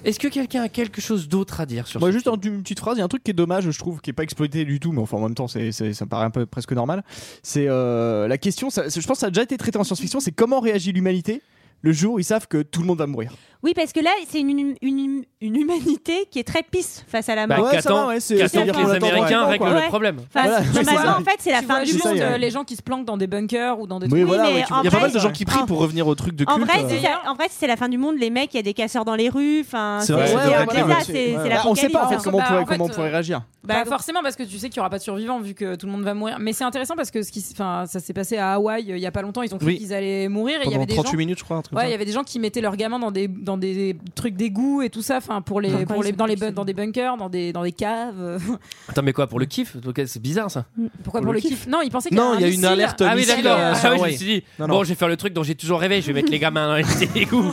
A: Est-ce que quelqu'un a quelque chose d'autre à dire sur
K: Moi, juste en une petite phrase, il y a un truc qui est dommage, je trouve, qui est pas exploité du tout, mais enfin, en même temps, c'est, c'est- ça me paraît un peu presque normal. C'est euh, la question, ça- je pense que ça a déjà été traité en science-fiction, c'est comment réagit l'humanité le jour où ils savent que tout le monde va mourir.
G: Oui,
L: *laughs*
G: parce que là, c'est une, une, une- une humanité qui est très pisse face à la
K: Bah,
G: mort.
K: Ouais, ça qu'attends- va, ouais, c'est- qu'attends
A: que les Américains règlent le problème.
G: Enfin,
A: Voilà,
G: non,
A: c'est
G: mais
A: ça.
G: attends, en fait, c'est hein. la
L: Tu
G: fin
L: vois,
G: du
L: juste,
G: monde.
L: euh, les gens qui se planquent dans des bunkers ou dans des
F: Oui,
L: trucs.
F: voilà,
G: mais
F: ouais, tu-
G: en
F: il y a pas
G: vrai,
F: mal de gens qui prient pour revenir au truc de
G: En
F: culte.
G: vrai,
F: euh.
G: si ça- en vrai, si c'est la fin du monde, les mecs, il y a des casseurs dans les rues. Enfin,
F: C'est
G: c'est
F: vrai,
G: c'est
F: ouais, ouais,
G: un
F: ouais,
G: désastre,
F: ouais,
G: c'est-
F: ouais.
G: c'est
F: Bah,
K: on sait pas en
G: l'apocalypse,
K: fait
G: hein.
K: comment on
L: Bah,
K: pourrait,
L: en fait,
K: comment on pourrait
L: euh,
K: réagir.
L: Bah, forcément parce que tu sais qu'il y aura pas de survivants vu que tout le monde va mourir. Mais c'est intéressant parce que ce qui, s- enfin, ça s'est passé à Hawaï euh, il y a pas longtemps. Ils ont cru
F: Oui.
L: qu'ils allaient mourir. et il y
F: Pendant
L: avait des
F: 38
L: gens...
F: minutes, je crois, un truc comme
L: Ouais,
F: ça.
L: il y avait des gens qui mettaient leurs gamins dans des dans des trucs d'égout et tout ça. Enfin, pour les pour les dans les bu- dans des bunkers, dans des dans des caves.
A: Attends, mais quoi pour le kiff Donc, C'est bizarre ça.
L: Pourquoi pour, le kiff Non, ils pensaient qu'il
F: Non, il y a
L: un
F: une
L: missile.
F: alerte
A: Ah oui,
F: missile,
A: d'accord.
F: euh,
A: Ah oui, je
F: ouais.
A: me suis dit,
F: Non, non.
A: bon, je vais faire le truc dont j'ai toujours régé, je vais mettre les gamins dans *laughs* les égouts.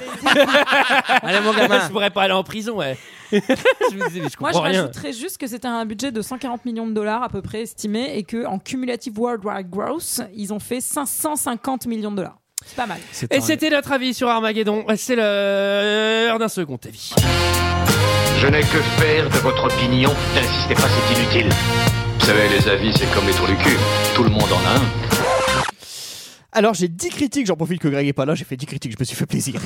A: Allez,
L: mon gamin.
A: Je pourrais pas aller en prison, ouais. *laughs* je me disais, mais je
L: Moi,
A: comprends
L: je
A: rien.
L: rajouterais juste que c'était un budget de 140 millions de dollars à peu près estimé et que en cumulative worldwide gross, ils ont fait 550 millions de dollars. C'est pas mal.
A: Et c'était notre avis sur Armageddon. C'est l'heure d'un second avis.
C: Je n'ai que faire de votre opinion. N'insistez pas, c'est inutile.
E: Vous savez, les avis, c'est comme les trous du cul. Tout le monde en a un.
K: Alors j'ai 10 critiques, j'en profite que Greg est pas là, j'ai fait 10 critiques, je me suis fait
F: *laughs*
K: plaisir.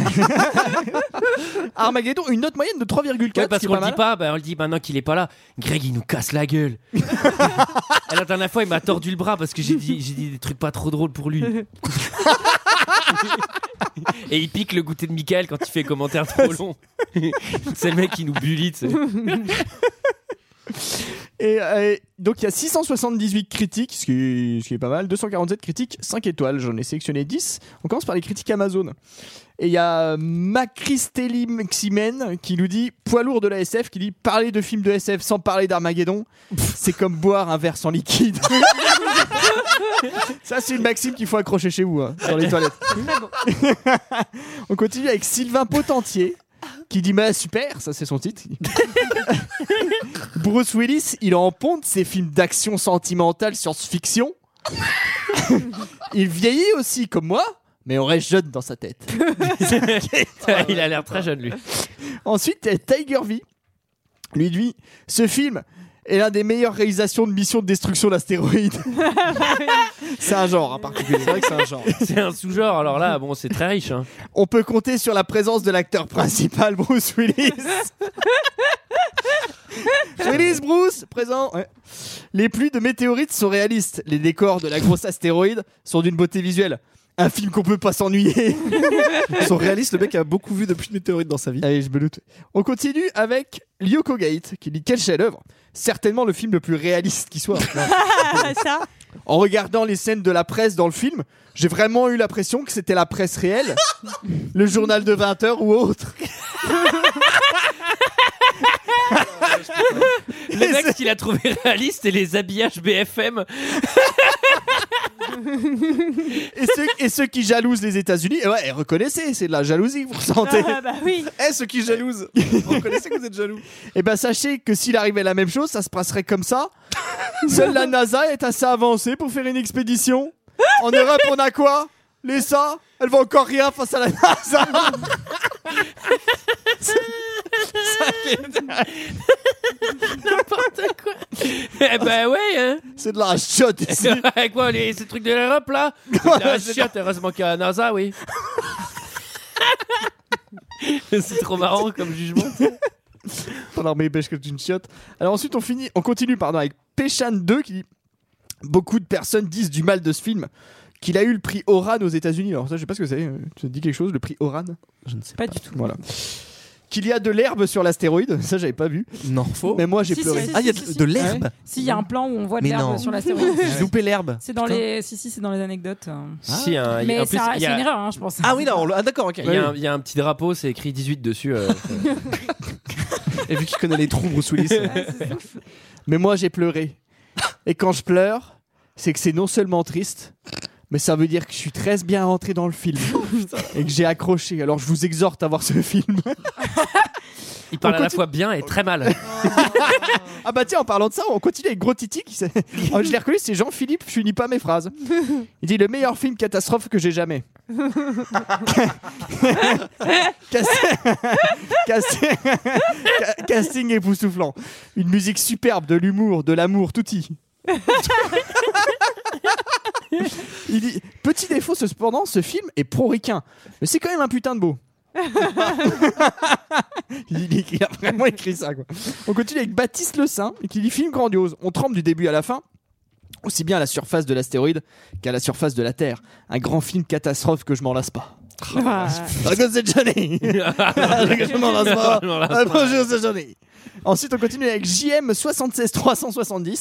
K: Armageddon, une note moyenne de 3,4.
A: Ouais,
K: ce
A: parce
K: qui est
A: qu'on
K: pas
A: le dit
K: mal.
A: pas, bah, on le dit maintenant qu'il est pas là. Greg, il nous casse la *laughs* gueule. Et la dernière fois, il m'a tordu le bras parce que j'ai dit, j'ai dit des trucs pas trop drôles pour *laughs* lui. Et il pique le goûter de Michael quand il fait commentaire trop long. C'est le mec qui nous bully, tu sais.
K: Et euh, donc il y a 678 critiques, ce qui, ce qui est pas mal, 247 critiques, 5 étoiles, j'en ai sélectionné 10. On commence par les critiques Amazon. Et il y a Macristelli Meximen qui nous dit Poids lourd de la SF, qui dit Parler de films de SF sans parler d'Armageddon, c'est comme boire un verre sans liquide. *laughs* Ça, c'est une maxime qu'il faut accrocher chez vous, hein, dans les toilettes. On continue avec Sylvain Potentier qui dit Bah super, ça c'est son titre. Bruce Willis, il en ponte ses films d'action sentimentale, science-fiction. il vieillit aussi comme moi, mais on reste jeune dans sa tête.
A: *laughs* il a l'air très jeune, lui.
K: Ensuite, il y a Tiger V. Lui dit Ce film est l'un des meilleures réalisations de missions de destruction d'astéroïdes. c'est un genre, hein, particulier. C'est vrai que c'est un genre.
A: C'est un sous-genre, alors là, bon, c'est très riche. *laughs* hein.
K: On peut compter sur la présence de l'acteur principal, Bruce
F: *laughs*
K: Willis. Willis, Bruce, présent. Ouais. Les pluies de météorites sont réalistes. Les décors de la grosse astéroïde sont d'une beauté visuelle. un film qu'on peut pas s'ennuyer.
F: Son réaliste, le mec a beaucoup vu depuis une météorite dans sa vie.
K: Allez, Eh, je me doute. On continue avec Lyoko Gate, qui dit quel chef-d'œuvre Certainement le film le plus réaliste qui
F: *laughs*
K: soit.
G: ça
K: En regardant les scènes de la presse dans le film, j'ai vraiment eu l'impression que c'était la presse *laughs* réelle, le journal de 20 h ou *laughs* autre.
A: Les mecs qu'il a trouvé *laughs* réaliste et les habillages BFM.
K: et, ceux, et ceux qui jalousent les États-Unis, eh ouais, reconnaissez, c'est de la jalousie, vous ressentez.
G: Ah, bah oui.
K: Eh, ceux qui jalousent, reconnaissez que vous êtes jaloux. *laughs* Eh ben, sachez que s'il arrivait la même chose, ça se passerait comme ça. Seule la NASA est assez avancée pour faire une expédition. En Europe, on a quoi Les ça Elle va encore rien face à la NASA.
A: *laughs* N'importe quoi. eh ben ouais, *laughs* hein.
K: C'est de la chiotte *laughs* ici.
A: Ouais, quoi, les, ces trucs de l'Europe *laughs* là C'est de la chiotte, heureusement qu'il y a la NASA, oui. *laughs* C'est trop marrant comme jugement.
K: Ton armée pêche que une chiotte. Alors ensuite, on finit, on continue, pardon, avec Péchan 2 qui dit Beaucoup de personnes disent du mal de ce film qu'il a eu le prix Oran aux États-Unis. Alors ça, je sais pas ce que c'est. euh, Tu te dis quelque chose, le prix Oran
F: Je ne sais
L: pas, pas du tout.
K: Voilà qu'il y a de l'herbe sur l'astéroïde. Ça, j'avais pas vu.
F: Non, faux.
K: Mais moi, j'ai
L: Si,
K: pleuré.
L: si, si.
F: Ah, il y a de, de l'herbe
L: Si, il y a un plan où on voit de
F: Mais
L: l'herbe
F: non.
L: sur l'astéroïde.
F: J'ai loupé l'herbe.
L: C'est dans
F: Putain.
L: les. Si, si, c'est dans les anecdotes. euh.
A: Si, hein, y-
L: Mais
A: en plus,
L: ça-
A: il
L: c'est
A: y a-
L: une erreur, hein, je pense. *laughs*
F: Ah oui, non, on l'a- ah, d'accord, ok.
A: Il y, a un- il y a un petit drapeau, c'est écrit 18 dessus. euh,
F: Et vu qu'il connaît les trous, Bruce Willis.
K: Mais moi, j'ai pleuré. Et quand je pleure, c'est que c'est non seulement triste, mais ça veut dire que je suis très bien rentré dans le film et que j'ai accroché. Alors, je vous exhorte à voir ce film.
A: il parle
K: On
A: à la
K: continue.
A: fois bien et très *laughs* mal.
K: ah bah tiens, en parlant de ça, on continue avec Gros Titi. qui s'est- *laughs* Ah, je l'ai reconnu, c'est Jean-Philippe. Je finis pas mes phrases. Il dit le meilleur film catastrophe que j'ai jamais. Cast- Cast- Ca- Casting époustouflant. Une musique superbe, de l'humour, de l'amour, tout y. Il dit Petit défaut, ce- cependant, ce film est pro-ricain. Mais c'est quand même un putain de beau. *laughs* il, dit qu'il a vraiment écrit ça. Quoi. On continue avec Baptiste Le Saint qui dit Film grandiose. On trempe du début à la fin. Aussi bien à la surface de l'astéroïde qu'à la surface de la Terre. Un grand film catastrophe que je m'en lasse pas.
L: Ah.
K: Regarde cette *laughs* journée
A: Oh
K: Je m'en lasse pas.
A: Je m'en lasse
K: Ah,
A: pas.
K: Bonjour, c'est Johnny. Ensuite, on continue avec JM76370.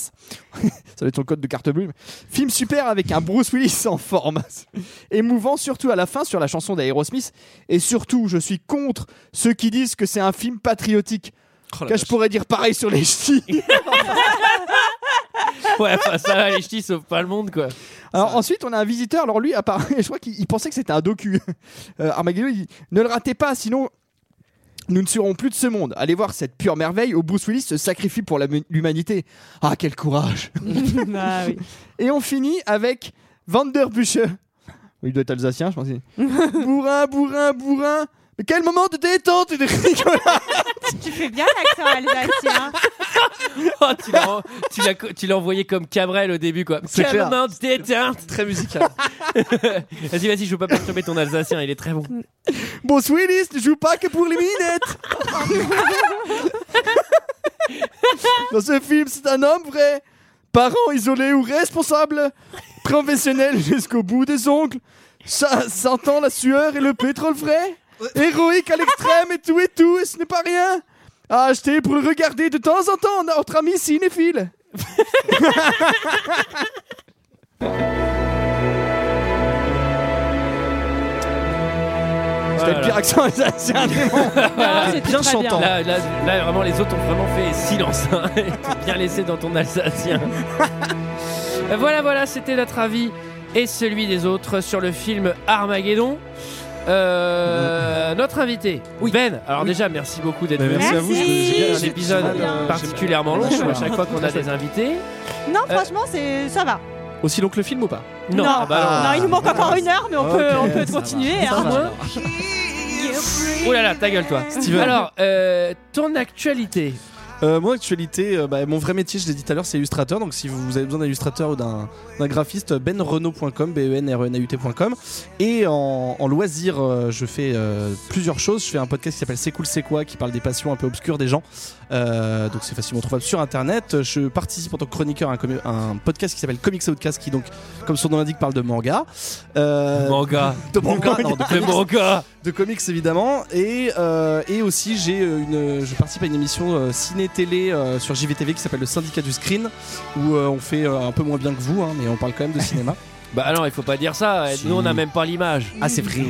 K: *laughs* Ça doit être son code de carte bleue. Film super avec un Bruce Willis en forme. *laughs* Émouvant, surtout à la fin sur la chanson d'Aerosmith. Et surtout, je suis contre ceux qui disent que c'est un film patriotique.
A: Oh la
K: Car je
A: vache.
K: pourrais dire pareil sur les *laughs* ch'tis.
A: ouais, enfin, ça, va, les ch'tis sauvent pas le monde, quoi.
K: Alors ensuite, on a un visiteur. Alors lui, apparemment, *laughs* je crois qu'il il pensait que c'était un docu. *laughs* Euh, Armageddon, il dit Ne le ratez pas, sinon nous ne serons plus de ce monde. Allez voir cette pure merveille où Bruce Willis se sacrifie pour la mu- l'humanité. Ah, quel courage *laughs*
L: Ah oui.
K: Et on finit avec Vanderbuche. Il doit être alsacien, je pense. bourrin, bourrin, bourrin. Mais quel moment de détente et de rigolade
G: Tu fais bien l'accent
L: *laughs*
G: alsacien.
A: *laughs* Oh, tu l'as en- tu l'as co- tu l'as envoyé comme Cabrel au début, quoi.
F: C'est
A: Quel
F: clair.
A: moment de détente
F: *laughs* Très musical.
A: *laughs* Vas-y, vas-y, je veux pas perturber ton Alsacien, il est très bon.
K: Bruce Willis ne joue pas que pour les minettes. Dans ce film, c'est un homme vrai. Parent isolé ou responsable. Professionnel jusqu'au bout des ongles. Ça s'entend la sueur et le pétrole frais. Héroïque à l'extrême et tout et tout, et ce n'est pas rien. À acheter pour le regarder de temps en temps entre amis cinéphiles. C'était le pire accent alsacien du monde.
L: Ah, c'était
F: bien
L: très
F: chantant.
A: Là,
L: bien.
A: là, là, vraiment, les autres ont vraiment fait silence. hein. *laughs* T'es bien laissé dans ton Alsacien.
F: *laughs*
A: Euh, voilà, voilà, c'était notre avis et celui des autres sur le film Armageddon. Euh, notre invité, Ben. Alors déjà, merci beaucoup d'être
F: Mais
A: venu.
F: Ben, merci à vous, je- j'ai bien-
A: un
F: j'ai-
A: épisode
F: j'ai mal, euh,
A: particulièrement long
F: j'ai mal.
A: à chaque fois qu'on a des invités.
G: Non, franchement, c'est ça va.
F: Aussi long que le film ou pas
A: Non, ah bah non.
G: non, il nous manque encore une heure, mais on peut, on peut continuer. hein.
A: Ah. Oh là là, ta gueule toi.
F: Steven.
A: Alors, euh, ton actualité.
F: Euh, moi, actualité, euh, bah, mon vrai métier, je l'ai dit tout à l'heure, c'est illustrateur. Donc, si vous avez besoin d'un illustrateur ou d'un d'un graphiste, benrenault.com, B-E-N-R-E-N-A-U-T.com. Et en, en loisir, euh, je fais euh, plusieurs choses. Je fais un podcast qui s'appelle C'est cool, c'est quoi qui parle des passions un peu obscures des gens. Euh, donc, c'est facilement trouvable sur internet. Je participe en tant que chroniqueur à un, comi- un podcast qui s'appelle Comics Outcast, qui, donc, comme son nom l'indique, parle de manga. Euh,
A: Manga.
F: De
A: *laughs*
F: *laughs* manga,
A: De
F: non, de comics.
A: manga.
F: De comics évidemment et, euh, et aussi j'ai euh, une euh, je participe à une émission euh, ciné télé sur JVTV qui s'appelle le syndicat du screen où euh, on fait euh, un peu moins bien que vous hein, mais on parle quand même de
A: *laughs*
F: cinéma.
A: Bah alors, il faut pas dire ça. eh, Nous, on n'a même pas l'image.
F: Ah, c'est vrai.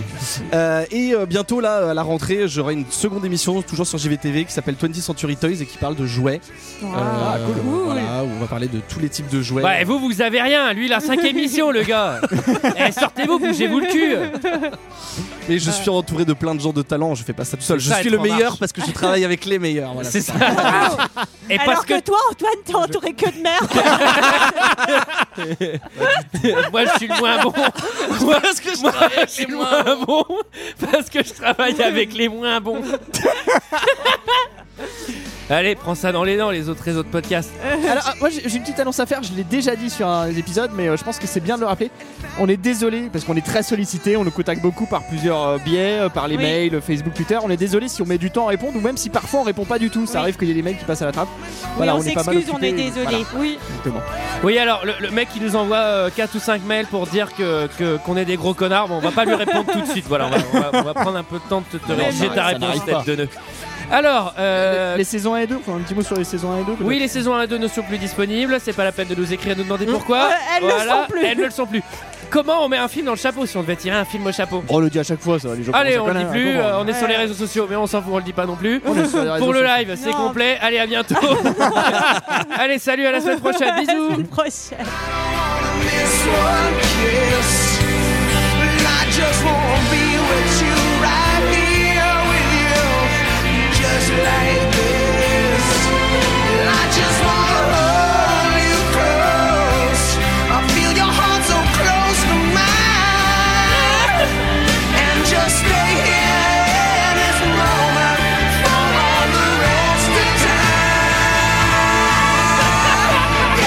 F: Euh, et euh, bientôt, là, à la rentrée, j'aurai une seconde émission, toujours sur JVTV, qui s'appelle 20 Century Toys et qui parle de jouets. Euh,
A: Ah, cool.
F: Voilà, où on va parler de tous les types de jouets.
A: Bah, et vous, vous avez rien. Lui, la
F: *laughs*
A: cinquième émission, le gars. Eh, sortez-vous, bougez-vous le cul.
F: *laughs* Et je suis entouré de plein de gens de talent, je fais pas ça tout seul.
A: C'est
F: Je
A: ça,
F: suis
A: être
F: le
A: en
F: meilleur
A: marche.
F: parce que je travaille avec les meilleurs.
A: *laughs*
F: Voilà.
A: C'est ça.
G: Et Alors parce que... toi, Antoine, t'es entouré que de merde.
A: moi, je suis le moins
F: *laughs*
A: bon. Moi, parce que je, suis le moins bon. Parce que je travaille avec les moins bons.
F: *laughs*
A: Allez, prends ça dans les dents, les autres, les autres podcasts.
K: Alors, ah, moi j'ai j'ai une petite annonce à faire, je l'ai déjà dit sur un épisode, mais euh, je pense que c'est bien de le rappeler. On est désolé parce qu'on est très sollicité, on nous contacte beaucoup par plusieurs euh, biais, euh, par les
F: Oui.
K: mails, Facebook, Twitter. On est désolé si on met du temps à répondre ou même si parfois on répond pas du tout. Ça arrive qu'il y ait des mails qui passent à la trappe.
A: on
K: est pas mal
A: s'excuse, on
K: occupés,
A: est désolé.
K: voilà.
L: Oui.
K: Exactement.
A: Oui, alors, le, le mec qui nous envoie 4 ou 5 mails pour dire que, que- qu'on est des gros connards, bon, on va pas lui répondre tout de suite. Voilà, on va, on va- on va prendre un peu de temps de te
K: Non,
A: rédiger
K: ça-
A: ta
K: ça
A: réponse,
K: n'arrive pas.
A: tête de nœud. Alors, euh,
K: Les, les saisons 1 et 2, enfin, un petit mot sur les saisons 1 et 2.
A: Oui, les saisons 1 et 2 ne sont plus disponibles. C'est pas la peine de nous écrire et de nous demander pourquoi.
K: Euh, elles ne le
A: Voilà,
K: sont plus.
A: Elles ne le sont plus. Comment on met un film dans le chapeau si on devait tirer un film au chapeau
K: On le dit à chaque fois, ça va, les gens.
A: Allez, on
K: commencent à
A: le dit plus.
K: connaître, Ah
A: euh,
K: à comprendre.
A: on est sur les réseaux sociaux, mais on s'en fout, on le dit pas non plus.
K: On est sur les réseaux
A: Pour le
K: sociaux.
A: live, c'est complet. Allez, à
K: *laughs*
A: bientôt. Allez, salut, à la semaine prochaine. Bisous.
K: *laughs*
G: prochaine.
M: This one kiss, I just wanna be with you right here with you, just like this. I just wanna hold you close. I feel your heart so close to mine, and just stay here in this moment for all the rest of time.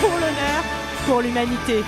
G: Pour l'honneur, pour l'humanité.